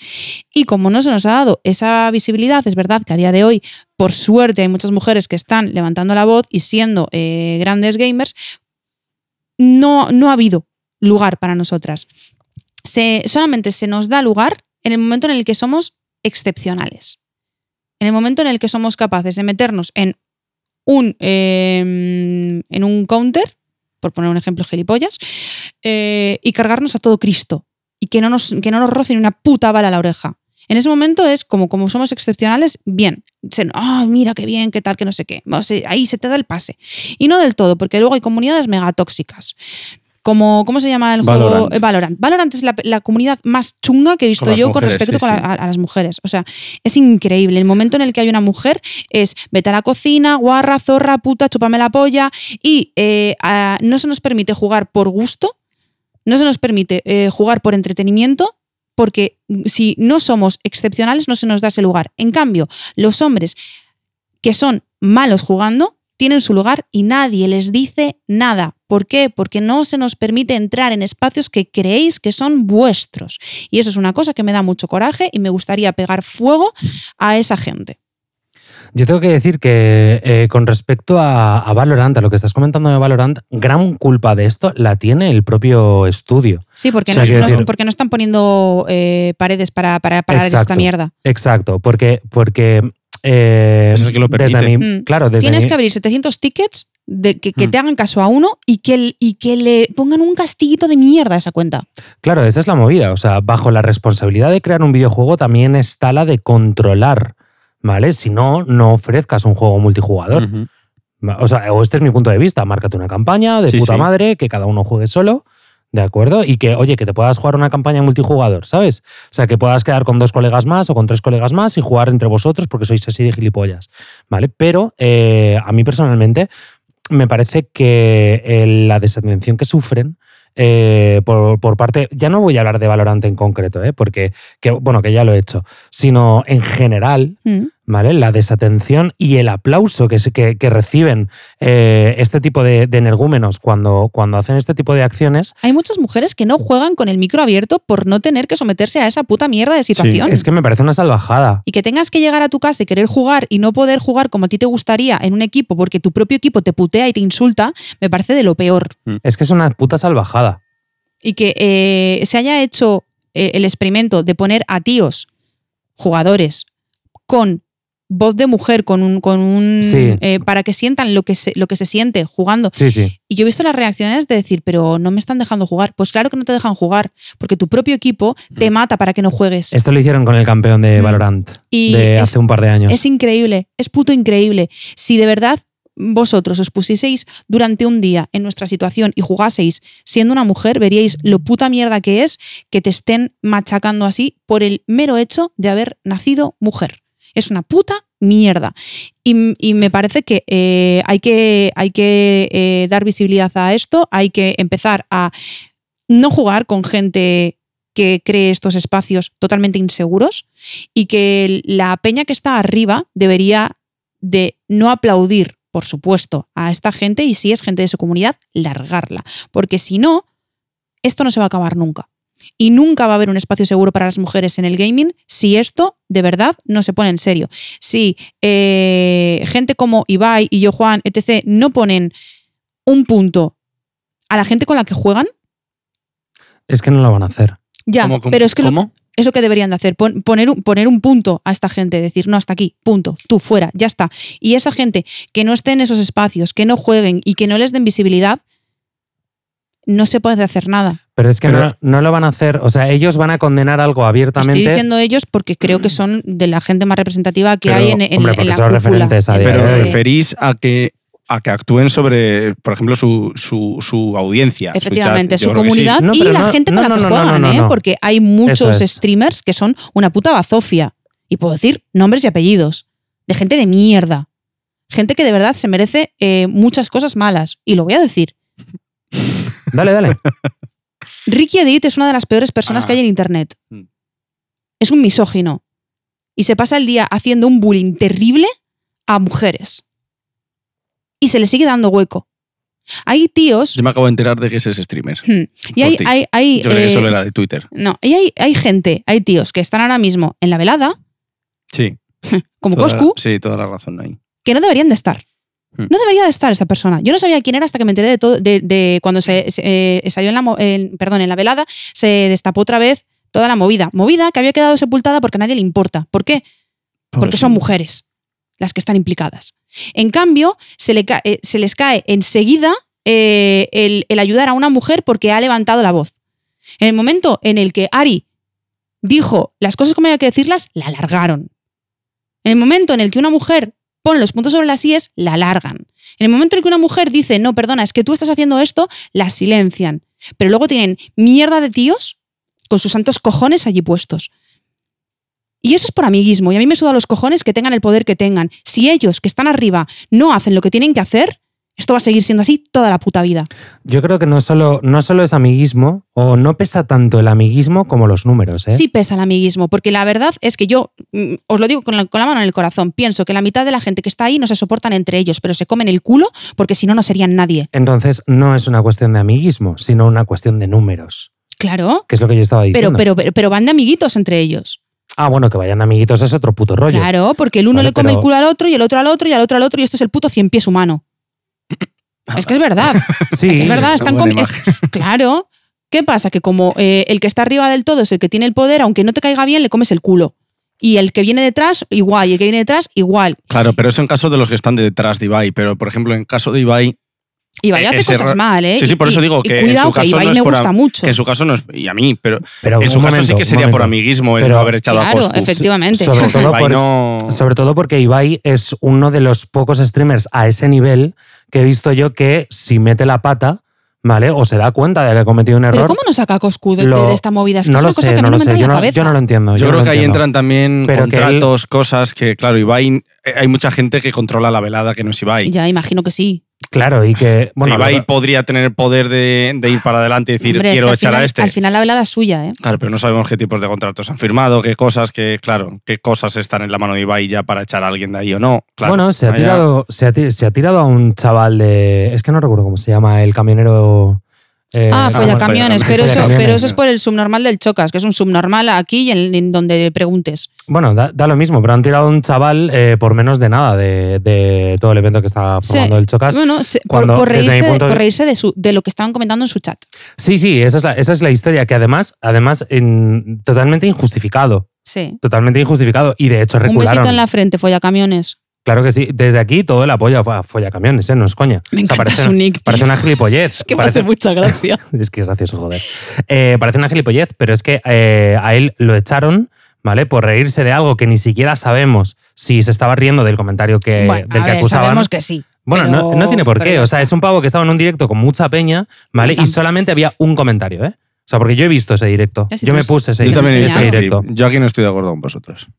Speaker 3: Y como no se nos ha dado esa visibilidad, es verdad que a día de hoy, por suerte, hay muchas mujeres que están levantando la voz y siendo eh, grandes gamers, no, no ha habido lugar para nosotras. Se- solamente se nos da lugar en el momento en el que somos excepcionales. En el momento en el que somos capaces de meternos en un, eh, en un counter, por poner un ejemplo gilipollas, eh, y cargarnos a todo Cristo. Y que no, nos, que no nos rocen una puta bala a la oreja. En ese momento es como, como somos excepcionales, bien. Se- Ay, mira qué bien, qué tal, que no sé qué. O sea, ahí se te da el pase. Y no del todo, porque luego hay comunidades megatóxicas. Como, ¿Cómo se llama el juego?
Speaker 2: Valorant.
Speaker 3: Eh, Valorant. Valorant es la, la comunidad más chunga que he visto
Speaker 2: Con las
Speaker 3: yo con
Speaker 2: mujeres,
Speaker 3: respecto
Speaker 2: sí,
Speaker 3: con la-
Speaker 2: sí.
Speaker 3: a, a las mujeres. O sea, es increíble. El momento en el que hay una mujer es vete a la cocina, guarra, zorra, puta, chúpame la polla. Y eh, a- no se nos permite jugar por gusto, no se nos permite eh, jugar por entretenimiento, porque mm, si no somos excepcionales no se nos da ese lugar. En cambio, los hombres que son malos jugando tienen su lugar y nadie les dice nada. ¿Por qué? Porque no se nos permite entrar en espacios que creéis que son vuestros. Y eso es una cosa que me da mucho coraje y me gustaría pegar fuego a esa gente.
Speaker 1: Yo tengo que decir que eh, con respecto a, a Valorant, a lo que estás comentando de Valorant, gran culpa de esto la tiene el propio estudio.
Speaker 3: Sí, porque,
Speaker 1: O sea,
Speaker 3: no,
Speaker 1: quiero
Speaker 3: no-
Speaker 1: decir-
Speaker 3: porque no están poniendo eh, paredes para, para parar esta
Speaker 1: Exacto.
Speaker 3: mierda.
Speaker 1: Exacto, porque... porque eh,
Speaker 2: Es el que lo
Speaker 1: desde
Speaker 2: permite.
Speaker 1: mi-
Speaker 3: Mm.
Speaker 1: Claro, desde
Speaker 3: Tienes
Speaker 1: mi-
Speaker 3: que abrir 700 tickets de que, que
Speaker 2: Mm.
Speaker 3: te hagan caso a uno y que, el- y que le pongan un castillito de mierda a esa cuenta.
Speaker 1: Claro, esa es la movida. O sea, bajo la responsabilidad de crear un videojuego también está la de controlar, ¿vale? Si no, no ofrezcas un juego
Speaker 3: Eh,
Speaker 1: multijugador.
Speaker 2: Ujú.
Speaker 1: O sea, o este es mi punto de vista. Márcate una campaña de
Speaker 2: Sí,
Speaker 1: puta
Speaker 2: sí.
Speaker 1: madre, que cada uno juegue solo, ¿de acuerdo? Y que, oye, que te puedas jugar una campaña multijugador, ¿sabes? O sea, que puedas quedar con dos colegas más o con tres colegas más y jugar entre vosotros porque sois así de gilipollas, ¿vale? Pero eh, a mí personalmente me parece que eh, la desatención que sufren. eh, por, por parte, ya no voy a hablar de Valorante en concreto, ¿eh? porque, que, bueno, que ya lo he hecho, sino en general,
Speaker 3: Mm.
Speaker 1: ¿vale? La desatención y el aplauso que, se- que, que reciben eh, este tipo de, de energúmenos cuando, cuando hacen este tipo de acciones.
Speaker 3: Hay muchas mujeres que no juegan con el micro abierto por no tener que someterse a esa puta mierda de situación.
Speaker 1: Es que me parece una salvajada.
Speaker 3: Y que tengas que llegar a tu casa y querer jugar y no poder jugar como a ti te gustaría en un equipo porque tu propio equipo te putea y te insulta, me parece de lo peor.
Speaker 1: Es que es una puta salvajada.
Speaker 3: y que eh, se haya hecho eh, el experimento de poner a tíos jugadores con voz de mujer, con un, con un
Speaker 1: Sí.
Speaker 3: eh, para que sientan lo que se, lo que se siente jugando.
Speaker 1: Sí, sí.
Speaker 3: Y yo he visto las reacciones de decir, pero no me están dejando jugar. Pues claro que no te dejan jugar, porque tu propio equipo te
Speaker 1: Mm.
Speaker 3: mata para que no juegues.
Speaker 1: Esto lo hicieron con el campeón de
Speaker 3: Mm.
Speaker 1: Valorant
Speaker 3: y
Speaker 1: de
Speaker 3: es
Speaker 1: hace un par de años.
Speaker 3: es increíble, es puto increíble. Si de verdad vosotros os pusieseis durante un día en nuestra situación y jugaseis siendo una mujer, veríais lo puta mierda que es que te estén machacando así por el mero hecho de haber nacido mujer. Es una puta mierda. Y, y me parece que eh, hay que, hay que eh, dar visibilidad a esto, hay que empezar a no jugar con gente que cree estos espacios totalmente inseguros y que el- la peña que está arriba debería de no aplaudir, por supuesto, a esta gente y si es gente de su comunidad, largarla. Porque si no, esto no se va a acabar nunca. Y nunca va a haber un espacio seguro para las mujeres en el gaming si esto de verdad no se pone en serio. Si eh, gente como Ibai y yo, Juan, etc., no ponen un punto a la gente con la que juegan,
Speaker 1: Es que no lo van a hacer.
Speaker 3: ya,
Speaker 2: ¿Cómo, cómo,
Speaker 3: pero es que lo-
Speaker 2: cómo?
Speaker 3: es lo que deberían de hacer, pon- poner, un, poner un punto a esta gente, decir, no, hasta aquí, punto, tú fuera, ya está. Y esa gente que no esté en esos espacios, que no jueguen y que no les den visibilidad, no se puede hacer nada.
Speaker 1: Pero es que
Speaker 2: Pero-
Speaker 1: no, no lo van a hacer. O sea, ellos van a condenar algo abiertamente.
Speaker 3: Estoy diciendo ellos porque creo que son de la gente más representativa que
Speaker 1: Pero,
Speaker 3: hay en, en-
Speaker 1: hombre,
Speaker 3: en
Speaker 1: porque
Speaker 3: la
Speaker 1: son
Speaker 3: cúpula.
Speaker 1: referentes a día
Speaker 2: Pero
Speaker 1: Eh,
Speaker 2: referís a que a que actúen sobre, por ejemplo, su, su, su audiencia. su chat.
Speaker 3: Efectivamente,
Speaker 2: Yo
Speaker 3: su
Speaker 2: creo que sí.
Speaker 3: comunidad
Speaker 1: No,
Speaker 3: y
Speaker 1: pero
Speaker 3: la
Speaker 1: no-
Speaker 3: gente con
Speaker 1: no,
Speaker 3: la que
Speaker 1: no, no, no,
Speaker 3: juegan,
Speaker 1: no,
Speaker 3: ¿eh?
Speaker 1: no.
Speaker 3: porque hay muchos
Speaker 1: es.
Speaker 3: streamers que son una puta bazofia. Y puedo decir nombres y apellidos de gente de mierda. Gente que de verdad se merece eh, muchas cosas malas. Y lo voy a decir.
Speaker 1: Dale, dale.
Speaker 3: Ricky Edit es una de las peores personas
Speaker 2: Ah.
Speaker 3: que hay en Internet.
Speaker 2: Mm.
Speaker 3: Es un misógino. Y se pasa el día haciendo un bullying terrible a mujeres. Y se le sigue dando hueco. Hay tíos...
Speaker 2: Yo me acabo de enterar de que ese es streamer.
Speaker 3: Y hay,
Speaker 2: Hostia.
Speaker 3: hay, hay,
Speaker 2: Yo creo
Speaker 3: eh,
Speaker 2: que solo era de Twitter.
Speaker 3: No, y hay, hay gente, hay tíos que están ahora mismo en la velada,
Speaker 2: Sí.
Speaker 3: como
Speaker 2: toda la-
Speaker 3: Coscu,
Speaker 2: Sí, toda la razón ahí.
Speaker 3: que no deberían de estar.
Speaker 2: Hmm.
Speaker 3: No debería de estar esta persona. Yo no sabía quién era hasta que me enteré de todo, de, de cuando se, se, eh, salió en la, mo- en- perdón, en la velada, se destapó otra vez toda la movida. Movida que había quedado sepultada porque a nadie le importa. ¿Por qué? porque son mujeres las que están implicadas. En cambio, se, le ca- eh, se les cae enseguida eh, el, el ayudar a una mujer porque ha levantado la voz. En el momento en el que Ari dijo las cosas como había que decirlas, la alargaron. En el momento en el que una mujer pone los puntos sobre las IES, la alargan. En el momento en el que una mujer dice, no, perdona, es que tú estás haciendo esto, la silencian. Pero luego tienen mierda de tíos con sus santos cojones allí puestos. Y eso es por amiguismo. Y a mí me suda los cojones que tengan el poder que tengan. Si ellos, que están arriba, no hacen lo que tienen que hacer, esto va a seguir siendo así toda la puta vida.
Speaker 1: Yo creo que no solo, no solo es amiguismo, o no pesa tanto el amiguismo como los números, ¿eh?
Speaker 3: Sí pesa el amiguismo, porque la verdad es que yo, mm, os lo digo con la, con la mano en el corazón, pienso que la mitad de la gente que está ahí no se soportan entre ellos, pero se comen el culo porque si no, no serían nadie.
Speaker 1: Entonces, no es una cuestión de amiguismo, sino una cuestión de números,
Speaker 3: Claro.
Speaker 1: que es lo que yo estaba diciendo.
Speaker 3: Pero, pero, pero, pero van de amiguitos entre ellos.
Speaker 1: ah, bueno, que vayan amiguitos es otro puto rollo.
Speaker 3: Claro, porque el uno
Speaker 1: Vale,
Speaker 3: le come
Speaker 1: pero-
Speaker 3: el culo al otro y el otro al otro y al otro al otro y esto es el puto cien pies humano.
Speaker 1: Ah,
Speaker 3: es que es verdad.
Speaker 1: Sí,
Speaker 3: Es verdad, están
Speaker 2: buena
Speaker 3: comi- es- [laughs] Claro. ¿Qué pasa? Que como eh, el que está arriba del todo es el que tiene el poder, aunque no te caiga bien, le comes el culo. Y el que viene detrás, igual. Y el que viene detrás, igual.
Speaker 2: Claro, pero eso en caso de los que están detrás de Ibai. Pero, por ejemplo, en caso de Ibai,
Speaker 3: Y vaya
Speaker 2: Eh,
Speaker 3: hace
Speaker 2: ese
Speaker 3: cosas
Speaker 2: ra-
Speaker 3: mal, ¿eh?
Speaker 2: Sí, sí, por
Speaker 3: Y-
Speaker 2: eso
Speaker 3: y-
Speaker 2: digo
Speaker 3: y
Speaker 2: que en
Speaker 3: cuidado,
Speaker 2: su
Speaker 3: que a
Speaker 2: caso
Speaker 3: Ibai
Speaker 2: no es
Speaker 3: me
Speaker 2: por
Speaker 3: gusta
Speaker 2: am-
Speaker 3: mucho.
Speaker 2: que en su caso no es... Y a mí, pero
Speaker 1: Pero
Speaker 2: en su
Speaker 1: un
Speaker 2: caso
Speaker 1: momento,
Speaker 2: sí que
Speaker 1: un
Speaker 2: sería por
Speaker 1: momento.
Speaker 2: amiguismo el
Speaker 1: Pero-
Speaker 2: no haber echado
Speaker 3: claro,
Speaker 2: a Coscu.
Speaker 3: efectivamente.
Speaker 1: Sobre todo
Speaker 2: Ibai
Speaker 1: por-
Speaker 2: no...
Speaker 1: Sobre todo porque Ibai es uno de los pocos streamers a ese nivel que he visto yo que si mete la pata, ¿vale? O se da cuenta de que ha cometido un
Speaker 3: Pero
Speaker 1: error.
Speaker 3: ¿cómo no saca Coscu de, de-
Speaker 1: Lo-
Speaker 3: de esta movida? Es que
Speaker 1: no
Speaker 3: es una
Speaker 1: lo
Speaker 3: cosa
Speaker 1: sé,
Speaker 3: que a mí
Speaker 1: no
Speaker 3: no
Speaker 1: lo
Speaker 3: me
Speaker 1: sé.
Speaker 3: entra en
Speaker 1: Yo
Speaker 3: la
Speaker 1: no,
Speaker 3: cabeza.
Speaker 1: yo no lo entiendo.
Speaker 2: Yo,
Speaker 1: no
Speaker 2: creo
Speaker 1: lo
Speaker 2: que ahí
Speaker 1: entiendo.
Speaker 2: entran también
Speaker 1: Pero que él-
Speaker 2: contratos, cosas que, claro, Ibai, eh, hay mucha gente que controla la velada que no es Ibai.
Speaker 3: Ya, imagino que sí.
Speaker 1: Claro, y que. Bueno,
Speaker 2: Bueno, Ibai
Speaker 1: la-
Speaker 2: podría tener el poder de, de ir para adelante y decir,
Speaker 3: Hombre, es que
Speaker 2: quiero
Speaker 3: al
Speaker 2: echar
Speaker 3: final-
Speaker 2: a este.
Speaker 3: Al final la velada es suya, ¿eh?
Speaker 2: Claro, pero no sabemos qué tipos de contratos han firmado, qué cosas, qué, claro, qué cosas están en la mano de Ibai ya para echar a alguien de ahí o no. Claro,
Speaker 1: bueno, se ha,
Speaker 2: Allá-
Speaker 1: tirado, se, ha, ti- se ha tirado a un chaval de. Es que no recuerdo cómo se llama, el camionero. eh,
Speaker 3: ah,
Speaker 2: ah,
Speaker 3: follacamiones,
Speaker 2: bueno, follacamiones.
Speaker 3: pero, eso,
Speaker 1: Follacamiones.
Speaker 3: pero eso es por el subnormal del Chocas, que es un subnormal aquí y en, en donde preguntes.
Speaker 1: Bueno, da, da lo mismo, pero han tirado a un chaval eh, por menos de nada de, de todo el evento que está
Speaker 3: Sí. Mm.
Speaker 1: formando el Chocas.
Speaker 3: Bueno, se- por,
Speaker 1: Cuando,
Speaker 3: por
Speaker 1: desde mi
Speaker 3: reírse,
Speaker 1: punto de-
Speaker 3: por reírse de, su- de lo que estaban comentando en su chat.
Speaker 1: Sí, sí, esa es la, esa es la historia que además, además, en- totalmente injustificado.
Speaker 3: Sí.
Speaker 1: Totalmente injustificado. Y de hecho
Speaker 3: Un
Speaker 1: recularon.
Speaker 3: besito en la frente, follacamiones.
Speaker 1: Claro que sí. Desde aquí todo el apoyo a, a Follacamiones, ¿eh? No es coña.
Speaker 3: Me
Speaker 1: O sea,
Speaker 3: encanta
Speaker 1: parece,
Speaker 3: su nick. tío.
Speaker 1: parece una gilipollez.
Speaker 3: [laughs] es que me
Speaker 1: Parece-
Speaker 3: hace
Speaker 2: [laughs]
Speaker 3: mucha gracia.
Speaker 1: Es que es gracioso, joder. Eh, parece una gilipollez, pero es que eh, a él lo echaron, ¿vale? Por reírse de algo que ni siquiera sabemos si se estaba riendo del comentario que,
Speaker 3: bueno,
Speaker 1: del
Speaker 3: a
Speaker 1: que
Speaker 3: ver,
Speaker 1: acusaban.
Speaker 3: sabemos que sí.
Speaker 1: bueno, no,
Speaker 3: pero-
Speaker 1: no tiene por
Speaker 3: pero
Speaker 1: qué.
Speaker 3: ya
Speaker 1: O sea, es un pavo que estaba en un directo con mucha peña, ¿vale? Y
Speaker 3: Tam-
Speaker 1: solamente había un comentario, ¿eh? O sea, porque yo he visto ese directo.
Speaker 3: Ya sí
Speaker 1: Yo
Speaker 3: te
Speaker 1: me
Speaker 3: lo-
Speaker 1: puse ese,
Speaker 3: te
Speaker 2: yo
Speaker 3: lo
Speaker 2: también he
Speaker 1: ese
Speaker 2: visto el
Speaker 3: enseñaron.
Speaker 1: directo.
Speaker 2: clip. Yo aquí no estoy de acuerdo con vosotros. [laughs]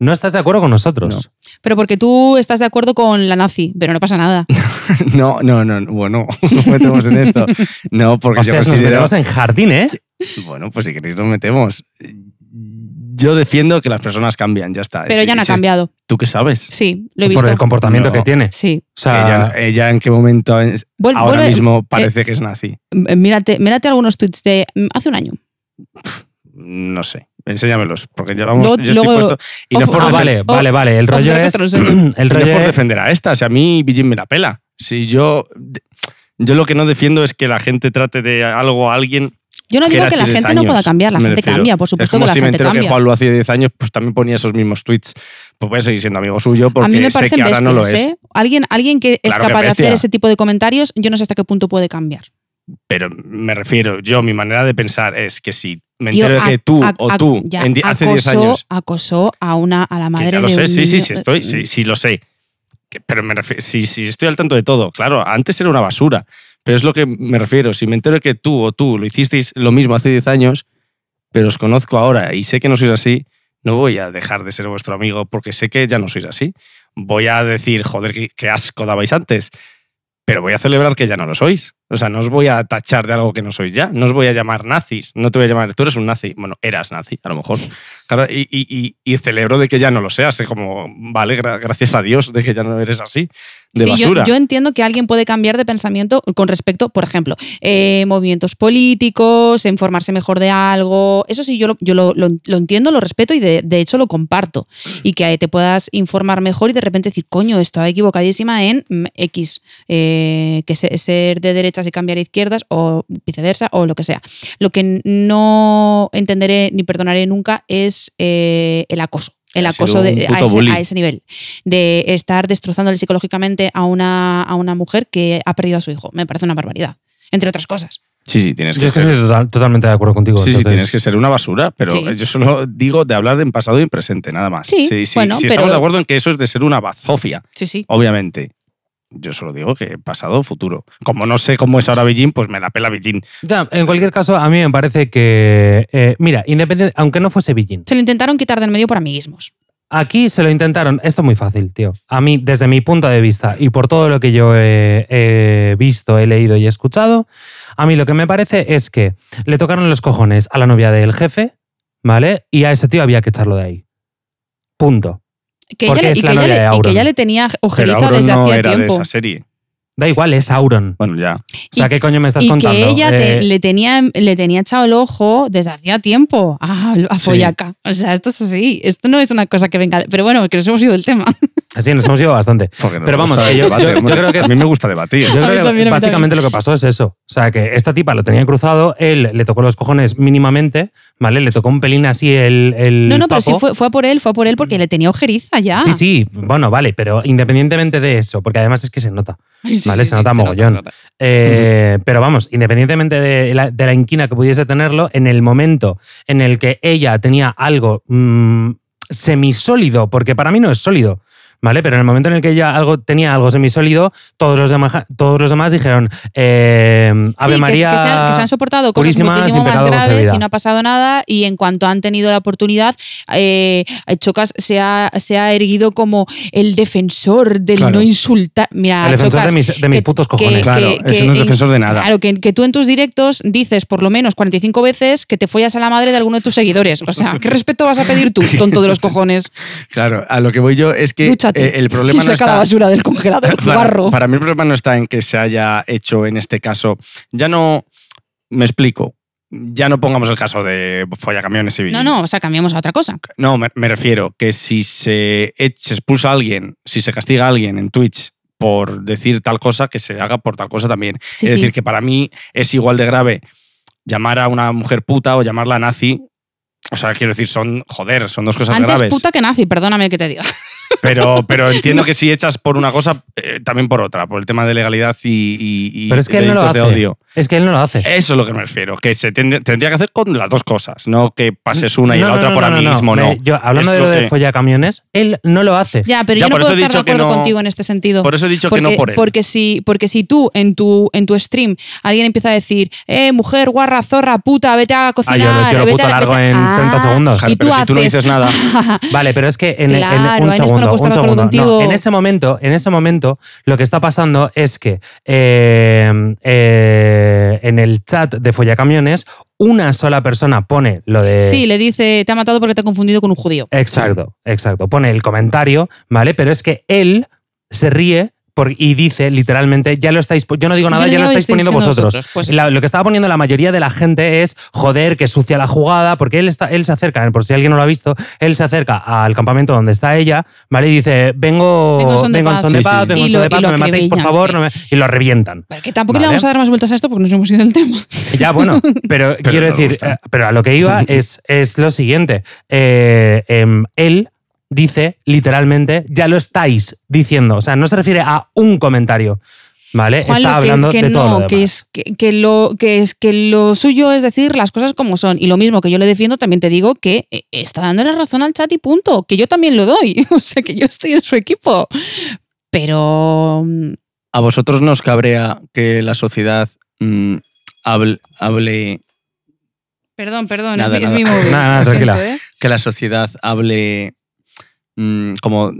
Speaker 1: No estás de acuerdo con nosotros.
Speaker 3: Pero porque tú estás de acuerdo con la nazi, pero no
Speaker 2: [laughs]
Speaker 3: pasa nada.
Speaker 2: No, no, no, no, bueno, [laughs] no metemos en esto.
Speaker 3: [laughs]
Speaker 2: No, porque
Speaker 1: Hostias,
Speaker 2: yo
Speaker 1: nos
Speaker 2: considero...
Speaker 1: metemos en jardín, ¿eh?
Speaker 2: Bueno, pues si queréis nos metemos. Yo defiendo que las personas cambian, ya está.
Speaker 3: Pero
Speaker 2: Si-
Speaker 3: ya no ha
Speaker 2: si-
Speaker 3: cambiado.
Speaker 2: ¿Tú qué sabes?
Speaker 3: Sí, lo he visto.
Speaker 1: Por el comportamiento
Speaker 2: No.
Speaker 1: que tiene.
Speaker 3: Sí.
Speaker 1: O
Speaker 2: Que
Speaker 1: sea,
Speaker 2: ella, ella en qué momento es-
Speaker 3: Vuel-
Speaker 2: ahora
Speaker 3: vuelve-
Speaker 2: mismo parece que es nazi.
Speaker 3: eh, Mírate, mírate algunos tweets de mm, hace un año.
Speaker 2: No sé. Enséñamelos. Porque yo, vamos,
Speaker 3: Luego-
Speaker 2: yo estoy
Speaker 3: luego-
Speaker 2: puesto. Y no es
Speaker 3: ojo,
Speaker 2: por,
Speaker 1: Ah,
Speaker 3: ojo,
Speaker 2: vale,
Speaker 1: vale,
Speaker 3: o-
Speaker 1: vale, vale. El
Speaker 3: o
Speaker 1: rollo
Speaker 3: creo que
Speaker 1: es.
Speaker 3: te lo enseño.
Speaker 1: [clears throat] El
Speaker 2: y no es
Speaker 1: rollo
Speaker 2: por
Speaker 1: es.
Speaker 2: defender a esta. Si a mí Beijing me la pela. Si yo. Yo lo que no defiendo es que la gente trate de algo a alguien.
Speaker 3: Yo no
Speaker 2: Que
Speaker 3: digo
Speaker 2: era
Speaker 3: que la
Speaker 2: hace 10
Speaker 3: gente no pueda
Speaker 2: años,
Speaker 3: cambiar, la
Speaker 2: me
Speaker 3: gente
Speaker 2: refiero.
Speaker 3: cambia, por
Speaker 2: es
Speaker 3: supuesto
Speaker 2: como
Speaker 3: que la
Speaker 2: si me
Speaker 3: gente
Speaker 2: entero
Speaker 3: cambia.
Speaker 2: que Juan lo hacía 10 años, pues también ponía esos mismos tweets. Pues voy a seguir siendo amigo suyo
Speaker 3: a mí
Speaker 2: porque
Speaker 3: me
Speaker 2: sé que
Speaker 3: parecen bestias,
Speaker 2: ahora no lo es.
Speaker 3: ¿eh? Alguien, alguien que
Speaker 2: Claro que
Speaker 3: es capaz de hacer
Speaker 2: bestia.
Speaker 3: ese tipo de comentarios, yo no sé hasta qué punto puede cambiar.
Speaker 2: Pero me refiero, yo, mi manera de pensar es que si me
Speaker 3: Tío,
Speaker 2: entero de
Speaker 3: a-
Speaker 2: que tú
Speaker 3: a-
Speaker 2: o
Speaker 3: a-
Speaker 2: tú
Speaker 3: ya,
Speaker 2: en di- hace 10
Speaker 3: acosó-
Speaker 2: años.
Speaker 3: Acosó a una a la
Speaker 2: Que
Speaker 3: madre
Speaker 2: ya lo
Speaker 3: de
Speaker 2: sé,
Speaker 3: un
Speaker 2: sí, sí,
Speaker 3: niño. eh,
Speaker 2: sí, estoy, sí, sí, lo sé. Que- Pero me refiero, sí, sí, estoy al tanto de todo. Claro, antes era una basura, pero es lo que me refiero. Si me entero que tú o tú lo hicisteis lo mismo hace 10 años, pero os conozco ahora y sé que no sois así, no voy a dejar de ser vuestro amigo porque sé que ya no sois así. Voy a decir, joder, qué, qué asco dabais antes, pero voy a celebrar que ya no lo sois. O sea, no os voy a tachar de algo que no sois ya. No os voy a llamar nazis. No te voy a llamar, tú eres un nazi. Bueno, eras nazi, a lo [laughs] mejor. Claro, y, y- y- y celebro de que ya no lo seas. Es como, vale, gra- gracias a Dios de que ya no eres así, de
Speaker 3: Sí, yo,
Speaker 2: basura.
Speaker 3: yo entiendo que alguien puede cambiar de pensamiento con respecto, por ejemplo, eh, movimientos políticos, en formarse mejor de algo. Eso sí, yo lo, yo lo, lo- lo entiendo, lo respeto y de, de hecho lo comparto. Y que eh, te puedas informar mejor y de repente decir, coño, estaba equivocadísima en mm, X, eh, que se- ser de derechas y cambiar a izquierdas o viceversa o lo que sea. Lo que n- no entenderé ni perdonaré nunca es eh, el acoso. El
Speaker 2: Ha sido
Speaker 3: acoso de-
Speaker 2: un
Speaker 3: a
Speaker 2: puto
Speaker 3: ese-
Speaker 2: bully.
Speaker 3: a ese nivel de estar destrozándole psicológicamente a una, a una mujer que ha perdido a su hijo. Me parece una barbaridad, entre otras cosas.
Speaker 2: Sí, sí, tienes
Speaker 1: Yo es que estoy total- totalmente de acuerdo contigo.
Speaker 2: Sí, sí,
Speaker 1: entonces-
Speaker 2: tienes que ser una basura, pero
Speaker 3: Sí.
Speaker 2: yo solo digo de hablar de en pasado y en presente, nada más.
Speaker 3: Sí, bueno,
Speaker 2: si
Speaker 3: pero-
Speaker 2: estamos de acuerdo en que eso es de ser una bazofia,
Speaker 3: Sí, sí.
Speaker 2: obviamente. Yo solo digo que pasado, futuro. Como no sé cómo es ahora Beijing, pues me la pela Beijing.
Speaker 1: Ya, en cualquier caso, a mí me parece que. eh, mira, independiente, aunque no fuese Beijing,
Speaker 3: Se lo intentaron quitar del medio por amiguismos.
Speaker 1: aquí se lo intentaron. Esto es muy fácil, tío. A mí, desde mi punto de vista y por todo lo que yo he, he visto, he leído y he escuchado, a mí lo que me parece es que le tocaron los cojones a la novia del jefe, ¿vale? Y a ese tío había que echarlo de ahí. Punto.
Speaker 3: Que
Speaker 1: Porque
Speaker 3: ella le-
Speaker 1: es
Speaker 3: y,
Speaker 1: la
Speaker 3: que ella
Speaker 1: novia
Speaker 3: le,
Speaker 1: de
Speaker 3: y que
Speaker 1: Auron.
Speaker 3: ella le tenía
Speaker 2: Pero
Speaker 3: ojeriza
Speaker 2: Auron
Speaker 3: desde
Speaker 2: no
Speaker 3: hacía
Speaker 2: era de
Speaker 3: tiempo.
Speaker 2: esa serie.
Speaker 1: Da igual, es Auron.
Speaker 2: Bueno, ya.
Speaker 1: O sea,
Speaker 3: y-
Speaker 1: ¿qué coño me estás
Speaker 3: Y
Speaker 1: contando?
Speaker 3: que ella te-
Speaker 1: Eh,
Speaker 3: le, tenía, le tenía echado el ojo desde hacía tiempo a, a
Speaker 2: Sí.
Speaker 3: Follaca. O sea, esto es así. Esto no es una cosa que venga. de- Pero bueno, que nos hemos ido del tema.
Speaker 1: Sí, nos hemos llevado bastante.
Speaker 3: [laughs]
Speaker 2: porque nos
Speaker 1: Pero vamos,
Speaker 2: gusta
Speaker 1: que yo-
Speaker 2: debatir.
Speaker 1: yo- yo
Speaker 2: Bueno,
Speaker 1: creo que-
Speaker 2: A mí me gusta debatir.
Speaker 1: Yo
Speaker 3: mí
Speaker 1: creo que
Speaker 3: también, a mí
Speaker 1: básicamente lo que pasó es eso. O sea, que esta tipa lo tenía cruzado, él le tocó los cojones mínimamente, ¿vale? Le tocó un pelín así el. el
Speaker 3: No, no, pero
Speaker 1: papo. Mm.
Speaker 3: sí fue, fue a por él, fue a por él porque le tenía ojeriza ya.
Speaker 1: Sí, sí, bueno, vale, pero independientemente de eso, porque además es que se nota.
Speaker 3: Ay, sí,
Speaker 1: Vale,
Speaker 3: sí,
Speaker 1: se
Speaker 3: sí,
Speaker 1: nota mogollón.
Speaker 3: nota.
Speaker 1: Eh, Pero vamos, independientemente de la, de la inquina que pudiese tenerlo, en el momento en el que ella tenía algo mm, semisólido, porque para mí no es sólido, ¿vale? Pero en el momento en el que ya algo, tenía algo semisólido, todos los demás, todos los demás dijeron eh, Ave
Speaker 3: Sí, que-
Speaker 1: María.
Speaker 3: que, se han, que se han soportado cosas
Speaker 1: purísima, sin
Speaker 3: muchísimo más
Speaker 1: pecado
Speaker 3: graves
Speaker 1: concebida.
Speaker 3: y no ha pasado nada. Y en cuanto han tenido la oportunidad, eh, Chocas se ha, se ha erguido como el defensor del
Speaker 2: Claro.
Speaker 3: no insultar. Mira,
Speaker 1: el defensor
Speaker 3: Chocas,
Speaker 1: de mis, de mis
Speaker 3: que-
Speaker 1: putos
Speaker 3: que-
Speaker 1: cojones.
Speaker 2: Claro, ese no es
Speaker 3: en-
Speaker 2: defensor de nada.
Speaker 3: Claro, que, que tú en tus directos dices por lo menos 45 veces que te follas a la madre de alguno de tus seguidores. O sea, ¿qué respeto vas a
Speaker 2: [laughs]
Speaker 3: pedir tú, tonto de los cojones?
Speaker 2: Claro, a lo que voy yo es [laughs] que
Speaker 3: Dúchate
Speaker 2: eh, el
Speaker 3: [laughs]
Speaker 2: problema
Speaker 3: y
Speaker 2: no
Speaker 3: saca la
Speaker 2: está.
Speaker 3: basura
Speaker 2: [laughs]
Speaker 3: del congelador, barro.
Speaker 2: Para, para mí el problema no está en que se haya hecho en este caso. Ya no. Me explico. Ya no pongamos el caso de follacamiones y
Speaker 3: No, no, o sea, cambiamos a otra cosa.
Speaker 2: No, me, me refiero que si se, e- se expulsa a alguien, si se castiga a alguien en Twitch por decir tal cosa, que se haga por tal cosa también.
Speaker 3: Sí,
Speaker 2: es
Speaker 3: sí.
Speaker 2: decir, que para mí es igual de grave llamar a una mujer puta o llamarla nazi. O sea, quiero decir, son, joder, son dos cosas
Speaker 3: Antes
Speaker 2: graves.
Speaker 3: puta que nazi, perdóname que te diga. [laughs]
Speaker 2: Pero, pero entiendo que si echas por una cosa, eh, también por otra, por el tema de legalidad y, y- y
Speaker 1: Pero es que él no lo
Speaker 2: delitos de
Speaker 1: hace.
Speaker 2: odio.
Speaker 1: Es que él no lo hace.
Speaker 2: Eso es lo que me refiero, que se tend- tendría que hacer con las dos cosas, no que pases una y
Speaker 1: No,
Speaker 2: la
Speaker 1: no,
Speaker 2: otra
Speaker 1: no,
Speaker 2: por
Speaker 1: no, no, no.
Speaker 2: amiguismo, no.
Speaker 1: Me- yo, hablando
Speaker 2: Es
Speaker 1: de lo
Speaker 2: lo
Speaker 1: de
Speaker 2: que-
Speaker 1: follacamiones, él no lo hace.
Speaker 3: Ya, pero
Speaker 2: Ya,
Speaker 3: yo no
Speaker 2: por eso
Speaker 3: puedo
Speaker 2: he
Speaker 3: estar de
Speaker 2: dicho que
Speaker 3: acuerdo
Speaker 2: no-
Speaker 3: contigo en este sentido.
Speaker 2: Por eso he dicho que no por él.
Speaker 3: porque si, porque si tú en tu, en tu stream alguien empieza a decir, eh, mujer, guarra, zorra, puta, vete
Speaker 2: Ah,
Speaker 3: a cocinar.
Speaker 1: yo lo quiero
Speaker 3: vete a-
Speaker 1: puto largo
Speaker 3: vete a-
Speaker 1: en 30 segundos.
Speaker 2: Claro,
Speaker 3: Y tú
Speaker 2: pero si tú no
Speaker 3: haces-
Speaker 2: dices nada.
Speaker 3: Ah. [laughs]
Speaker 1: Vale, pero es que en, en-
Speaker 3: Claro,
Speaker 1: un
Speaker 3: ahí no estoy
Speaker 1: segundo,
Speaker 3: puesto
Speaker 1: un
Speaker 3: de acuerdo
Speaker 1: segundo. No,
Speaker 3: contigo.
Speaker 1: en ese momento, en ese momento, lo que está pasando es que eh, eh, en el chat de follacamiones una sola persona pone lo
Speaker 2: Eh.
Speaker 1: de
Speaker 3: Sí, le dice, te ha matado porque te ha confundido con un judío.
Speaker 1: Exacto, exacto. Pone el comentario, ¿vale? Pero es que él se ríe por- y dice literalmente, ya lo estáis, po- yo no digo nada, ya
Speaker 3: Yo
Speaker 1: lo
Speaker 3: digo,
Speaker 1: estáis
Speaker 3: estoy
Speaker 1: poniendo
Speaker 3: diciendo
Speaker 1: vosotros.
Speaker 3: vosotros, pues eso.
Speaker 1: La- lo que estaba poniendo la mayoría de la gente es, joder, que sucia la jugada, porque él, está, él se acerca, por si alguien no lo ha visto, él se acerca al campamento donde está ella, ¿vale? Y dice, vengo,
Speaker 3: Vengo en son de
Speaker 1: vengo en
Speaker 3: paz".
Speaker 1: son de
Speaker 2: Sí,
Speaker 1: paz,
Speaker 2: sí.
Speaker 1: vengo en
Speaker 3: Y
Speaker 1: son
Speaker 3: lo-
Speaker 1: de
Speaker 3: y
Speaker 1: paz, no
Speaker 3: lo
Speaker 1: me matéis, por
Speaker 3: acribillan,
Speaker 1: favor,
Speaker 3: sí.
Speaker 1: no me- y lo revientan.
Speaker 3: Pero que tampoco
Speaker 1: Vale.
Speaker 3: le vamos a dar más vueltas a esto porque nos hemos ido del tema.
Speaker 1: Ya,
Speaker 3: [laughs]
Speaker 1: bueno, pero, quiero
Speaker 2: no le
Speaker 1: decir,
Speaker 2: gusta.
Speaker 1: eh, pero a lo que
Speaker 2: [laughs]
Speaker 1: iba es, es lo siguiente. Eh, em, él dice literalmente, ya lo estáis diciendo. O sea, no se refiere a un comentario. ¿Vale?
Speaker 3: Juan,
Speaker 1: Está
Speaker 3: lo que,
Speaker 1: hablando
Speaker 3: que
Speaker 1: de
Speaker 3: no,
Speaker 1: todo. lo
Speaker 3: que,
Speaker 1: demás.
Speaker 3: es, que, que lo, que es que lo suyo es decir las cosas como son. Y lo mismo que yo le defiendo, también te digo que eh, está dando la razón al chat y punto. Que yo también lo doy. [laughs] O sea, que yo estoy en su equipo. Pero. mm,
Speaker 2: [laughs] ¿A vosotros nos cabrea que la sociedad mm, hable, hable-
Speaker 3: Perdón, perdón,
Speaker 2: Nada,
Speaker 3: es, mi-
Speaker 2: nada.
Speaker 3: es mi móvil.
Speaker 1: Nada, nada,
Speaker 3: Lo
Speaker 1: tranquila.
Speaker 3: siento, ¿eh?
Speaker 2: que la sociedad hable mm, como,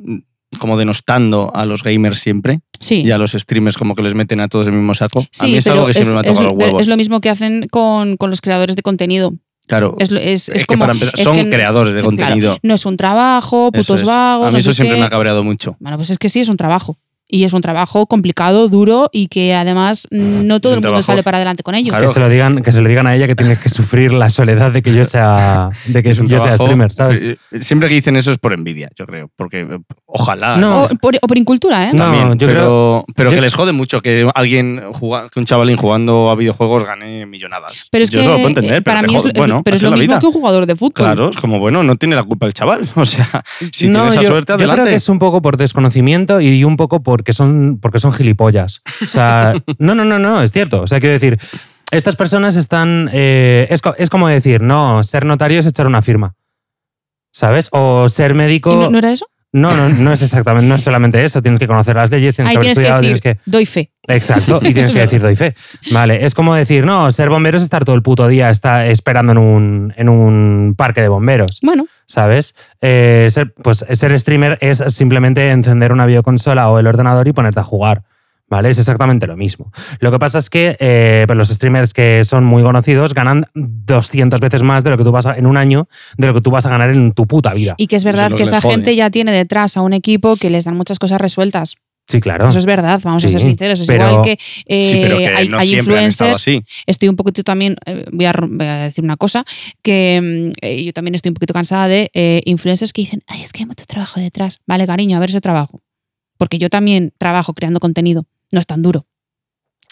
Speaker 2: como denostando a los gamers siempre
Speaker 3: Sí.
Speaker 2: y a los streamers como que les meten a todos el mismo saco?
Speaker 3: Sí,
Speaker 2: a mí es
Speaker 3: pero
Speaker 2: algo que siempre me ha tocado
Speaker 3: es-
Speaker 2: los huevos.
Speaker 3: es lo mismo que hacen con, con los creadores de contenido.
Speaker 2: claro,
Speaker 3: Es, lo- es,
Speaker 2: es
Speaker 3: es
Speaker 2: que
Speaker 3: como.
Speaker 2: para empezar,
Speaker 3: es
Speaker 2: son
Speaker 3: que-
Speaker 2: creadores de
Speaker 3: claro,
Speaker 2: contenido.
Speaker 3: No es un trabajo,
Speaker 2: Eso
Speaker 3: putos
Speaker 2: es.
Speaker 3: vagos.
Speaker 2: A mí
Speaker 3: no
Speaker 2: eso
Speaker 3: sé
Speaker 2: siempre
Speaker 3: qué.
Speaker 2: me ha cabreado mucho.
Speaker 3: Bueno, pues es que sí, es un trabajo. Y es un trabajo complicado, duro y que además no
Speaker 2: Mm, Es
Speaker 3: todo el
Speaker 2: un
Speaker 3: mundo
Speaker 2: trabajo-
Speaker 3: sale para adelante con ello.
Speaker 2: Claro.
Speaker 1: que, se lo digan, que se lo digan a ella que tiene que sufrir la soledad de que yo sea, de que
Speaker 2: Es un
Speaker 1: yo sea
Speaker 2: trabajo-
Speaker 1: streamer, ¿sabes?
Speaker 2: eh, Siempre que dicen eso es por envidia, yo creo. Porque eh, ojalá.
Speaker 1: No,
Speaker 3: O por, o por incultura, ¿eh?
Speaker 1: No,
Speaker 2: también,
Speaker 1: yo
Speaker 2: pero, pero
Speaker 1: yo-
Speaker 2: que les jode mucho que alguien juga- que un chavalín jugando a videojuegos gane millonadas.
Speaker 3: Pero es
Speaker 2: yo
Speaker 3: que
Speaker 2: eso lo puedo
Speaker 3: eh,
Speaker 2: entender, pero,
Speaker 3: para
Speaker 2: te
Speaker 3: mí es,
Speaker 2: jode.
Speaker 3: lo- es-
Speaker 2: bueno,
Speaker 3: pero es
Speaker 2: así
Speaker 3: lo
Speaker 2: la
Speaker 3: mismo
Speaker 2: vida.
Speaker 3: que un jugador de fútbol.
Speaker 2: Claro, es Pues, como bueno, no tiene la culpa el chaval. [laughs] O sea, si
Speaker 1: no,
Speaker 2: tiene esa
Speaker 1: yo,
Speaker 2: suerte,
Speaker 1: yo creo
Speaker 2: adelante.
Speaker 1: que es un poco por desconocimiento y un poco porque son, porque son gilipollas. O sea, no, no, no, no, es cierto. O sea, quiero decir, estas personas están. eh, es, co- es como decir, no, ser notario es echar una firma. ¿Sabes? O ser médico.
Speaker 3: ¿Y no,
Speaker 1: No,
Speaker 3: no era eso?
Speaker 1: no, no, es exactamente, no es solamente eso. Tienes que conocer las leyes, tienes
Speaker 3: Ahí
Speaker 1: que haber
Speaker 3: tienes que
Speaker 1: estudiado,
Speaker 3: decir,
Speaker 1: tienes que.
Speaker 3: doy fe.
Speaker 1: Exacto, y tienes que decir doy fe. Vale, es como decir, no, ser bombero es estar todo el puto día está esperando en un, en un parque de bomberos.
Speaker 3: Bueno,
Speaker 1: ¿sabes? Eh, ser, pues ser streamer es simplemente encender una videoconsola o el ordenador y ponerte a jugar. ¿Vale? Es exactamente lo mismo. Lo que pasa es que eh, pues los streamers que son muy conocidos ganan 200 veces más de lo que tú vas a- en un año de lo que tú vas a ganar en tu puta vida.
Speaker 3: y que es
Speaker 2: Eso es
Speaker 3: verdad
Speaker 2: lo
Speaker 3: que
Speaker 2: que
Speaker 3: esa
Speaker 2: les jode.
Speaker 3: gente ya tiene detrás a un equipo que les dan muchas cosas resueltas.
Speaker 1: Sí, claro.
Speaker 3: Eso es verdad, vamos a
Speaker 1: Sí,
Speaker 3: ser sinceros. Es
Speaker 1: pero-
Speaker 3: igual que, eh,
Speaker 2: Ah. sí, pero que
Speaker 3: hay,
Speaker 2: no
Speaker 3: hay
Speaker 2: siempre han estado
Speaker 3: influencers
Speaker 2: así.
Speaker 3: estoy un poquito también, eh, voy a, rom- voy a decir una cosa, que mm, eh, yo también estoy un poquito cansada de eh, influencers que dicen, ay, es que hay mucho trabajo detrás. Vale, cariño, a ver ese trabajo. Porque yo también trabajo creando contenido, no es tan duro.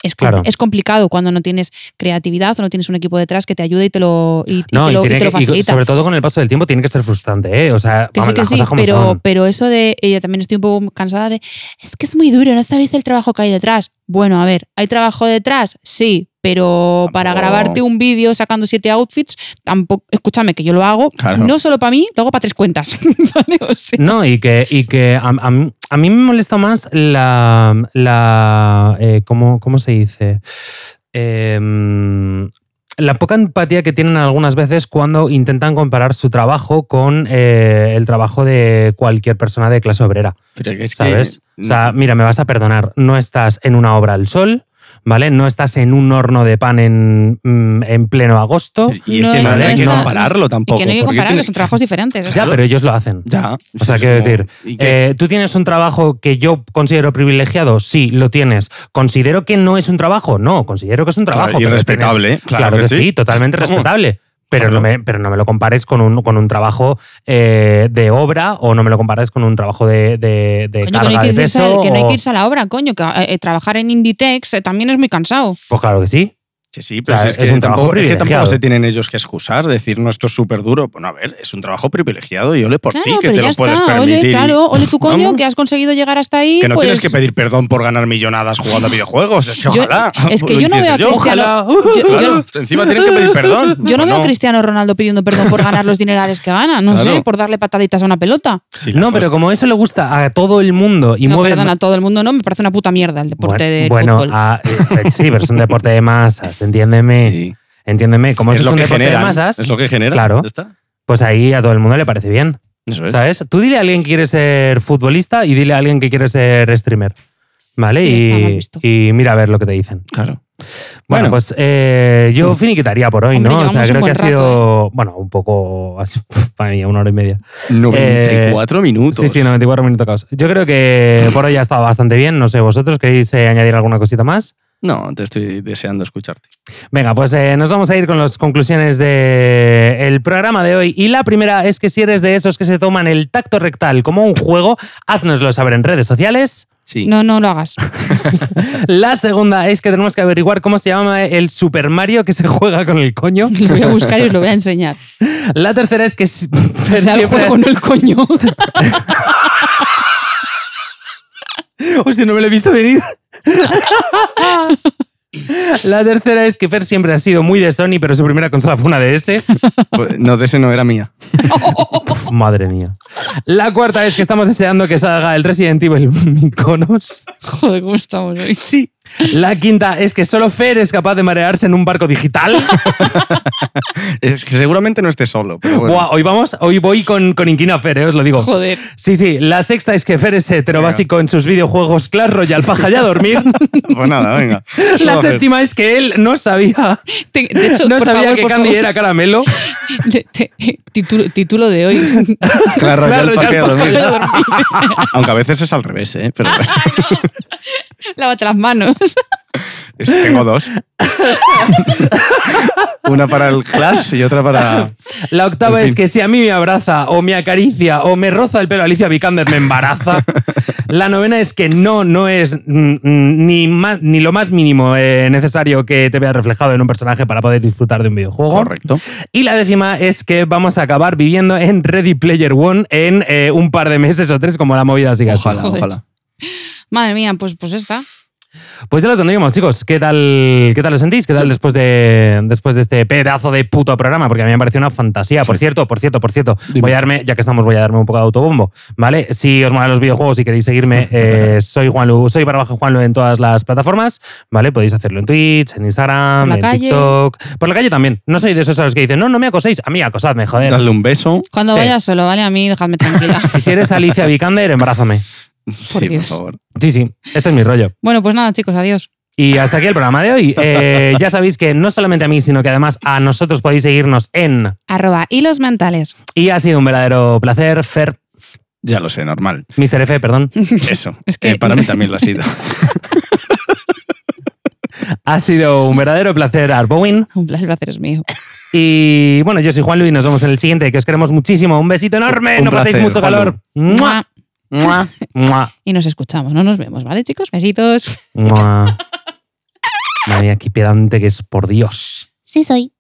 Speaker 3: Es, com-
Speaker 1: Claro.
Speaker 3: es complicado cuando no tienes creatividad o no tienes un equipo detrás que te ayude y te lo, y, y
Speaker 1: No,
Speaker 3: te
Speaker 1: y
Speaker 3: lo, y
Speaker 1: tiene
Speaker 3: te lo
Speaker 1: que- y
Speaker 3: facilita.
Speaker 1: sobre todo con el paso del tiempo tiene que ser frustrante, ¿eh? O sea,
Speaker 3: Que sí,
Speaker 1: vamos,
Speaker 3: que
Speaker 1: las
Speaker 3: sí,
Speaker 1: cosas como
Speaker 3: pero,
Speaker 1: son.
Speaker 3: pero eso de ella también estoy un poco cansada de es que es muy duro, no sabéis el trabajo que hay detrás. Bueno, a ver, ¿hay trabajo detrás? Sí, pero para
Speaker 2: Tampoco.
Speaker 3: grabarte un vídeo sacando siete outfits, tampoco, escúchame que yo lo hago,
Speaker 2: Claro.
Speaker 3: no solo para mí, luego para tres cuentas. [laughs] ¿Vale? O
Speaker 1: [laughs]
Speaker 3: sea,
Speaker 1: No, y que, y que a, a mí- a mí me molesta más la. la eh, ¿cómo, cómo se dice? Em, la poca empatía que tienen algunas veces cuando intentan comparar su trabajo con eh, el trabajo de cualquier persona de clase obrera.
Speaker 2: Pero es que-
Speaker 1: ¿Sabes? O sea, mira, me vas a perdonar. No estás en una obra al sol, ¿vale? No estás en un horno de pan en, mm, en pleno agosto.
Speaker 2: y es
Speaker 3: No,
Speaker 2: que no,
Speaker 1: no
Speaker 2: hay que
Speaker 1: está-
Speaker 2: compararlo
Speaker 3: y
Speaker 2: tampoco.
Speaker 3: que no hay que
Speaker 2: porque
Speaker 3: compararlo,
Speaker 2: tiene- eh,
Speaker 3: son trabajos diferentes. o sea,
Speaker 1: Ya, pero ellos lo hacen.
Speaker 2: Ya.
Speaker 1: O sea,
Speaker 2: Es
Speaker 1: quiero
Speaker 2: como-
Speaker 1: decir,
Speaker 2: ¿y qué?
Speaker 1: Eh, ¿Tú tienes un trabajo que yo considero privilegiado? Sí, lo tienes. ¿Considero que no es un trabajo? No, considero que es un trabajo.
Speaker 2: Claro, y
Speaker 1: pero
Speaker 2: respetable, ¿eh?
Speaker 1: tienes-
Speaker 2: claro
Speaker 1: Claro,
Speaker 2: que
Speaker 1: que, sí. totalmente
Speaker 2: Vamos.
Speaker 1: respetable. Pero,
Speaker 2: Claro.
Speaker 1: no me, pero no me lo compares con un, con un trabajo eh, de obra o no me lo compares con un trabajo de, de, de
Speaker 3: coño, que, no
Speaker 1: carga
Speaker 3: hay
Speaker 1: de
Speaker 3: que, irse
Speaker 1: peso.
Speaker 3: al- que no hay
Speaker 1: o-
Speaker 3: que irse a la obra, coño, que eh, eh, trabajar en Inditex eh, también es muy cansado.
Speaker 1: Pues claro que sí.
Speaker 2: Que sí, pero
Speaker 1: O sea,
Speaker 2: si es,
Speaker 1: es
Speaker 2: que
Speaker 1: un trabajo
Speaker 2: tampoco, es que
Speaker 1: privilegiado.
Speaker 2: tampoco se tienen ellos que excusar, decir, no, esto es súper duro. Bueno, a ver, es un trabajo privilegiado y ole por
Speaker 3: claro,
Speaker 2: ti, que
Speaker 3: pero
Speaker 2: te
Speaker 3: ya
Speaker 2: lo puedes
Speaker 3: está.
Speaker 2: permitir.
Speaker 3: Ole, claro, ole tu coño,
Speaker 2: Vamos.
Speaker 3: que has conseguido llegar hasta ahí.
Speaker 2: Que no
Speaker 3: pues,
Speaker 2: tienes que pedir perdón por ganar millonadas
Speaker 3: [laughs]
Speaker 2: jugando a videojuegos. Es que
Speaker 3: Yo-
Speaker 2: ojalá.
Speaker 3: [laughs] es que
Speaker 2: lo
Speaker 3: yo no
Speaker 2: hiciese
Speaker 3: veo a Cristiano-
Speaker 2: Ojalá.
Speaker 3: [laughs] yo-
Speaker 2: Claro, Encima tienen que pedir perdón.
Speaker 3: [laughs] Yo no
Speaker 2: Bueno,
Speaker 3: veo a Cristiano Ronaldo pidiendo perdón por ganar los dinerales que gana, no
Speaker 2: Claro.
Speaker 3: sé, por darle pataditas a una pelota.
Speaker 2: sí, pues la
Speaker 1: No,
Speaker 2: cosa-
Speaker 1: pero como eso le gusta a todo el mundo y
Speaker 3: no,
Speaker 1: mueve.
Speaker 3: perdona, todo el mundo no, me parece una puta mierda el deporte del
Speaker 1: bueno,
Speaker 3: fútbol.
Speaker 1: ah, eh, sí, pero es un deporte de masas, entiéndeme.
Speaker 2: sí.
Speaker 1: Entiéndeme, como
Speaker 2: Es
Speaker 1: eso es
Speaker 2: lo
Speaker 1: un
Speaker 2: que
Speaker 1: deporte
Speaker 2: genera.
Speaker 1: de masas,
Speaker 2: Es lo que genera.
Speaker 1: Claro.
Speaker 2: Ya está.
Speaker 1: pues ahí a todo el mundo le parece bien.
Speaker 2: Eso es.
Speaker 1: ¿Sabes? Tú dile a alguien que quiere ser futbolista y dile a alguien que quiere ser streamer. ¿Vale?
Speaker 3: Sí, está mal
Speaker 1: y,
Speaker 3: visto.
Speaker 1: y mira a ver lo que te dicen.
Speaker 2: Claro.
Speaker 1: Bueno,
Speaker 2: Bueno.
Speaker 1: pues eh, yo finiquitaría por hoy,
Speaker 3: Hombre,
Speaker 1: ¿no? O sea,
Speaker 3: llevamos
Speaker 1: creo
Speaker 3: un
Speaker 1: que ha
Speaker 3: buen rato, ¿eh?
Speaker 1: sido, bueno, un poco así, [laughs] para mí, una hora y media.
Speaker 2: 94 minutos.
Speaker 1: Sí, sí, 94 minutos. caos. Yo creo que por hoy ha estado bastante bien. No sé, ¿vosotros queréis eh, añadir alguna cosita más?
Speaker 2: No, te estoy deseando escucharte.
Speaker 1: Venga, pues eh, nos vamos a ir con las conclusiones del programa de hoy. Y la primera es que si eres de esos que se toman el tacto rectal como un juego, háznoslo saber en redes sociales.
Speaker 2: Sí.
Speaker 3: No, no lo hagas.
Speaker 1: [laughs] La segunda es que tenemos que averiguar cómo se llama el Super Mario que se juega con el coño.
Speaker 3: Lo voy a buscar y os lo voy a
Speaker 1: [laughs]
Speaker 3: enseñar.
Speaker 1: La tercera es que... s-
Speaker 3: [laughs] O sea, el
Speaker 1: siempre-
Speaker 3: juego no el coño.
Speaker 1: [laughs]
Speaker 3: [laughs]
Speaker 1: Hostia, no me lo he visto
Speaker 3: [laughs]
Speaker 1: venir. La tercera es que Fer siempre ha sido muy de Sony, pero su primera consola fue una
Speaker 3: [laughs]
Speaker 1: DS.
Speaker 2: [laughs] Pues, No, de ese no era mía.
Speaker 1: Uf, Madre mía. La cuarta es que estamos deseando que salga el Resident Evil Mykonos.
Speaker 3: Joder, ¿cómo estamos hoy?
Speaker 1: La quinta es que solo Fer es capaz de marearse en un barco digital.
Speaker 2: Es que seguramente no esté solo. Pero bueno.
Speaker 1: Buah, hoy vamos, hoy voy con, con inquina a Fer, eh, os lo digo.
Speaker 3: Joder.
Speaker 1: Sí, sí, la sexta es que Fer es hetero
Speaker 2: Venga.
Speaker 1: básico en sus videojuegos Clash Royale paja ya a
Speaker 2: [laughs]
Speaker 1: dormir.
Speaker 2: Pues nada,
Speaker 3: [laughs]
Speaker 2: venga.
Speaker 1: la
Speaker 2: Joder.
Speaker 1: séptima es que él no sabía,
Speaker 3: Te- de hecho,
Speaker 1: no
Speaker 3: por
Speaker 1: sabía
Speaker 3: favor,
Speaker 1: que
Speaker 3: por
Speaker 1: Candy
Speaker 3: favor.
Speaker 1: era caramelo.
Speaker 3: [laughs] Te- te- título, título de hoy.
Speaker 1: [laughs]
Speaker 2: Claro, ya
Speaker 1: Claro, ya el
Speaker 2: el parque de
Speaker 1: parque
Speaker 2: dormir. Aunque a veces es al revés, ¿eh?
Speaker 3: [laughs]
Speaker 2: Pero bueno,
Speaker 3: Lávate las manos. [laughs]
Speaker 2: es- tengo dos. [laughs] Una para el Clash y otra para.
Speaker 1: La octava
Speaker 2: En fin.
Speaker 1: es que si a mí me abraza o me acaricia o me roza el pelo Alicia Vikander me
Speaker 2: [laughs]
Speaker 1: embaraza. La novena es que no, no es mm, mm, ni, ma- ni lo más mínimo eh, necesario que te veas reflejado en un personaje para poder disfrutar de un videojuego.
Speaker 2: Correcto.
Speaker 1: Y la décima es que vamos a acabar viviendo en Ready Player One en eh, un par de meses o tres, como la movida siga. así.
Speaker 2: Ojalá,
Speaker 3: Joder.
Speaker 2: ojalá.
Speaker 3: Madre mía, pues, pues está.
Speaker 1: Pues ya lo tendríamos, chicos. ¿Qué tal, qué tal lo sentís? ¿Qué tal después de, después de este pedazo de puto programa? Porque a mí me pareció una fantasía. Por cierto, por cierto, por cierto.
Speaker 2: Dime.
Speaker 1: Voy a darme, ya que estamos, voy a darme un poco de autobombo. ¿Vale? Si os molan los videojuegos y queréis seguirme, eh, soy Juanlu, soy barra baja Juanlu en todas las plataformas. ¿Vale? Podéis hacerlo en Twitch, en Instagram,
Speaker 3: Por la
Speaker 1: en
Speaker 3: calle.
Speaker 1: TikTok. Por la calle también. No soy de esos a los que dicen, no, no me acoséis. A mí acosadme, joder.
Speaker 2: Dadle un beso.
Speaker 3: Cuando
Speaker 1: Sí.
Speaker 3: vaya solo, ¿vale? A mí,
Speaker 1: [laughs]
Speaker 3: dejadme tranquila.
Speaker 1: Y si eres Alicia Vikander, embrázame.
Speaker 2: sí,
Speaker 3: Dios.
Speaker 2: por favor.
Speaker 1: Sí, sí, este es mi rollo.
Speaker 3: Bueno, pues nada, chicos, adiós.
Speaker 1: Y hasta aquí el programa de hoy. Eh,
Speaker 2: [laughs]
Speaker 1: ya sabéis que no solamente a mí, sino que además a nosotros podéis seguirnos en.
Speaker 3: Arroba hilos mentales.
Speaker 1: Y ha sido un verdadero placer, Fer,
Speaker 2: Ya lo sé, normal.
Speaker 3: [laughs]
Speaker 1: Mr. F, perdón.
Speaker 2: Eso.
Speaker 3: Es que-
Speaker 2: Eh, para mí también lo ha sido.
Speaker 1: Ha sido un verdadero placer, Arbowin.
Speaker 3: Un placer es mío.
Speaker 1: Y bueno, yo soy Juan Luis, nos vemos en el siguiente, que os queremos muchísimo. Un besito enorme,
Speaker 2: Un
Speaker 1: no paséis
Speaker 2: placer,
Speaker 1: mucho
Speaker 2: Juanlu.
Speaker 1: calor. ¡Mua!
Speaker 2: Mua.
Speaker 1: ¡Mua!
Speaker 3: Y nos escuchamos, no nos vemos, ¿vale, chicos? Besitos.
Speaker 2: [laughs]
Speaker 1: ¡Mua! Madre mía, qué pedante que es, por Dios.
Speaker 5: Sí soy.